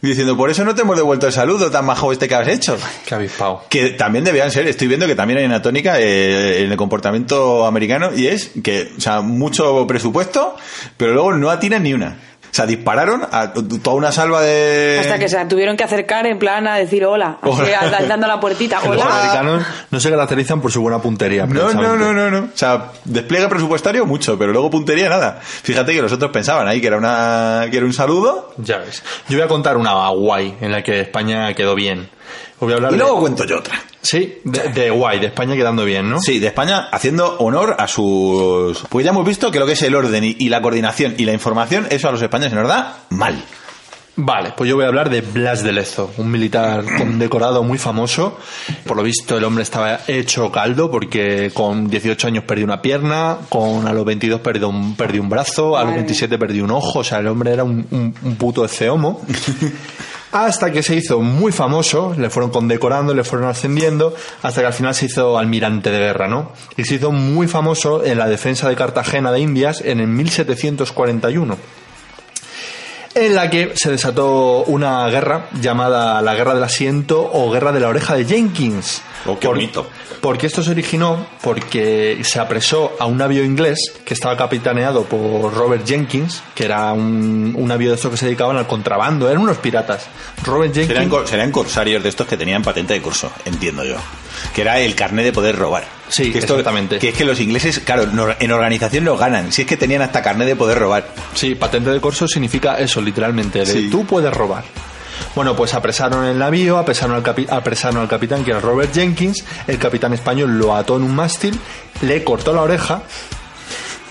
Speaker 2: Diciendo, por eso no te hemos devuelto el saludo tan majo este que has hecho.
Speaker 1: Qué avispao.
Speaker 2: Que también debían ser, estoy viendo que también hay una tónica eh, en el comportamiento americano y es que, o sea, mucho presupuesto, pero luego no atinan ni una. O sea, dispararon a t- toda una salva de...
Speaker 8: Hasta que se tuvieron que acercar en plan a decir hola, así,
Speaker 2: Hola.
Speaker 8: a- dando la puertita.
Speaker 1: Los
Speaker 8: Hola.
Speaker 1: americanos no se caracterizan por su buena puntería.
Speaker 2: No, no, no, no, no. O sea, despliegue presupuestario mucho, pero luego puntería nada. Fíjate que los otros pensaban ahí que era una que era un saludo
Speaker 1: Ya ves. Yo voy a contar una guay en la que España quedó bien. Os voy a hablar
Speaker 2: y
Speaker 1: de-
Speaker 2: luego cuento yo otra.
Speaker 1: Sí, de, de guay, de España quedando bien, ¿no?
Speaker 2: Sí, de España haciendo honor a sus. Pues ya hemos visto que lo que es el orden y, y la coordinación y la información, eso a los españoles se nos da mal.
Speaker 1: Vale, pues yo voy a hablar de Blas de Lezo, un militar condecorado muy famoso. Por lo visto, el hombre estaba hecho caldo porque con 18 años perdió una pierna, con a los 22 perdió un, perdió un brazo, a los 27 perdió un ojo, o sea, el hombre era un, un- un puto ceomo. Hasta que se hizo muy famoso, le fueron condecorando, le fueron ascendiendo, hasta que al final se hizo almirante de guerra, ¿no? Y se hizo muy famoso en la defensa de Cartagena de Indias en el 1741 en la que se desató una guerra llamada la Guerra del Asiento o Guerra de la Oreja de Jenkins.
Speaker 2: Oh, qué bonito.
Speaker 1: Porque esto se originó porque se apresó a un navío inglés que estaba capitaneado por Robert Jenkins, que era un, un navío de estos que se dedicaban al contrabando, eran unos piratas. Robert Jenkins...
Speaker 2: Serán, cor- serán corsarios de estos que tenían patente de curso, entiendo yo. Que era el carnet de poder robar.
Speaker 1: Sí,
Speaker 2: que
Speaker 1: exactamente.
Speaker 2: Que es que los ingleses, claro, no- en organización nos ganan. Si es que tenían hasta carnet de poder robar.
Speaker 1: Sí, patente de corso significa eso, literalmente, de
Speaker 2: Sí.
Speaker 1: tú puedes robar. Bueno, pues apresaron el navío, apresaron al, capi- apresaron al capitán, que era Robert Jenkins, el capitán español lo ató en un mástil, le cortó la oreja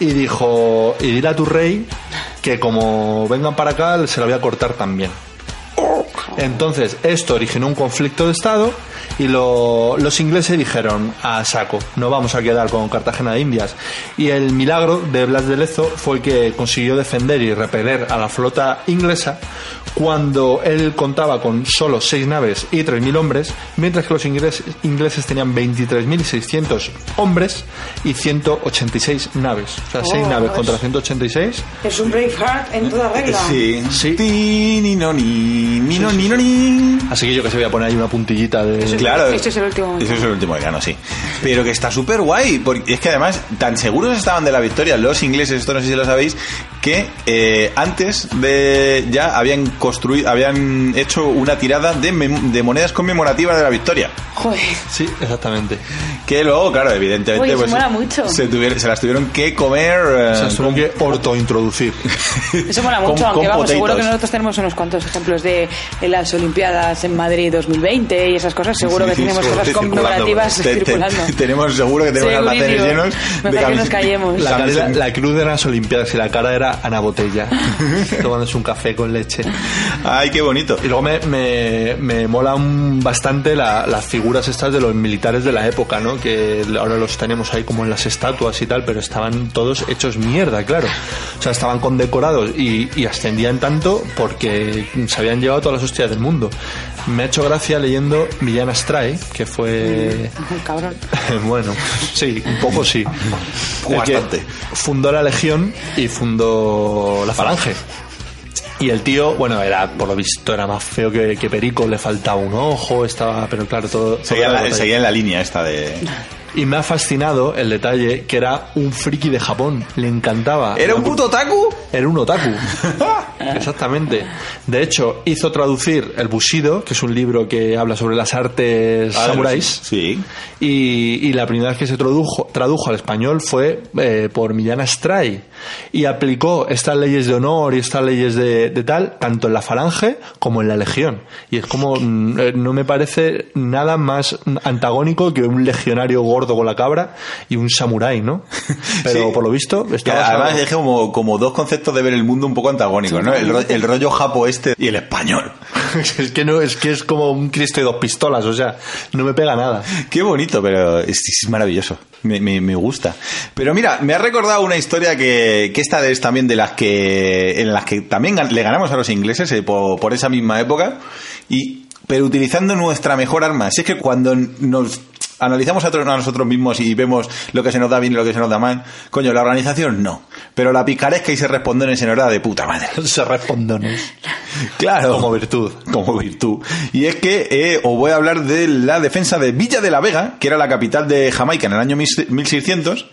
Speaker 1: y dijo, y dile a tu rey que como vengan para acá se la voy a cortar también. Entonces, esto originó un conflicto de Estado y lo- los ingleses dijeron a saco, no vamos a quedar con Cartagena de Indias. Y el milagro de Blas de Lezo fue que consiguió defender y repeler a la flota inglesa cuando él contaba con solo seis naves y 3.000 hombres, mientras que los ingles- ingleses tenían 23.600 hombres y 186 naves. O sea, seis
Speaker 3: Oh,
Speaker 1: naves
Speaker 3: es-
Speaker 1: contra 186.
Speaker 3: Es un Braveheart en toda regla.
Speaker 2: Sí.
Speaker 1: Sí.
Speaker 2: Ti, ni, no, ni, ni, no, ni, no, ni.
Speaker 1: Así que yo que se voy a poner ahí una puntillita de...
Speaker 2: Claro.
Speaker 8: Este es el último.
Speaker 2: Ese es el último verano, sí. Pero que está súper guay, porque es que además tan seguros estaban de la victoria los ingleses, esto no sé si lo sabéis, que eh, antes de ya habían construido, habían hecho una tirada de, mem- de monedas conmemorativas de la victoria.
Speaker 8: Joder.
Speaker 1: Sí, exactamente.
Speaker 2: Que luego, claro, evidentemente
Speaker 8: Uy, eso
Speaker 2: pues,
Speaker 8: mola mucho.
Speaker 2: Se, tuvieron- se las tuvieron que comer eh,
Speaker 1: O sea, solo que (laughs) ortointroducir.
Speaker 8: Eso mola
Speaker 2: Con-
Speaker 8: mucho, aunque
Speaker 2: con
Speaker 8: vamos, seguro que
Speaker 2: potatoes.
Speaker 8: nosotros tenemos unos cuantos ejemplos de de las Olimpiadas en Madrid 2020 y esas cosas. Seguro
Speaker 2: Sí,
Speaker 8: que
Speaker 2: sí,
Speaker 8: tenemos
Speaker 2: seguro
Speaker 8: cosas
Speaker 2: que circulando,
Speaker 8: conmemorativas
Speaker 2: te- te-
Speaker 8: circulando.
Speaker 2: (laughs) tenemos seguro que tenemos
Speaker 8: Segurísimo.
Speaker 2: almacenes llenos
Speaker 8: Mejor que nos
Speaker 2: camisetas.
Speaker 8: callemos.
Speaker 1: La, cara
Speaker 2: Camisetas.
Speaker 1: era- la cruz de las Olimpiadas y la cara era Ana (laughs) Botella, tomándose un café con leche.
Speaker 2: Ay, qué bonito.
Speaker 1: Y luego me, me, me molan bastante la- las figuras estas de los militares de la época, ¿no? Simpson, que ahora los tenemos ahí como en las estatuas y tal, pero estaban todos hechos mierda, claro. O sea, estaban condecorados y, y ascendían tanto porque se habían llevado todas las hostias del mundo. Me ha hecho gracia leyendo Villana Strae, que fue...
Speaker 3: Ay, cabrón.
Speaker 1: (laughs) bueno, sí, un poco sí. El que
Speaker 2: Bastante.
Speaker 1: Fundó la Legión y fundó la Falange. Y el tío, bueno, era, por lo visto, era más feo que, que Perico, le faltaba un ojo, estaba, pero claro, todo.
Speaker 2: Seguía en
Speaker 1: todo
Speaker 2: la,
Speaker 1: era
Speaker 2: seguía en la línea esta de...
Speaker 1: Y me ha fascinado el detalle que era un friki de Japón, le encantaba.
Speaker 2: ¿Era un puto otaku?
Speaker 1: Era un
Speaker 2: (laughs)
Speaker 1: otaku. Exactamente. De hecho, hizo traducir El Bushido, que es un libro que habla sobre las artes samuráis.
Speaker 2: Ah, Sí.
Speaker 1: Y, y la primera vez que se tradujo, tradujo al español fue eh, por Millana Stray. Y aplicó estas leyes de honor y estas leyes de, de tal, tanto en la Falange como en la Legión. Y es como, mm, eh, no me parece nada más antagónico que un legionario gordo con la cabra y un samurái,
Speaker 2: (laughs)
Speaker 1: ¿no? Pero
Speaker 2: Sí.
Speaker 1: por lo visto,
Speaker 2: Que
Speaker 1: está
Speaker 2: además
Speaker 1: basado-
Speaker 2: es como, como dos conceptos de ver el mundo un poco antagónicos, ¿no? El, ro- el rollo japo este y el español.
Speaker 1: (laughs) es que no, es que es como un Cristo y dos pistolas, o sea, no me pega
Speaker 2: (laughs)
Speaker 1: nada.
Speaker 2: Qué bonito, pero es, es maravilloso. Me, me- me gusta. Pero mira, me ha recordado una historia que, que esta es también de las que en las que también gan- le ganamos a los ingleses eh, por, por esa misma época y pero utilizando nuestra mejor arma. Si es que cuando nos analizamos a, otro- a nosotros mismos y vemos lo que se nos da bien y lo que se nos da mal, coño, la organización no, pero la picaresca y se responden en hora de puta madre.
Speaker 1: Se respondones.
Speaker 2: Claro.
Speaker 1: Como virtud.
Speaker 2: (laughs) Como virtud. Y es que eh, os voy a hablar de la defensa de Villa de la Vega, que era la capital de Jamaica en el año 1600.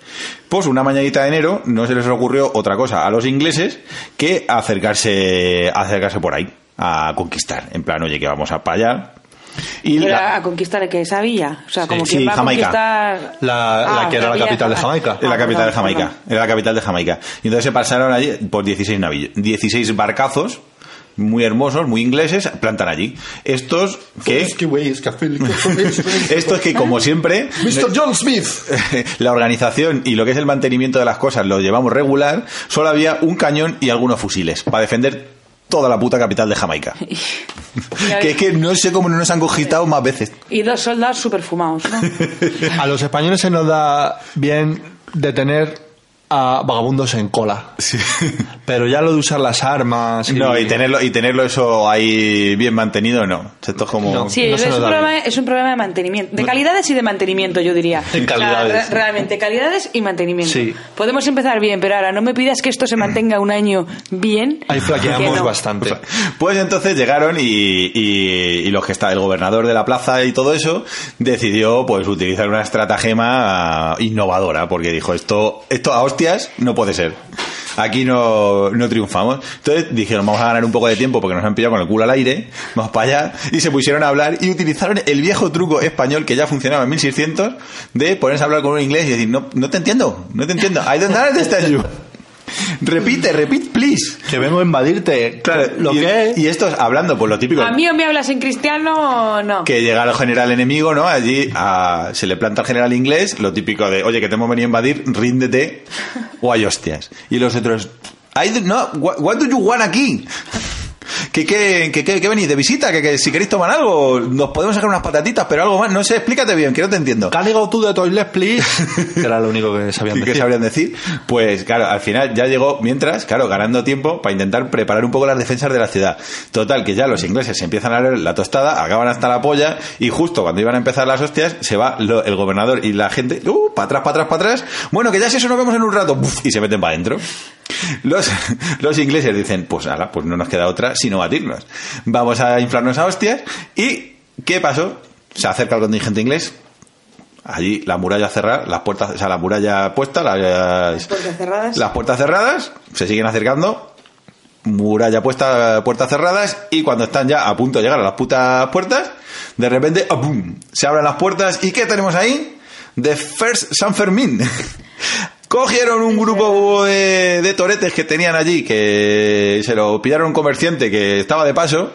Speaker 2: Pues una mañanita de enero no se les ocurrió otra cosa a los ingleses que acercarse, acercarse por ahí a conquistar. En plan, oye, que vamos a para allá. Y
Speaker 3: Pero
Speaker 2: la-
Speaker 3: a conquistar que esa villa. O sea, como
Speaker 2: sí,
Speaker 3: que va
Speaker 2: Jamaica.
Speaker 3: a conquistar.
Speaker 1: La-
Speaker 8: Ah,
Speaker 1: la que era la
Speaker 3: villa
Speaker 1: capital de Jamaica.
Speaker 2: Era la capital de
Speaker 3: perdón,
Speaker 2: Jamaica.
Speaker 3: Ah, perdón.
Speaker 2: Era la capital de Jamaica. Y entonces se pasaron allí por 16 navillos, 16 barcazos muy hermosos, muy ingleses, plantan allí. Estos
Speaker 1: Pues
Speaker 2: que
Speaker 1: (laughs)
Speaker 2: (laughs) estos que como siempre
Speaker 1: John Smith.
Speaker 2: (laughs) la organización y lo que es el mantenimiento de las cosas lo llevamos regular, solo había un cañón y algunos fusiles para defender toda la puta capital de Jamaica. que es que no sé cómo no nos han cogitado más veces.
Speaker 8: Y dos soldados super fumados, ¿no?
Speaker 1: A los españoles se nos da bien detener a vagabundos en cola. (laughs) Pero ya lo de usar las armas.
Speaker 2: No, y tenerlo y tenerlo eso ahí bien mantenido no. Esto es como
Speaker 1: No.
Speaker 8: Sí,
Speaker 1: No se
Speaker 8: es,
Speaker 1: nos
Speaker 8: un
Speaker 1: da
Speaker 8: problema, es un problema de mantenimiento. De calidades y de mantenimiento, yo diría.
Speaker 1: De
Speaker 8: O sea,
Speaker 1: calidades.
Speaker 8: re- realmente, calidades y mantenimiento.
Speaker 1: Sí.
Speaker 8: Podemos empezar bien, pero ahora no me pidas que esto se mantenga un año bien.
Speaker 1: Ahí flaqueamos
Speaker 8: que no.
Speaker 1: bastante.
Speaker 2: Pues entonces llegaron y, y- y los que está el gobernador de la plaza y todo eso decidió pues utilizar una estratagema innovadora porque dijo esto esto a hostias no puede ser. Aquí no, no triunfamos. Entonces dijeron, vamos a ganar un poco de tiempo porque nos han pillado con el culo al aire, vamos para allá. Y se pusieron a hablar y utilizaron el viejo truco español que ya funcionaba en 1600 de ponerse a hablar con un inglés y decir, no, no te entiendo, no te entiendo. I don't understand you. Repite, repeat, please.
Speaker 1: Que vengo a invadirte.
Speaker 2: Claro,
Speaker 1: lo
Speaker 2: y,
Speaker 1: que es.
Speaker 2: y esto es hablando por lo típico.
Speaker 8: A mí o me hablas en cristiano o no.
Speaker 2: Que llega el general enemigo, ¿no? Allí a- se le planta al general inglés, lo típico de, oye, que te hemos venido a invadir,
Speaker 8: (laughs)
Speaker 2: ríndete o hay hostias. Y los otros, I do- no, what, what do you want aquí? ¿Qué, qué, qué, qué- qué venís? ¿De visita? ¿Que, que si queréis tomar algo, nos podemos sacar unas patatitas, pero algo más. No sé, explícate bien, que no te entiendo.
Speaker 1: Can I go to the toilet, please?
Speaker 2: (laughs)
Speaker 1: que era lo único que sabían
Speaker 2: ¿Y qué
Speaker 1: decir.
Speaker 2: sabrían decir? Pues claro, al final ya llegó, mientras, claro, ganando tiempo para intentar preparar un poco las defensas de la ciudad. Total, que ya los ingleses se empiezan a leer la tostada, acaban hasta la polla, y justo cuando iban a empezar las hostias, se va lo- el gobernador y la gente, ¡uh! Para atrás, para atrás, para atrás. Bueno, que ya si eso nos vemos en un rato, ¡buf! y se meten para adentro. Los, (laughs) los ingleses dicen, pues ala, pues no nos queda otra sino batirnos. Vamos a inflarnos a hostias, y ¿qué pasó? Se acerca el contingente inglés, Allí la muralla cerrada, las puertas, o sea, la muralla puesta, las,
Speaker 3: puertas cerradas.
Speaker 2: las puertas cerradas, se siguen acercando, muralla puesta, puertas cerradas, y cuando están ya a punto de llegar a las putas puertas, de repente, ¡apum! se abren las puertas, ¿y qué tenemos ahí? The First San Fermín. (laughs) Cogieron un grupo de, de toretes que tenían allí, que se lo pillaron un comerciante que estaba de paso,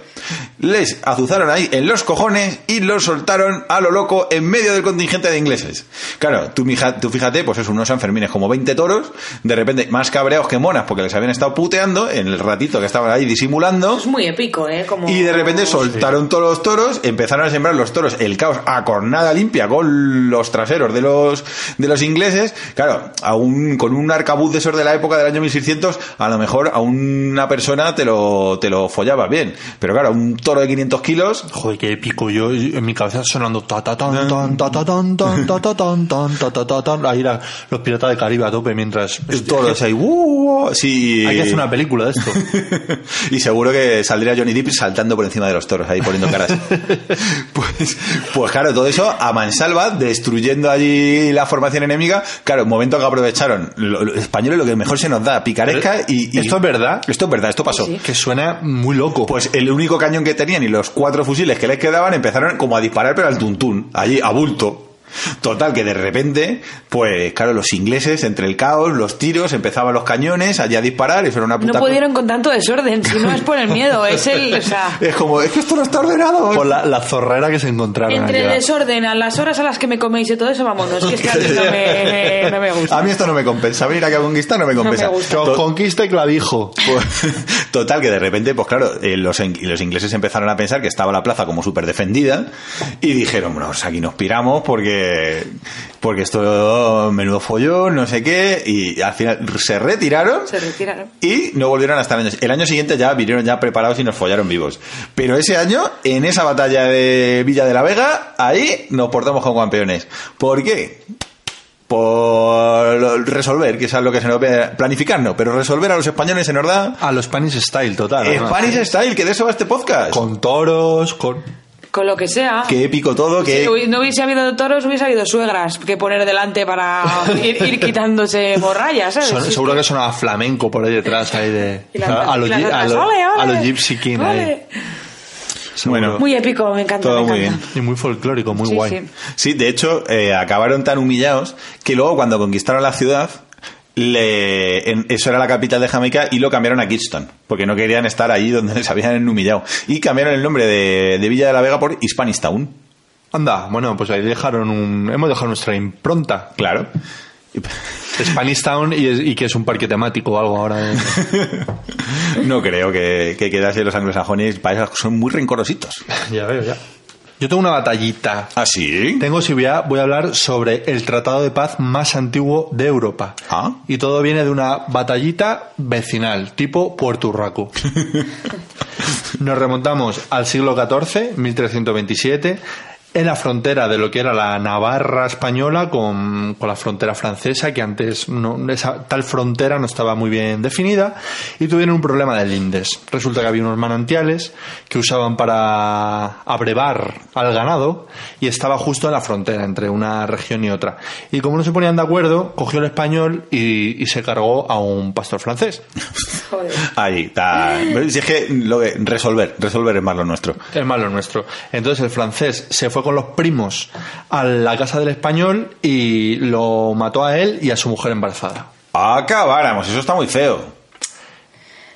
Speaker 2: les azuzaron ahí en los cojones y los soltaron a lo loco en medio del contingente de ingleses. Claro, tú, mija- tú fíjate, pues es unos Sanfermines como 20 toros, de repente más cabreados que monas porque les habían estado puteando en el ratito que estaban ahí disimulando.
Speaker 3: Es muy épico, ¿eh? Como,
Speaker 2: Y de repente
Speaker 3: como-
Speaker 2: soltaron todos los toros, empezaron a sembrar los toros el caos a cornada limpia con los traseros de los, de los ingleses. Claro, a un- con un arcabuz de esos de la época del año 1600, a lo mejor a una persona te lo, te lo follaba bien. Pero claro, un toro de 500 kilos,
Speaker 1: Joder, qué épico. Yo yo- en mi cabeza sonando ta ta tan tan ta ta tan tan ta ta tan tan ta ta ta tan. Ahí la- los piratas de Caribe a tope mientras. este,
Speaker 2: toros ahí, ¡uh! uh, sí, y-
Speaker 1: Hay que hacer una película de (laughs) esto.
Speaker 2: (laughs) y seguro que saldría Johnny Depp saltando por encima de los toros, ahí poniendo
Speaker 1: (laughs)
Speaker 2: caras. pues, pues claro, todo eso a mansalva, destruyendo allí la formación enemiga. Claro, momento que aprovecharon lo- los españoles lo que mejor se nos da, picaresca y, y-
Speaker 1: ¿Esto es verdad?
Speaker 2: Esto es verdad, esto pasó.
Speaker 1: Que suena muy loco.
Speaker 2: Pues el único cañón que tenían y los cuatro fusiles que les quedaban empezaron como a disparar, pero al tuntún, allí a bulto. Total, que de repente, pues claro, los ingleses, entre el caos, los tiros, empezaban los cañones, allí a disparar, eso era una puta
Speaker 3: No pudieron con tanto desorden, si no es por el miedo, es el...
Speaker 2: (laughs)
Speaker 3: O sea,
Speaker 2: Es como, es que esto no está ordenado.
Speaker 3: (laughs)
Speaker 1: Por la, la zorrera que se encontraron.
Speaker 3: entre
Speaker 1: aquí,
Speaker 3: el
Speaker 1: ¿verdad?
Speaker 3: desorden, a las horas a las que me coméis y todo eso, vámonos, que es que a mí no me, no me
Speaker 2: (laughs)
Speaker 3: gusta.
Speaker 2: A mí esto no me compensa. Venir aquí a conquistar no me compensa.
Speaker 3: me gusta.
Speaker 1: Que os
Speaker 2: To-
Speaker 1: conquista y clavijo.
Speaker 2: pues, (laughs) total, que de repente, pues claro, eh, los, en- los ingleses empezaron a pensar que estaba la plaza como súper defendida y dijeron, bueno, pues aquí nos piramos porque, porque esto menudo follón, no sé qué, y al final se retiraron.
Speaker 3: Se retiraron.
Speaker 2: Y no volvieron hasta el año. El año siguiente ya vinieron ya preparados y nos follaron vivos. Pero ese año, en esa batalla de Villa de la Vega, ahí nos portamos como campeones. ¿Por qué? Por resolver, que es lo que se nos ve, planificar no, pero resolver a los españoles se nos da
Speaker 1: A los Spanish Eh, Style, total. además.
Speaker 2: Spanish Style, que de eso va este podcast.
Speaker 1: Con toros, con.
Speaker 3: Con lo que sea.
Speaker 2: Qué épico todo, que...
Speaker 3: Si
Speaker 1: Eh,
Speaker 3: hubi- no hubiese habido toros, hubiese habido suegras que poner
Speaker 1: (laughs)
Speaker 3: delante para ir, ir quitándose morrayas, ¿sabes?
Speaker 1: son-
Speaker 3: Sí,
Speaker 1: seguro que sonaba flamenco por ahí detrás, ahí de.
Speaker 3: y las-
Speaker 1: A los
Speaker 3: y las
Speaker 1: gi- a
Speaker 3: otras,
Speaker 1: los-
Speaker 3: "Ole, ole,
Speaker 1: a los Gypsy King ahí.
Speaker 3: ole".
Speaker 2: bueno,
Speaker 3: Muy épico, me encanta.
Speaker 2: Todo
Speaker 3: me
Speaker 2: muy
Speaker 3: encanta.
Speaker 1: Y muy folclórico, muy
Speaker 3: Sí,
Speaker 1: guay.
Speaker 3: sí.
Speaker 2: Sí, de hecho, eh, acabaron tan humillados que luego cuando conquistaron la ciudad, le- en- eso era la capital de Jamaica y lo cambiaron a Kingston, porque no querían estar ahí donde les habían humillado. Y cambiaron el nombre de, de Villa de la Vega por Hispanistown,
Speaker 1: Anda, bueno, pues ahí dejaron un. Hemos dejado nuestra impronta.
Speaker 2: claro.
Speaker 1: Spanish Town y, es- y que es un parque temático o algo ahora. de-
Speaker 2: (laughs) No creo que, que quedase los anglosajones, para eso son muy rencorositos.
Speaker 1: ya veo, ya. Yo tengo una batallita.
Speaker 2: ¿Ah, sí?
Speaker 1: Tengo, si voy a, voy a hablar sobre el tratado de paz más antiguo de Europa.
Speaker 2: Ah.
Speaker 1: Y todo viene de una batallita vecinal, tipo Puerto Urraco. Nos remontamos al siglo XIV, 1327, en la frontera de lo que era la Navarra española con, con la frontera francesa, que antes no, esa tal frontera no estaba muy bien definida, y tuvieron un problema de lindes. Resulta que había unos manantiales que usaban para abrevar al ganado y estaba justo en la frontera entre una región y otra. Y como no se ponían de acuerdo, cogió el español y- y se cargó a un pastor francés.
Speaker 3: Joder.
Speaker 2: Ahí está. Si es que lo de resolver, resolver es más lo nuestro.
Speaker 1: Es malo nuestro. Entonces el francés se fue con los primos a la casa del español y lo mató a él y a su mujer embarazada.
Speaker 2: Acabáramos, eso está muy feo.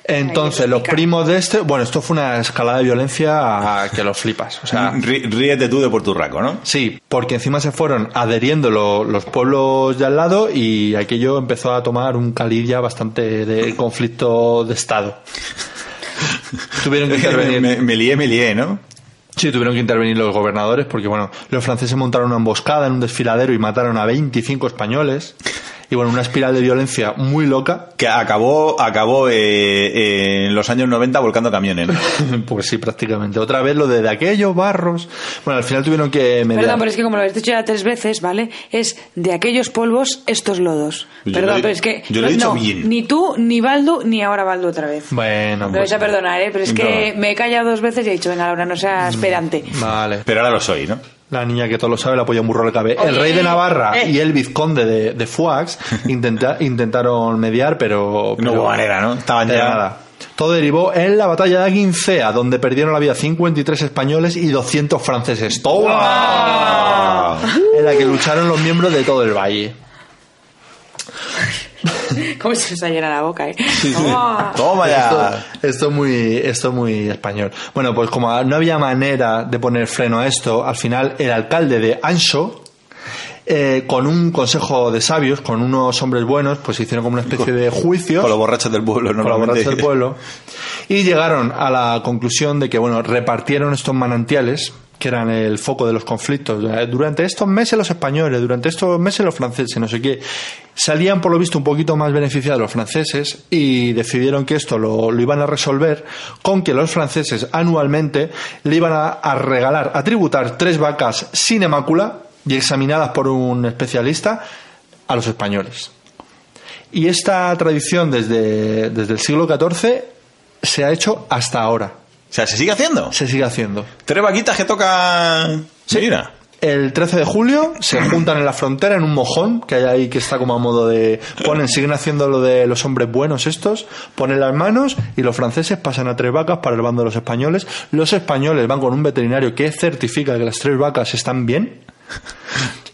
Speaker 1: Entonces
Speaker 3: Ay, qué
Speaker 1: los
Speaker 3: pica.
Speaker 1: primos de este, bueno, esto fue una escalada de violencia que los flipas. O sea,
Speaker 2: Rí- Ríete tú de Porturraco,
Speaker 1: (laughs)
Speaker 2: ¿no?
Speaker 1: sí, porque encima se fueron adheriendo lo- los pueblos de al lado y aquello empezó a tomar un caliz ya bastante de conflicto de estado. Tuvieron que intervenir.
Speaker 2: (laughs) me, me lié, me lié, ¿no?
Speaker 1: Sí, tuvieron que intervenir los gobernadores porque, bueno, los franceses montaron una emboscada en un desfiladero y mataron a 25 españoles. Y, bueno, una espiral de violencia muy loca. (laughs)
Speaker 2: Que acabó, acabó eh, eh, en los años 90 volcando camiones.
Speaker 1: (laughs)
Speaker 2: ¿no?
Speaker 1: Pues sí, prácticamente. Otra vez lo de, de aquellos barros. Bueno, al final tuvieron que mediar.
Speaker 3: Perdón, pero es que como lo habéis dicho ya tres veces, ¿vale? Es de aquellos polvos, estos lodos.
Speaker 2: Yo
Speaker 3: Perdón,
Speaker 2: lo he-
Speaker 3: pero es que.
Speaker 2: yo lo he dicho
Speaker 3: no,
Speaker 2: bien.
Speaker 3: Ni tú, ni Baldu, ni ahora Baldu otra vez.
Speaker 1: Bueno, pues,
Speaker 3: Me vais a perdonar, ¿eh? Pero es que me he callado dos veces y he dicho, venga, Laura, no
Speaker 1: Mm.
Speaker 3: seas pedante. (laughs)
Speaker 1: Vale.
Speaker 2: Pero ahora lo soy, ¿no?
Speaker 1: La niña que todo lo sabe la apoya un burro al cabe.
Speaker 3: Oye,
Speaker 1: El rey de Navarra
Speaker 3: eh.
Speaker 1: y el vizconde de, de Fuax
Speaker 2: (laughs)
Speaker 1: intenta- intentaron mediar, pero,
Speaker 2: No
Speaker 1: pero-
Speaker 2: hubo manera, ¿no? Estaban
Speaker 1: pero
Speaker 2: ya-
Speaker 1: nada. Todo derivó en la batalla de Aguincea, donde perdieron la vida 53 españoles y 200 franceses. Ah. ¡Toma! En la que lucharon los miembros de todo el valle.
Speaker 3: ¿Cómo se nos ha llenado la boca, eh? Oh.
Speaker 2: Toma ya.
Speaker 1: Esto, esto es muy, esto es muy español. Bueno, pues como no había manera de poner freno a esto, al final el alcalde de Ancho, eh, con un consejo de sabios, con unos hombres buenos, pues hicieron como una especie de juicio
Speaker 2: Con los borrachos del pueblo,
Speaker 1: con los
Speaker 2: normalmente.
Speaker 1: borrachos del pueblo (laughs) y llegaron a la conclusión de que bueno repartieron estos manantiales que eran el foco de los conflictos Eh, durante estos meses los españoles durante estos meses los franceses no sé qué salían por lo visto un poquito más beneficiados los franceses y decidieron que esto lo, lo iban a resolver con que los franceses anualmente le iban a, a regalar a tributar tres vacas sin hemácula y examinadas por un especialista a los españoles y esta tradición desde, desde el siglo XIV se ha hecho hasta ahora.
Speaker 2: (laughs) O sea, ¿se sigue haciendo?
Speaker 1: Se sigue haciendo.
Speaker 2: Tres vaquitas que tocan... Mira.
Speaker 1: El 13 de julio se juntan en la frontera en un mojón que hay ahí que está como a modo de. Ponen, siguen haciendo lo de los hombres buenos estos, ponen las manos y los franceses pasan a tres vacas para el bando de los españoles. Los españoles van con un veterinario que certifica que las tres vacas están bien.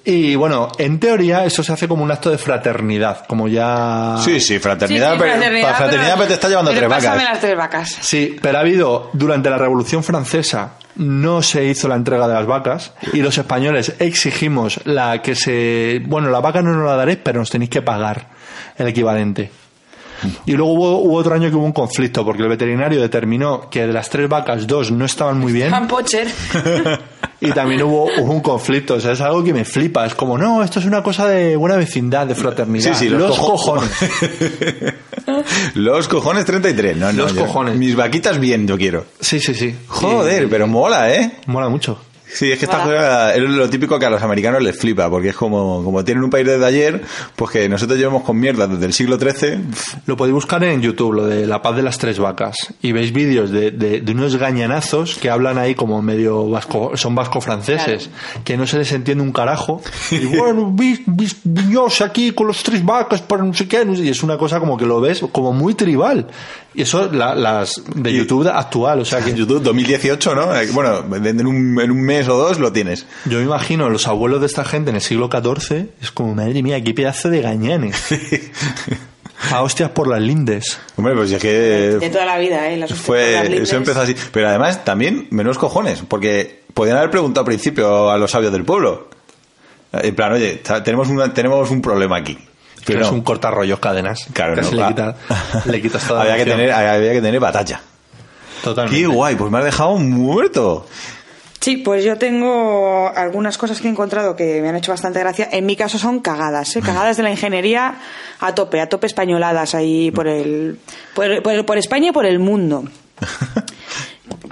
Speaker 1: Y bueno, en teoría eso se hace como un acto de fraternidad, como ya.
Speaker 2: Sí, sí, fraternidad,
Speaker 3: Sí, sí,
Speaker 2: pero,
Speaker 3: fraternidad,
Speaker 2: para fraternidad
Speaker 3: pero-
Speaker 2: pero te está llevando
Speaker 3: pero
Speaker 2: tres vacas. ¿Eh?
Speaker 3: Pásame las tres vacas.
Speaker 1: Sí, pero ha habido, durante la Revolución Francesa, no se hizo la entrega de las vacas y los españoles exigimos la que se... Bueno, la vaca no nos la daréis, pero nos tenéis que pagar el equivalente. Y luego hubo, hubo otro año que hubo un conflicto, porque el veterinario determinó que de las tres vacas, dos no estaban muy bien.
Speaker 3: Juan Pocher.
Speaker 1: Y también hubo, hubo un conflicto, o sea, es algo que me flipa. Es como, no, esto es una cosa de buena vecindad, de fraternidad.
Speaker 2: Sí, sí, los
Speaker 1: los,
Speaker 2: cojo-
Speaker 1: cojones.
Speaker 2: Los cojones 33, no, no,
Speaker 1: Los
Speaker 2: yo-
Speaker 1: cojones.
Speaker 2: Mis vaquitas bien, yo quiero.
Speaker 1: Sí, sí, sí.
Speaker 2: Joder, pero mola, ¿eh?
Speaker 1: Y mola mucho.
Speaker 2: Sí, es que esta
Speaker 3: Mola.
Speaker 2: cosa es lo típico que a los americanos les flipa, porque es como, como tienen un país desde ayer, pues que nosotros llevamos con mierda desde el siglo XIII.
Speaker 1: Lo podéis buscar en YouTube, lo de La Paz de las Tres Vacas. Y veis vídeos de, de- de unos gañanazos que hablan ahí como medio vasco, son vasco-franceses, que no se les entiende un carajo. Y bueno, vis, vis- viñós aquí con los tres vacas para no sé qué. no sé- Y es una cosa como que lo ves como muy tribal. Y eso, la- las de
Speaker 2: Y-
Speaker 1: YouTube actual, o sea que.
Speaker 2: YouTube 2018, ¿no? Eh, Bueno, en un, en un mes o dos lo
Speaker 1: (laughs)
Speaker 2: tienes.
Speaker 1: Yo me imagino los abuelos de esta gente en el siglo XIV, es como, madre mía, qué pedazo de
Speaker 2: (laughs)
Speaker 1: gañanes. A hostias por las lindes.
Speaker 2: Hombre, pues es
Speaker 3: De
Speaker 2: que
Speaker 3: toda la vida, ¿eh? Las hostias
Speaker 2: fue,
Speaker 3: de
Speaker 2: eso empezó así. Pero además, también, menos cojones, porque podían haber preguntado al principio a los sabios del pueblo. En plan, oye, ta- tenemos, una, tenemos un problema aquí.
Speaker 1: Pero
Speaker 2: Pero
Speaker 1: es
Speaker 2: no.
Speaker 1: un cortarrollos cadenas.
Speaker 2: Claro,
Speaker 1: Casi
Speaker 2: no,
Speaker 1: le,
Speaker 2: va.
Speaker 1: quita, le quitas toda la
Speaker 2: (laughs) había, que
Speaker 1: emoción.
Speaker 2: tener, había que tener batalla.
Speaker 1: Totalmente.
Speaker 2: Qué guay, pues me has dejado muerto.
Speaker 3: Sí, pues yo tengo algunas cosas que he encontrado que me han hecho bastante gracia. En mi caso son cagadas, ¿eh? cagadas de la ingeniería a tope, a tope españoladas ahí por el por, por- por España y por el mundo.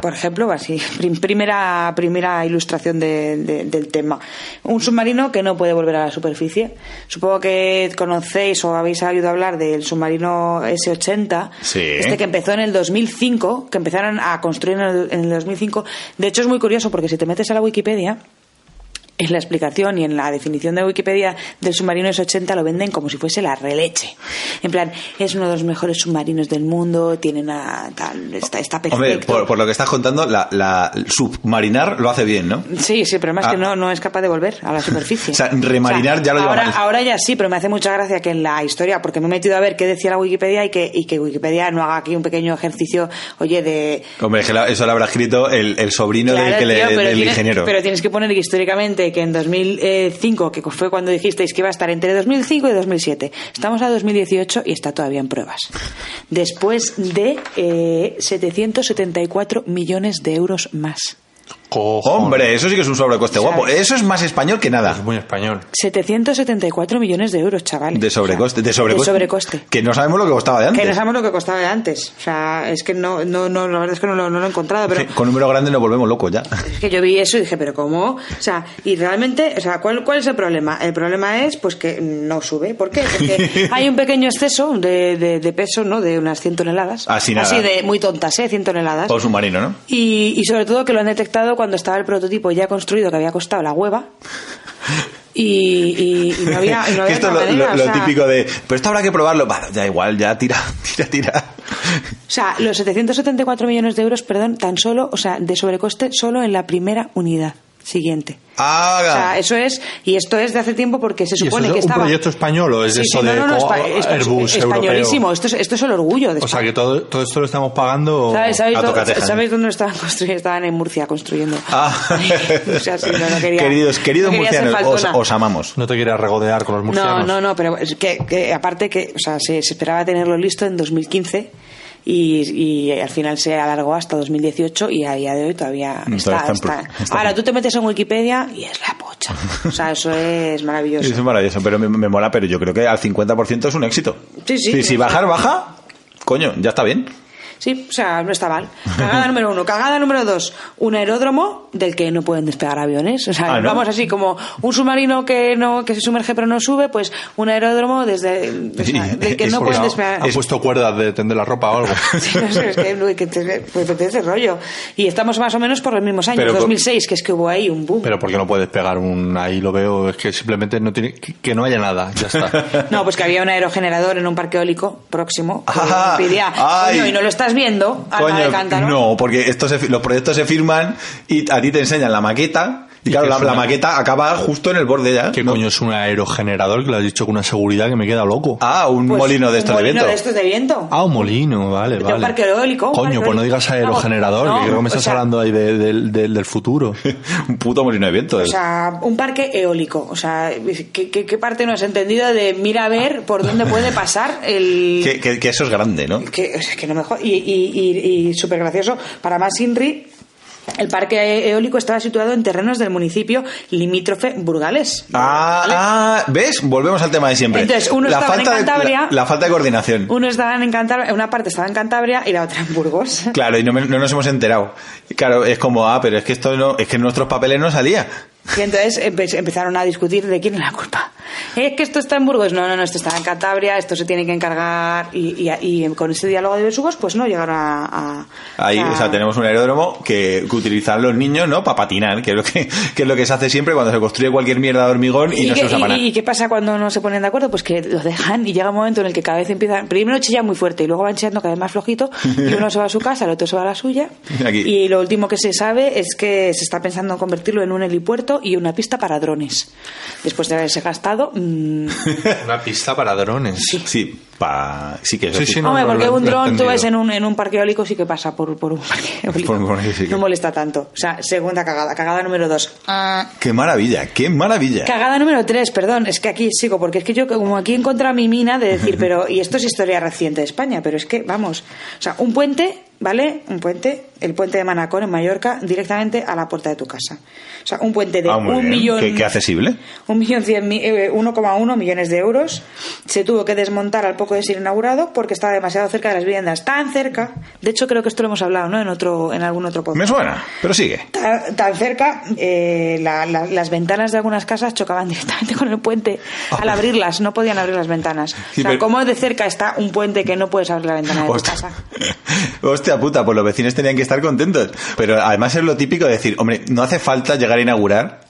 Speaker 3: Por ejemplo, así, (laughs) prim- primera, primera ilustración de- de- del tema. Un submarino que no puede volver a la superficie. Supongo que conocéis o habéis oído hablar del submarino S-80,
Speaker 2: Sí.
Speaker 3: este que empezó en el 2005, que empezaron a construir en el, en el 2005. De hecho, es muy curioso porque si te metes a la Wikipedia, en la explicación y en la definición de Wikipedia del submarino S-80 lo venden como si fuese la releche. En plan, es uno de los mejores submarinos del mundo, tiene una tal, está, está perfecto.
Speaker 2: Hombre, por, por lo que estás contando, la, la submarinar lo hace bien, ¿no?
Speaker 3: Sí, sí, pero más
Speaker 2: Ah.
Speaker 3: que no, no es capaz de volver
Speaker 2: (laughs)
Speaker 3: a la superficie.
Speaker 2: O sea, remarinar ya lo
Speaker 3: ahora,
Speaker 2: llamáis.
Speaker 3: ahora ya sí, pero me hace mucha gracia que en la historia, porque me he metido a ver qué decía la Wikipedia y que, y que Wikipedia no haga aquí un pequeño ejercicio, oye, de...
Speaker 2: Hombre, es que la- eso lo habrá escrito el, el sobrino
Speaker 3: Claro,
Speaker 2: del, que le-
Speaker 3: tío, pero
Speaker 2: del
Speaker 3: tienes-
Speaker 2: ingeniero.
Speaker 3: Pero tienes que poner que históricamente que en 2005, que fue cuando dijisteis que iba a estar entre 2005 y 2007, estamos a 2018 y está todavía en pruebas. Después de eh, 774 millones de euros más.
Speaker 1: Cojones.
Speaker 2: Hombre, eso sí que es un sobrecoste guapo. Eso es más español que nada.
Speaker 1: Es muy español.
Speaker 3: 774 millones de euros, chavales.
Speaker 2: De sobrecoste. De
Speaker 3: O sea,
Speaker 2: sobrecoste.
Speaker 3: De sobrecoste.
Speaker 2: Que no sabemos lo que costaba de antes.
Speaker 3: Que no sabemos lo que costaba de antes. O sea, es que no, no, no la verdad es que no lo, no lo he encontrado, pero
Speaker 2: Que Con número grande nos volvemos locos
Speaker 3: (laughs)
Speaker 2: ya.
Speaker 3: es que yo vi eso y dije, pero ¿cómo? O sea, y realmente, o sea, ¿cuál, ¿cuál es el problema? El problema es, pues, que no sube. ¿Por qué?
Speaker 2: (laughs)
Speaker 3: Porque hay un pequeño exceso de, de- de peso, ¿no? De unas 100 toneladas.
Speaker 2: Así nada. Oh.
Speaker 3: de, muy tontas, ¿eh? 100 toneladas.
Speaker 2: O submarino, ¿no?
Speaker 3: Y, y sobre todo que lo han detectado cuando estaba el prototipo ya construido que había costado
Speaker 2: (laughs)
Speaker 3: la hueva. Y, y- y no había, y no
Speaker 2: Que
Speaker 3: había
Speaker 2: esto es
Speaker 3: otra
Speaker 2: lo, lo-
Speaker 3: manera, o
Speaker 2: lo
Speaker 3: sea,
Speaker 2: típico de. Pero esto habrá que probarlo. Vale, ya igual, ya tira, (laughs) tira, tira.
Speaker 3: O sea, los 774 millones de euros, perdón, tan solo, o sea, de sobrecoste solo en la primera unidad. siguiente.
Speaker 2: Ah,
Speaker 3: O sea, eso es, y esto es de hace tiempo porque se
Speaker 1: ¿Y eso
Speaker 3: supone
Speaker 1: es
Speaker 3: que
Speaker 1: un
Speaker 3: estaba.
Speaker 1: proyecto español o es
Speaker 3: Sí,
Speaker 1: eso
Speaker 3: sí, no,
Speaker 1: de
Speaker 3: no, no,
Speaker 1: como
Speaker 3: espa- espa-
Speaker 1: Airbus
Speaker 3: españolísimo.
Speaker 1: europeo?
Speaker 3: Esto es, esto es el orgullo de
Speaker 1: O sea,
Speaker 3: España.
Speaker 1: que todo, todo esto lo estamos pagando
Speaker 3: ¿Sabes, sabéis
Speaker 2: a
Speaker 3: dó-
Speaker 2: tocateja, ¿no?
Speaker 3: sabéis dónde estaban construyendo? Estaban en Murcia construyendo.
Speaker 2: Ah.
Speaker 3: (laughs) O sea, sí, no, no quería-
Speaker 2: Queridos, queridos
Speaker 3: no quería ser
Speaker 2: murcianos, os,
Speaker 3: faltona.
Speaker 2: os amamos.
Speaker 1: No te quieras regodear con los
Speaker 3: No,
Speaker 1: murcianos.
Speaker 3: no, no, pero es que, que aparte que, o sea, se, se esperaba tenerlo listo en 2015 y, y al final se alargó hasta 2018 y a día de hoy todavía
Speaker 2: Mm,
Speaker 3: está.
Speaker 2: todavía está en
Speaker 3: está.
Speaker 2: pro- está
Speaker 3: Ahora
Speaker 2: en-
Speaker 3: tú te metes en Wikipedia y es la pocha. O sea, eso
Speaker 2: (laughs)
Speaker 3: es maravilloso.
Speaker 2: Es maravilloso, pero me, me mola, pero yo creo que al 50% es un éxito.
Speaker 3: Sí, sí.
Speaker 2: Si, si bajar, baja, coño, ya está bien.
Speaker 3: Sí, o sea, no está mal. Cagada número uno. Cagada número dos. Un aeródromo del que no pueden despegar aviones. O sea,
Speaker 2: Ah, ¿no?
Speaker 3: vamos así como un submarino que no que se sumerge pero no sube, pues un aeródromo desde
Speaker 2: (laughs)
Speaker 3: o sea, del que
Speaker 2: Es
Speaker 3: no
Speaker 2: porque
Speaker 3: pueden
Speaker 2: ha-
Speaker 3: despegar.
Speaker 1: Han puesto cuerdas de tender la ropa
Speaker 3: (laughs)
Speaker 1: o algo.
Speaker 3: Sí, no sé, es que, uy, que te- pues, te- ese rollo. Y estamos más o menos por los mismos años,
Speaker 2: Pero con-
Speaker 3: 2006, que es que hubo ahí un boom.
Speaker 1: Pero porque no puedes pegar un ahí lo veo es que simplemente no tiene que, que no haya nada, ya
Speaker 3: (laughs)
Speaker 1: está.
Speaker 3: No, pues que había un aerogenerador en un parque eólico próximo que
Speaker 2: Ah,
Speaker 3: impedía,
Speaker 2: ay.
Speaker 3: "Coño, y no lo estás viendo, alma de cántaro.
Speaker 2: no, porque estos se fi- los proyectos se firman y a ti te enseñan la maqueta y,
Speaker 1: Y
Speaker 2: claro,
Speaker 1: que
Speaker 2: la,
Speaker 1: es una-
Speaker 2: la maqueta acaba justo en el borde ya.
Speaker 1: ¿Qué
Speaker 2: ¿no?
Speaker 1: coño es un aerogenerador que lo has dicho con una seguridad que me queda loco?
Speaker 2: Ah, un
Speaker 3: Pues,
Speaker 2: molino de
Speaker 3: un
Speaker 2: estos de
Speaker 3: molino
Speaker 2: viento. (laughs)
Speaker 3: de estos de viento.
Speaker 1: Ah, un molino, vale,
Speaker 3: De un
Speaker 1: vale.
Speaker 3: parque eólico, un
Speaker 1: Coño,
Speaker 3: parque
Speaker 1: pues no
Speaker 3: eólico.
Speaker 1: digas aerogenerador,
Speaker 3: No,
Speaker 1: que creo que me
Speaker 3: o
Speaker 1: estás
Speaker 3: sea-
Speaker 1: hablando ahí de- del- del- del futuro.
Speaker 2: un puto molino de viento.
Speaker 3: O
Speaker 2: es.
Speaker 3: sea, un parque eólico. O sea, ¿qué, qué, qué parte no has entendido de mira a ver por dónde puede pasar
Speaker 2: (laughs)
Speaker 3: el...
Speaker 2: que, que- que eso es grande, ¿no?
Speaker 3: que, o sea, que no me jod- Y, y, y, y súper gracioso. Para más Inri, el parque eólico estaba situado en terrenos del municipio limítrofe burgalés.
Speaker 2: Ah,
Speaker 3: ¿Vale?
Speaker 2: ah, ¿ves? Volvemos al tema de siempre.
Speaker 3: Entonces, uno
Speaker 2: la
Speaker 3: estaba en
Speaker 2: falta
Speaker 3: Cantabria.
Speaker 2: De, la, la falta de coordinación.
Speaker 3: Uno estaba en Cantabria, una parte estaba en Cantabria y la otra en Burgos.
Speaker 2: Claro, y no, me- no nos hemos enterado. Y Claro, es como, ah, pero es que esto no, es que en nuestros papeles no salía.
Speaker 3: Y entonces empe- empezaron a discutir de quién es la culpa. Es que esto está en Burgos. No, no, no, esto está en Cantabria, esto se tiene que encargar. Y, y- y con ese diálogo de besugos, pues no llegaron a. a-
Speaker 2: Ahí,
Speaker 3: a-
Speaker 2: o sea, tenemos un aeródromo que, que utilizan los niños, ¿no? Para patinar, que es lo que, (laughs) que es lo que se hace siempre cuando se construye cualquier mierda de hormigón y,
Speaker 3: ¿Y,
Speaker 2: no
Speaker 3: qué,
Speaker 2: se usa
Speaker 3: y-
Speaker 2: para nada.
Speaker 3: y qué pasa cuando no se ponen de acuerdo? Pues que los dejan y llega un momento en el que cada vez empiezan. Primero chillan muy fuerte y luego van chillando cada vez más flojito. Y uno se va a su casa, el otro se va a la suya.
Speaker 2: (laughs) Aquí.
Speaker 3: Y lo último que se sabe es que se está pensando en convertirlo en un helipuerto y una pista para drones. Después de haberse gastado.
Speaker 2: (laughs)
Speaker 3: mm,
Speaker 1: Una pista para drones.
Speaker 2: Sí, pa- sí que eso
Speaker 1: Sí,
Speaker 2: sí.
Speaker 1: sí, no.
Speaker 3: Hombre, porque
Speaker 1: lo he
Speaker 3: un dron tú
Speaker 1: entendido.
Speaker 3: ves en un, en un parque eólico sí que pasa por, por un (laughs) parque eólico.
Speaker 2: Por- por ahí sí que-
Speaker 3: No molesta tanto. O sea, segunda cagada. Cagada número dos.
Speaker 2: Qué maravilla, qué maravilla.
Speaker 3: Cagada número tres, perdón. Es que aquí sigo, porque es que yo como aquí encontré mi mina de
Speaker 2: (laughs)
Speaker 3: decir, pero... Y esto es historia reciente de España, pero es que, vamos. O sea, un puente, ¿vale? Un puente, el puente de Manacor en Mallorca, directamente a la puerta de tu casa. O sea, un puente de
Speaker 2: Ah, muy
Speaker 3: un
Speaker 2: bien.
Speaker 3: millón...
Speaker 2: Qué, qué accesible.
Speaker 3: Un millón cien mi- eh, 1,1 millones de euros. Se tuvo que desmontar al poco de ser inaugurado porque estaba demasiado cerca de las viviendas. Tan cerca, de hecho creo que esto lo hemos hablado, ¿no? En otro, en algún otro
Speaker 2: Me
Speaker 3: podcast.
Speaker 2: suena, pero sigue.
Speaker 3: Tan, tan cerca, eh, la- la- las ventanas de algunas casas chocaban (laughs) directamente con el puente. Al abrirlas, no podían abrir las ventanas.
Speaker 2: Sí,
Speaker 3: o sea,
Speaker 2: pero-
Speaker 3: ¿cómo de cerca está un puente que no puedes abrir la ventana de tu
Speaker 2: Hostia.
Speaker 3: casa?
Speaker 2: (laughs) Hostia puta, pues los vecinos tenían que estar contentos. Pero además es lo típico de decir, hombre, no hace falta llegar a inaugurar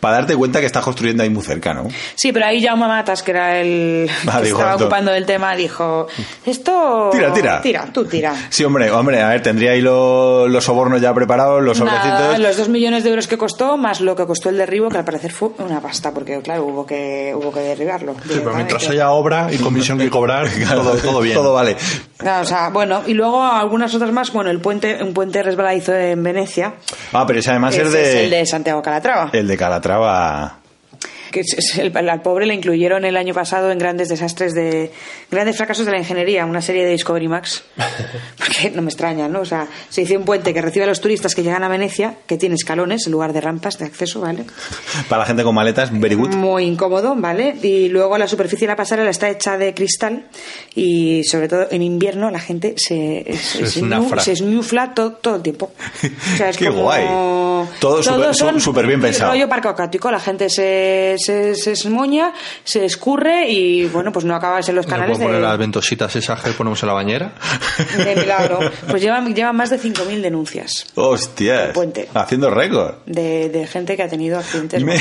Speaker 2: para darte cuenta que estás construyendo ahí muy cerca, ¿no?
Speaker 3: Sí, pero ahí Jaume Matas, que era el
Speaker 2: Ah,
Speaker 3: que
Speaker 2: digo,
Speaker 3: estaba
Speaker 2: esto.
Speaker 3: ocupando del tema, dijo, esto...
Speaker 2: Tira, tira.
Speaker 3: Tira, tú tira.
Speaker 2: Sí, hombre, hombre, a ver, tendría ahí lo- los sobornos ya preparados, los sobrecitos.
Speaker 3: Nada, los dos millones de euros que costó, más lo que costó el derribo, que al parecer fue una pasta, porque claro, hubo que, hubo que derribarlo.
Speaker 1: Pero mientras
Speaker 3: directamente.
Speaker 1: haya obra y comisión que
Speaker 3: (laughs)
Speaker 1: cobrar, todo, todo bien.
Speaker 2: Todo vale.
Speaker 3: Claro, o sea, bueno, y luego algunas otras más, bueno, el puente, un puente resbaladizo en Venecia,
Speaker 2: Ah, pero ese además
Speaker 3: ese
Speaker 2: es
Speaker 3: es
Speaker 2: de. Eh.
Speaker 3: el de Santiago Calatrava,
Speaker 2: el de Calatrava.
Speaker 3: que es- es el- al pobre le incluyeron el año pasado en grandes desastres de, grandes fracasos de la ingeniería, una serie de Discovery Max, porque no me extraña, ¿no? O sea, se hizo un puente que recibe a los turistas que llegan a Venecia, que tiene escalones en lugar de rampas de acceso, ¿vale?
Speaker 2: Para la gente con maletas, very good.
Speaker 3: Muy incómodo, ¿vale? Y luego la superficie de la pasarela está hecha de cristal y sobre todo en invierno la gente se, se,
Speaker 1: Es
Speaker 3: se
Speaker 1: una
Speaker 3: ñu-
Speaker 1: fra-
Speaker 3: se esñufla to- todo
Speaker 2: (laughs)
Speaker 3: el tiempo. O sea, es
Speaker 2: Qué
Speaker 3: como-
Speaker 2: guay. Todo súper-
Speaker 3: son
Speaker 2: sú- súper bien pensado.
Speaker 3: rollo parque acuático, la gente se, se, se esmoña, se escurre y bueno, pues no acabas en los
Speaker 1: ¿No
Speaker 3: canales
Speaker 1: puedo poner las
Speaker 3: de,
Speaker 1: ventositas esas que ponemos en la bañera?
Speaker 2: (laughs)
Speaker 3: de milagro. Pues llevan, llevan más de 5.000 denuncias
Speaker 2: Hostias.
Speaker 3: El puente.
Speaker 2: Haciendo récord.
Speaker 3: de, de gente que ha tenido accidentes.
Speaker 2: Me,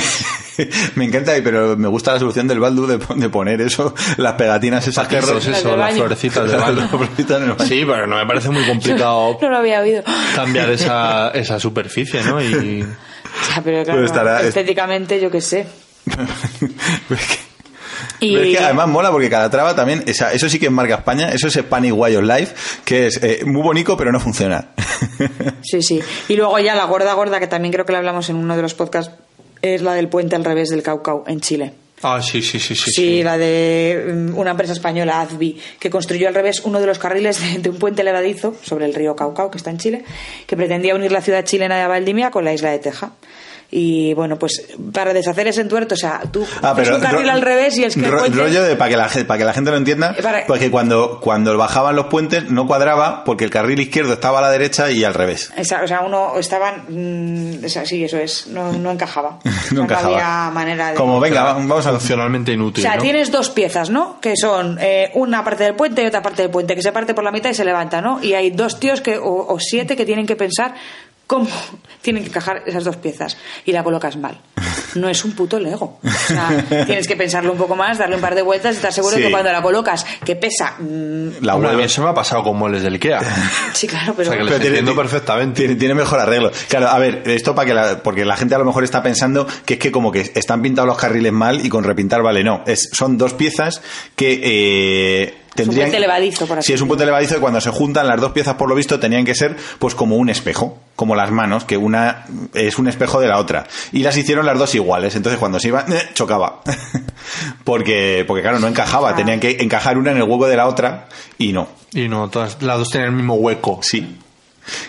Speaker 2: (laughs) me encanta, pero me gusta la solución del Baldu de, de poner eso, las pegatinas esas que (laughs)
Speaker 1: Eso,
Speaker 3: (laughs) Las del
Speaker 1: eso, las
Speaker 3: baño.
Speaker 1: florecitas de
Speaker 3: (laughs)
Speaker 1: baño.
Speaker 2: Las florecitas en el baño.
Speaker 1: Sí, pero no me parece muy complicado
Speaker 3: No lo había oído. (gasps)
Speaker 1: cambiar esa, esa superficie, ¿no? Y
Speaker 3: Ya, pero claro,
Speaker 2: Pero Pues estará-
Speaker 3: estéticamente yo qué sé.
Speaker 2: Pero es que-
Speaker 3: Y-
Speaker 2: pero es que además mola porque cada traba también, esa- eso sí que es marca España, eso es Spanish Way of Life, que es eh, muy bonito pero no funciona. (laughs)
Speaker 3: Sí, sí. Y luego ya la gorda gorda, que también creo que la hablamos en uno de los podcasts, es la del puente al revés del Caucao en Chile.
Speaker 1: Ah, sí, sí, sí, sí.
Speaker 3: Sí, la de mm, una empresa española, Azbi, que construyó al revés uno de los carriles de, de un puente levadizo sobre el río Caucao, que está en Chile, que pretendía unir la ciudad chilena de Valdivia con la isla de Teja. Y bueno, pues para deshacer ese entuerto, o sea, tú haces un carril
Speaker 2: Ah, ro-
Speaker 3: al revés y es que el
Speaker 2: ro-
Speaker 3: puente-
Speaker 2: rollo de para que la gente para que la gente lo entienda,
Speaker 3: Eh, para-
Speaker 2: porque cuando cuando bajaban los puentes no cuadraba porque el carril izquierdo estaba a la derecha y al revés. (laughs)
Speaker 3: Esa- o sea, uno estaban. mm, o sea, sí, eso es. No, no encajaba. O sea,
Speaker 2: (laughs) No encajaba.
Speaker 3: había manera de.
Speaker 2: Como venga, va- vamos a
Speaker 1: Funcionalmente
Speaker 3: O
Speaker 1: inútil.
Speaker 3: sea,
Speaker 1: ¿no?
Speaker 3: tienes dos piezas, ¿no? Que son eh, una parte del puente y otra parte del puente, que se parte por la mitad y se levanta, ¿no? Y hay dos tíos que, o, o siete que tienen que pensar cómo (laughs) tienen que encajar esas dos piezas y la colocas mal. No es un puto Lego. O
Speaker 2: (laughs)
Speaker 3: sea, tienes que pensarlo un poco más, darle un par de vueltas y estar seguro
Speaker 2: Sí.
Speaker 3: que cuando la colocas, que pesa. mm,
Speaker 2: la
Speaker 1: Hombre, a mí
Speaker 2: vuelves.
Speaker 1: eso me ha pasado con muebles del
Speaker 3: (laughs)
Speaker 1: Ikea.
Speaker 3: sí, claro, pero.
Speaker 1: O sea, que
Speaker 2: Pero
Speaker 1: les entiendo perfectamente.
Speaker 2: Tiene, tiene mejor arreglo. Claro, a ver, esto para que la, porque la gente a lo mejor está pensando que es que como que están pintados los carriles mal y con repintar vale, no. Es, son dos piezas que eh, tendrían.
Speaker 3: puente levadizo, por así
Speaker 2: Sí, es un puente levadizo que cuando se juntan las dos piezas, por lo visto, tenían que ser pues como un espejo, como las manos, que una es un espejo de la otra. Y las hicieron las dos iguales. Entonces cuando se iba, eh, chocaba. (laughs) porque, porque claro, no encajaba. Tenían que encajar una en el hueco de la otra y no.
Speaker 1: Y no, todas las dos tienen el mismo hueco.
Speaker 2: Sí.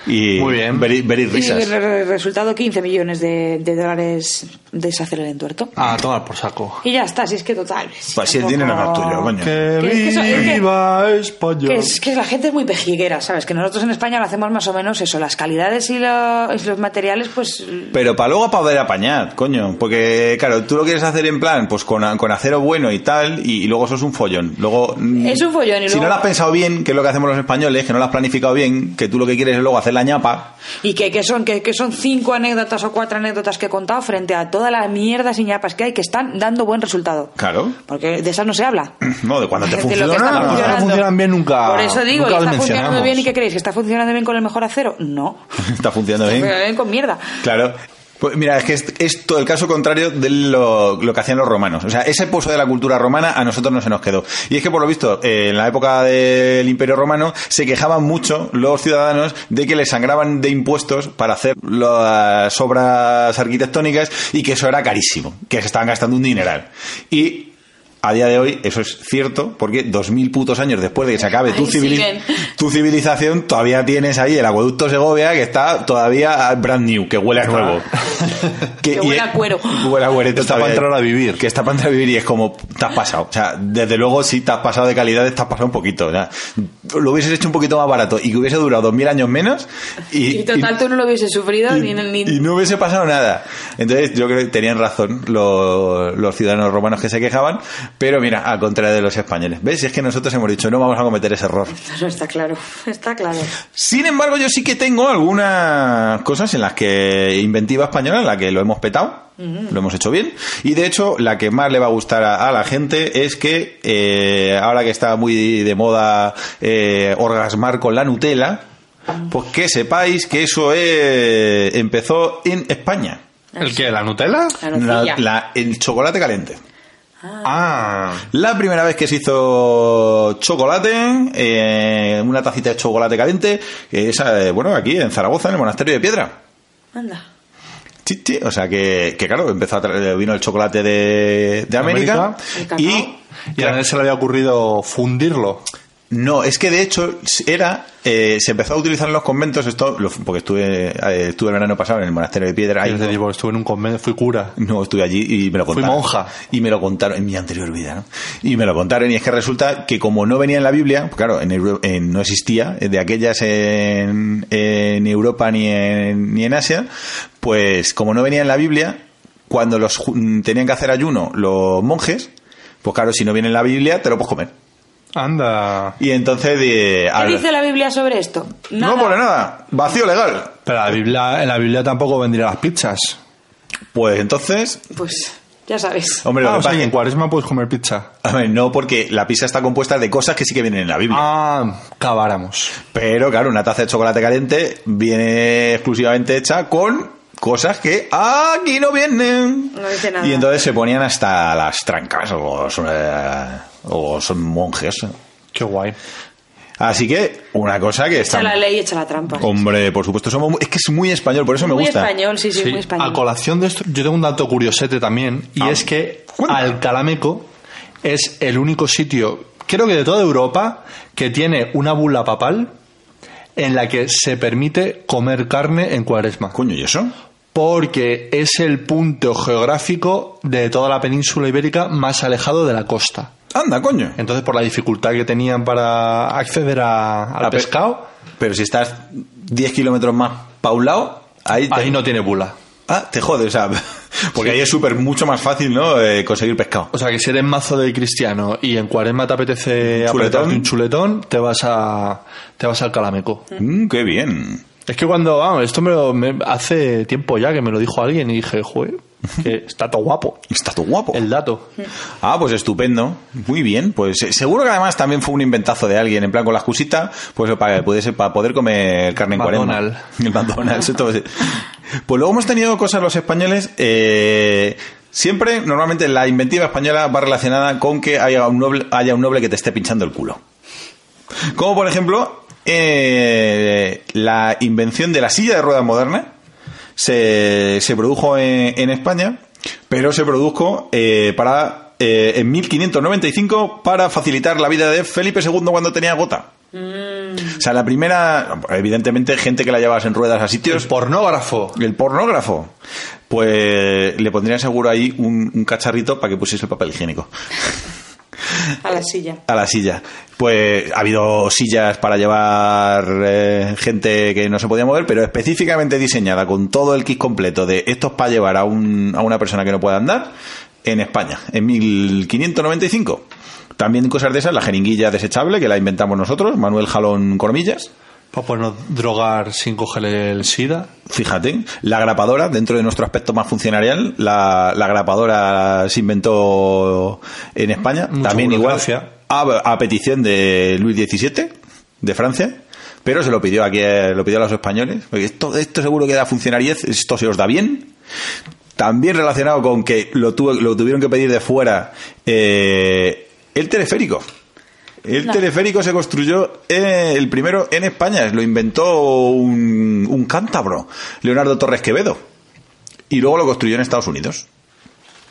Speaker 2: Y
Speaker 1: Muy bien.
Speaker 2: Very, very risas.
Speaker 3: Y el re- resultado 15 millones de, de dólares deshacer el entuerto.
Speaker 1: A tomar Ah, por saco.
Speaker 3: Y ya está, si es que total.
Speaker 2: Ah. Pues si el
Speaker 3: tampoco-
Speaker 2: dinero no es tuyo, coño.
Speaker 1: Que
Speaker 3: Que- que eso- es que-
Speaker 1: viva España.
Speaker 3: Que es que la gente es muy pejiguera, ¿sabes? Que nosotros en España lo hacemos más o menos eso. Las calidades y, lo- y los materiales, pues.
Speaker 2: Pero para luego para poder apañar, coño. Porque, claro, tú lo quieres hacer en plan, pues con, con acero bueno y tal, y, y luego sos un follón. Luego, mm,
Speaker 3: Es un follón y
Speaker 2: Si
Speaker 3: luego-
Speaker 2: no lo has pensado bien, que es lo que hacemos los españoles, que no lo has planificado bien, que tú lo que quieres es luego hacer la ñapa.
Speaker 3: Y que, que son que, que son cinco anécdotas o cuatro anécdotas que he contado frente a toda la mierda sin ñapas que hay que están dando buen resultado.
Speaker 2: Claro.
Speaker 3: Porque de esas no se habla.
Speaker 2: No, de cuando te
Speaker 3: De lo que está
Speaker 2: funciona. no,
Speaker 3: funcionando.
Speaker 1: no funcionan bien nunca-
Speaker 3: Por eso digo,
Speaker 1: nunca las
Speaker 3: ¿y ¿está funcionando
Speaker 1: mencionamos.
Speaker 3: bien y qué creéis? ¿Que está funcionando bien con el mejor acero? No.
Speaker 2: Está funcionando bien.
Speaker 3: Pero ven con mierda.
Speaker 2: Claro. Pues mira, es que es, es todo el caso contrario de lo, lo que hacían los romanos. O sea, ese pozo de la cultura romana a nosotros no se nos quedó. Y es que, por lo visto, eh, en la época del Imperio Romano se quejaban mucho los ciudadanos de que les sangraban de impuestos para hacer las obras arquitectónicas y que eso era carísimo, que se estaban gastando un dineral. Y a día de hoy eso es cierto, porque dos mil putos años después de que se acabe tu,
Speaker 3: Ahí
Speaker 2: civili-
Speaker 3: siguen.
Speaker 2: tu civilización, todavía tienes ahí el acueducto Segovia que está todavía brand new, que huele a
Speaker 3: (laughs)
Speaker 2: nuevo.
Speaker 3: Que huele a cuero.
Speaker 2: Huele a cuero.
Speaker 1: Que está para entrar a vivir.
Speaker 2: Que está para entrar a vivir y es como, te has pasado. O sea, desde luego si te has pasado de calidad, te has pasado un poquito. O sea, lo hubieses hecho un poquito más barato y que hubiese durado dos mil años menos y,
Speaker 3: Y total, tú no lo hubiese sufrido
Speaker 2: y-
Speaker 3: ni en el. Ni...
Speaker 2: y no hubiese pasado nada. Entonces, yo creo que tenían razón los, los ciudadanos romanos que se quejaban, pero mira, al contrario de los españoles. ¿Ves? Es que nosotros hemos dicho, no vamos a cometer ese error.
Speaker 3: No, está claro, (laughs) está claro.
Speaker 2: Sin embargo, yo sí que tengo algunas cosas en las que inventiva española, en la que lo hemos petado, lo hemos hecho bien. Y de hecho, la que más le va a gustar a, a la gente es que eh, ahora que está muy de moda eh, orgasmar con la Nutella, pues que sepáis que eso eh, empezó en España.
Speaker 1: ¿El qué? ¿La Nutella?
Speaker 3: La
Speaker 2: La-
Speaker 3: nocilla.
Speaker 2: la- el chocolate caliente.
Speaker 1: Ah.
Speaker 2: La primera vez que se hizo chocolate, eh, una tacita de chocolate caliente, que es, eh, bueno, aquí en Zaragoza, en el Monasterio de Piedra.
Speaker 3: Anda.
Speaker 2: Chi, chi. O sea que, que claro, empezó a tra- vino el chocolate de, de América,
Speaker 1: América.
Speaker 3: El cacao.
Speaker 2: y
Speaker 1: Y a nadie se le había ocurrido fundirlo.
Speaker 2: no, es que de hecho era, eh, se empezó a utilizar en los conventos, esto, lo- porque estuve, eh, estuve el verano pasado en el monasterio de Piedra, ahí
Speaker 1: Yo te digo, estuve en un convento, fui cura.
Speaker 2: No, estuve allí y me lo
Speaker 1: Fui
Speaker 2: contaron.
Speaker 1: monja.
Speaker 2: Y me lo contaron en mi anterior vida, ¿no? Y me lo contaron y es que resulta que como no venía en la Biblia, pues claro, en, Euro- en- no existía, eh, de aquellas en, en Europa ni en, ni en Asia, pues como no venía en la Biblia, cuando los ju- tenían que hacer ayuno los monjes, pues claro, si no viene en la Biblia, te lo puedes comer.
Speaker 1: Anda.
Speaker 2: Y entonces... de-
Speaker 3: ¿Qué
Speaker 2: al-
Speaker 3: dice la Biblia sobre esto?
Speaker 2: No pone nada, vacío legal.
Speaker 1: Pero la Biblia, en la Biblia tampoco vendría las pizzas.
Speaker 2: Pues entonces...
Speaker 3: Pues ya sabes.
Speaker 2: Hombre, lo
Speaker 1: ah,
Speaker 2: que
Speaker 1: o sea,
Speaker 2: pasa-
Speaker 1: y en cuaresma puedes comer pizza.
Speaker 2: (laughs) A ver, no, porque la pizza está compuesta de cosas que sí que vienen en la Biblia.
Speaker 1: Ah, cabáramos.
Speaker 2: Pero claro, una taza de chocolate caliente viene exclusivamente hecha con cosas que aquí no vienen.
Speaker 8: No dice nada.
Speaker 2: Y entonces se ponían hasta las trancas o son, eh, o son monjes.
Speaker 1: Qué guay.
Speaker 2: Así que una cosa que está...
Speaker 8: Echa la ley, echa la trampa.
Speaker 2: Hombre, por supuesto, somos muy- es que es muy español, por eso me
Speaker 8: muy
Speaker 2: gusta.
Speaker 8: español, sí, sí,
Speaker 1: Sí,
Speaker 8: muy español.
Speaker 1: A colación de esto, yo tengo un dato curiosete también, y
Speaker 2: Ah,
Speaker 1: es que
Speaker 2: cuenta.
Speaker 1: Alcalameco es el único sitio, creo que de toda Europa, que tiene una bula papal en la que se permite comer carne en cuaresma.
Speaker 2: Coño, ¿y eso?
Speaker 1: Porque es el punto geográfico de toda la península ibérica más alejado de la costa.
Speaker 2: Anda, coño.
Speaker 1: Entonces, por la dificultad que tenían para acceder a- al
Speaker 2: Ah, pe-
Speaker 1: pescado,
Speaker 2: Pero si estás 10 kilómetros más pa' un lado, ahí, te-
Speaker 1: ahí no tiene bula.
Speaker 2: Ah, te jode, o sea, (laughs) porque ahí es súper mucho más fácil, ¿no? Eh, conseguir pescado.
Speaker 1: O sea, que si eres mazo de cristiano y en cuaresma te apetece
Speaker 2: Chuletón.
Speaker 1: apretarte un chuletón, te vas a te vas al calameco.
Speaker 2: Mm, qué bien.
Speaker 1: Es que cuando, vamos, esto me, lo- me- hace tiempo ya que me lo dijo alguien y dije, joder, que (laughs) está todo guapo
Speaker 2: Está todo guapo.
Speaker 1: el dato.
Speaker 2: Ah, pues estupendo. Muy bien. Pues eh, seguro que además también fue un inventazo de alguien, en plan con la excusita, pues para, que pudiese- para poder comer carne en
Speaker 1: McDonald's.
Speaker 2: cuaresma. (laughs) El McDonald's. esto va a ser. Pues luego hemos tenido cosas los españoles. eh, siempre, normalmente, la inventiva española va relacionada con que haya un noble, haya un noble que te esté pinchando el culo. Como por ejemplo, eh, la invención de la silla de ruedas moderna se, se produjo en, en España, pero se produjo eh, para eh, en 1595 para facilitar la vida de Felipe II cuando tenía gota. O sea, la primera, evidentemente, gente que la llevabas en ruedas a sitios.
Speaker 1: El pornógrafo.
Speaker 2: El pornógrafo. Pues le pondrían seguro ahí un, un cacharrito para que pusiese el papel higiénico
Speaker 8: A la silla.
Speaker 2: a la silla. Pues ha habido sillas para llevar eh, gente que no se podía mover, pero específicamente diseñada con todo el kit completo de estos para llevar a, un- a una persona que no pueda andar en España, en 1595. También cosas de esas, la jeringuilla desechable que la inventamos nosotros, Manuel Jalón Cormillas.
Speaker 1: Para podernos Pues, drogar sin coger el SIDA.
Speaker 2: Fíjate, la grapadora, dentro de nuestro aspecto más funcionarial, la, la grapadora se inventó en España.
Speaker 1: Mucha
Speaker 2: También igual
Speaker 1: burocracia.
Speaker 2: a, a petición de Luis XVII, de Francia, pero se lo pidió aquí, eh, lo pidió a los españoles. porque Esto, esto seguro que da funcionariez, esto se os da bien. También relacionado con que lo, tuvo- lo tuvieron que pedir de fuera eh, el teleférico. El teleférico se construyó eh, el primero en España, lo inventó un, un cántabro, Leonardo Torres Quevedo, y luego lo construyó en Estados Unidos.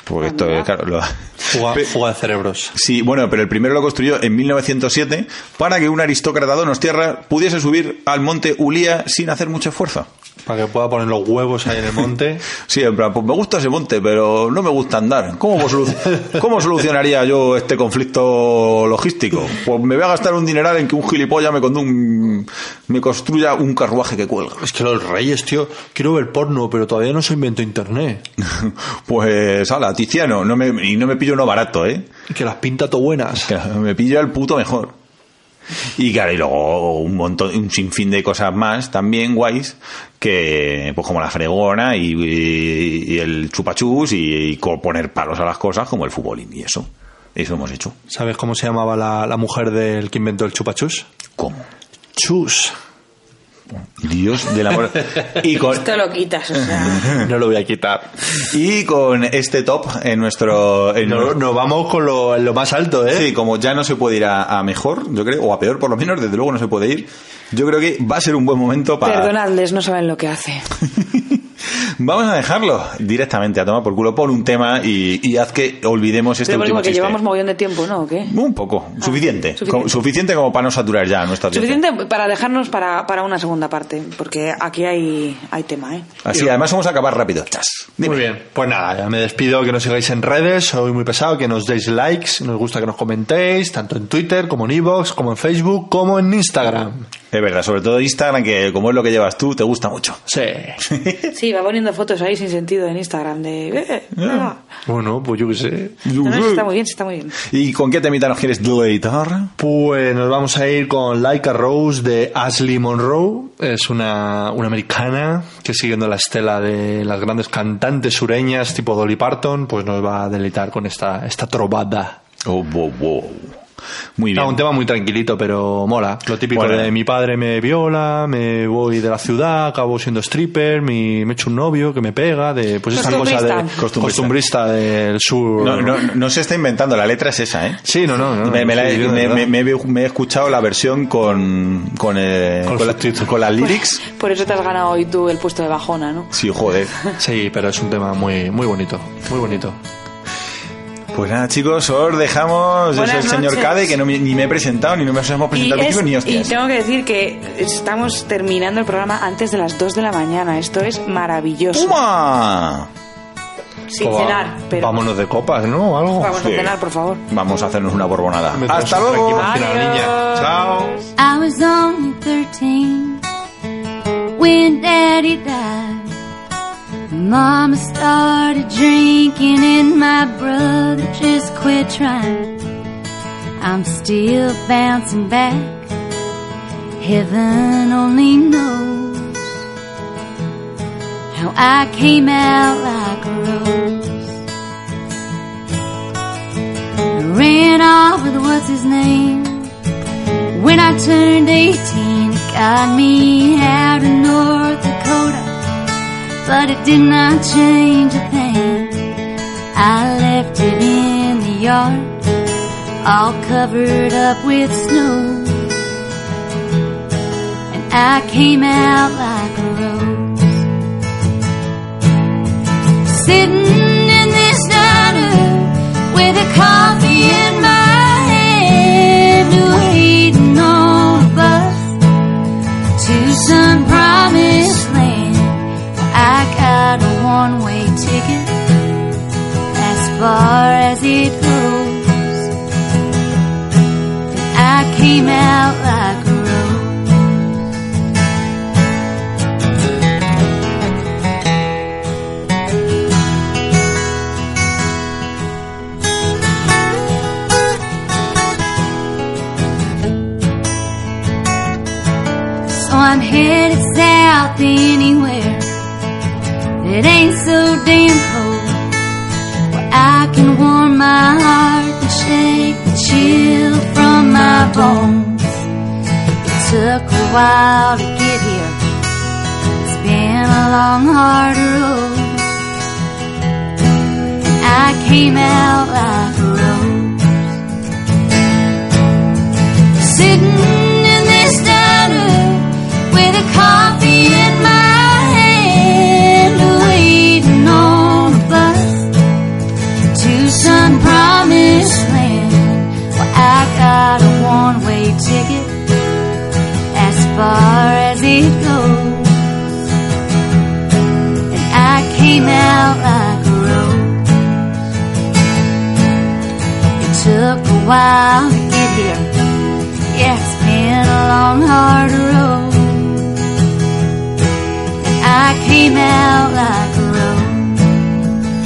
Speaker 2: Porque esto,
Speaker 8: Anda.
Speaker 2: claro, lo- (laughs)
Speaker 1: Fuga,
Speaker 2: Pe-
Speaker 1: fuga de cerebros.
Speaker 2: Sí, bueno, pero el primero lo construyó en 1907 para que un aristócrata de Donostierra pudiese subir al monte Ulía sin hacer mucho esfuerzo.
Speaker 1: Para que pueda poner los huevos ahí en el (laughs) monte.
Speaker 2: Sí, en plan, pues me gusta ese monte, pero no me gusta andar. ¿Cómo, puedo solu- cómo solucionaría yo este conflicto logístico? Pues me voy a gastar un dineral en que un gilipollas me, condu- un- me construya un carruaje que cuelga. (laughs)
Speaker 1: Es que los reyes, tío, quiero ver porno, pero todavía no se inventó internet.
Speaker 2: Pues, ala, Tiziano, no me, y no me pillo uno barato, ¿eh?
Speaker 1: Que las pinta todo buenas.
Speaker 2: Claro, me pillo al puto mejor. Y claro, y luego un montón, un sinfín de cosas más también guays, que pues como la fregona y, y- y el chupachus y, y co- poner palos a las cosas como el futbolín y eso. Eso hemos hecho.
Speaker 1: ¿Sabes cómo se llamaba la, la mujer del que inventó el chupachus?
Speaker 2: ¿Cómo?
Speaker 1: Chus.
Speaker 2: Dios del amor. Y con,
Speaker 8: Esto lo quitas, o sea.
Speaker 1: No lo voy a quitar.
Speaker 2: y con este top en nuestro... en
Speaker 1: No,
Speaker 2: nuestro-
Speaker 1: nos vamos con lo, en lo más alto, ¿eh?
Speaker 2: Sí, como ya no se puede ir a, a mejor, yo creo, o a peor por lo menos, desde luego no se puede ir. Yo creo que va a ser un buen momento (laughs) para... Este
Speaker 8: Perdonadles, no saben lo que hace.
Speaker 2: (laughs) Vamos a dejarlo directamente a tomar por culo. Pon un tema y, y haz que olvidemos este
Speaker 8: Pero
Speaker 2: último
Speaker 8: porque
Speaker 2: chiste.
Speaker 8: llevamos mogollón de tiempo, ¿no? ¿O qué?
Speaker 2: Un poco, suficiente.
Speaker 8: suficiente.
Speaker 2: Como- Suficiente. Como, para no saturar ya nuestra audiencia.
Speaker 8: Suficiente para dejarnos para, para una segunda parte, porque aquí hay, hay tema, ¿eh?
Speaker 2: Así, además vamos a acabar rápido. Chas. Dime.
Speaker 1: Muy bien, pues nada, ya me despido, que nos sigáis en redes, soy muy pesado, que nos deis likes, nos gusta que nos comentéis, tanto en Twitter como en Evox, como en Facebook, como en Instagram.
Speaker 2: Es verdad, sobre todo Instagram, que como es lo que llevas tú, te gusta mucho.
Speaker 1: Sí.
Speaker 8: Sí, va poniendo fotos ahí sin sentido en Instagram de... eh, ah.
Speaker 1: (laughs) Bueno, pues yo qué sé.
Speaker 8: No, no, sí está muy bien, sí está muy bien.
Speaker 2: ¿Y con qué temita nos quieres deleitar?
Speaker 1: Pues nos vamos a ir con Like a Rose de Ashley Monroe. Es una, una americana que siguiendo la estela de las grandes cantantes sureñas tipo Dolly Parton, pues nos va a deleitar con esta, esta trovada.
Speaker 2: Oh, wow, wow. Muy bien.
Speaker 1: Claro, Ah, un tema muy tranquilito, pero mola. Lo típico
Speaker 2: Bueno.
Speaker 1: de mi padre me viola, me voy de la ciudad, acabo siendo stripper, mi- me echo un novio que me pega, de pues esa cosa de
Speaker 3: Costumbrista.
Speaker 1: costumbrista, del sur.
Speaker 2: No,
Speaker 1: (laughs)
Speaker 2: no, no se está inventando, la letra es esa, ¿eh?
Speaker 1: Sí, no, no, no.
Speaker 2: Me, me la-
Speaker 1: Sí, yo, de
Speaker 2: me- me-
Speaker 1: verdad.
Speaker 2: me he- me he escuchado la versión con con, eh,
Speaker 1: Con
Speaker 2: con la-
Speaker 1: subtítulos.
Speaker 2: con las lyrics.
Speaker 3: Por eso te has ganado hoy tú el puesto de bajona, ¿no?
Speaker 2: Sí, joder.
Speaker 1: Sí, pero es un tema muy, muy bonito, muy bonito.
Speaker 2: Pues nada, chicos, os dejamos. Yo soy el
Speaker 3: Buenas
Speaker 2: señor
Speaker 3: noches.
Speaker 2: Cade, que no me- ni me he presentado, ni nos hemos presentado
Speaker 3: es-
Speaker 2: chicos, ni
Speaker 3: y
Speaker 2: hostias.
Speaker 3: tengo que decir que estamos terminando el programa antes de las 2 de la mañana. Esto es maravilloso.
Speaker 2: ¡Puma!
Speaker 3: Sin
Speaker 1: Pues va-
Speaker 3: cenar, pero
Speaker 1: Vámonos de copas, ¿no? O Algo.
Speaker 3: vamos a
Speaker 2: Sí.
Speaker 3: cenar, por favor.
Speaker 2: Vamos a hacernos una borbonada.
Speaker 1: Me traes
Speaker 2: ¡Hasta
Speaker 1: otra aquí
Speaker 2: luego!
Speaker 1: para cenar, niña. Chao.
Speaker 9: I was only 13 when Daddy died. Mama started drinking, and my brother just quit trying. I'm still bouncing back. Heaven only knows how I came out like a rose. I ran off with what's his name. When I turned 18, it got me out of North Dakota. But it did not change a thing. I left it in the yard, all covered up with snow. And I came out like a rose. Sitting in this diner with a coffee in my hand, New Haven on a bus to some promised land. I got a one way ticket as far as it goes. But I came out like a rose. So I'm headed south anywhere that ain't so damn cold. Where I can warm my heart and shake the chill from my bones. It took a while to get here. It's been a long, hard road. And I came out like a rose. Sitting in this diner with a coffee in my hand, waiting on a bus to some promised land. Well, I got a one way ticket as far as it goes, and I came out like a rose. It took a while to get here. Yeah, it's been a long, hard road. And I came out like a rose.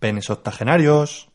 Speaker 1: Penes octogenarios.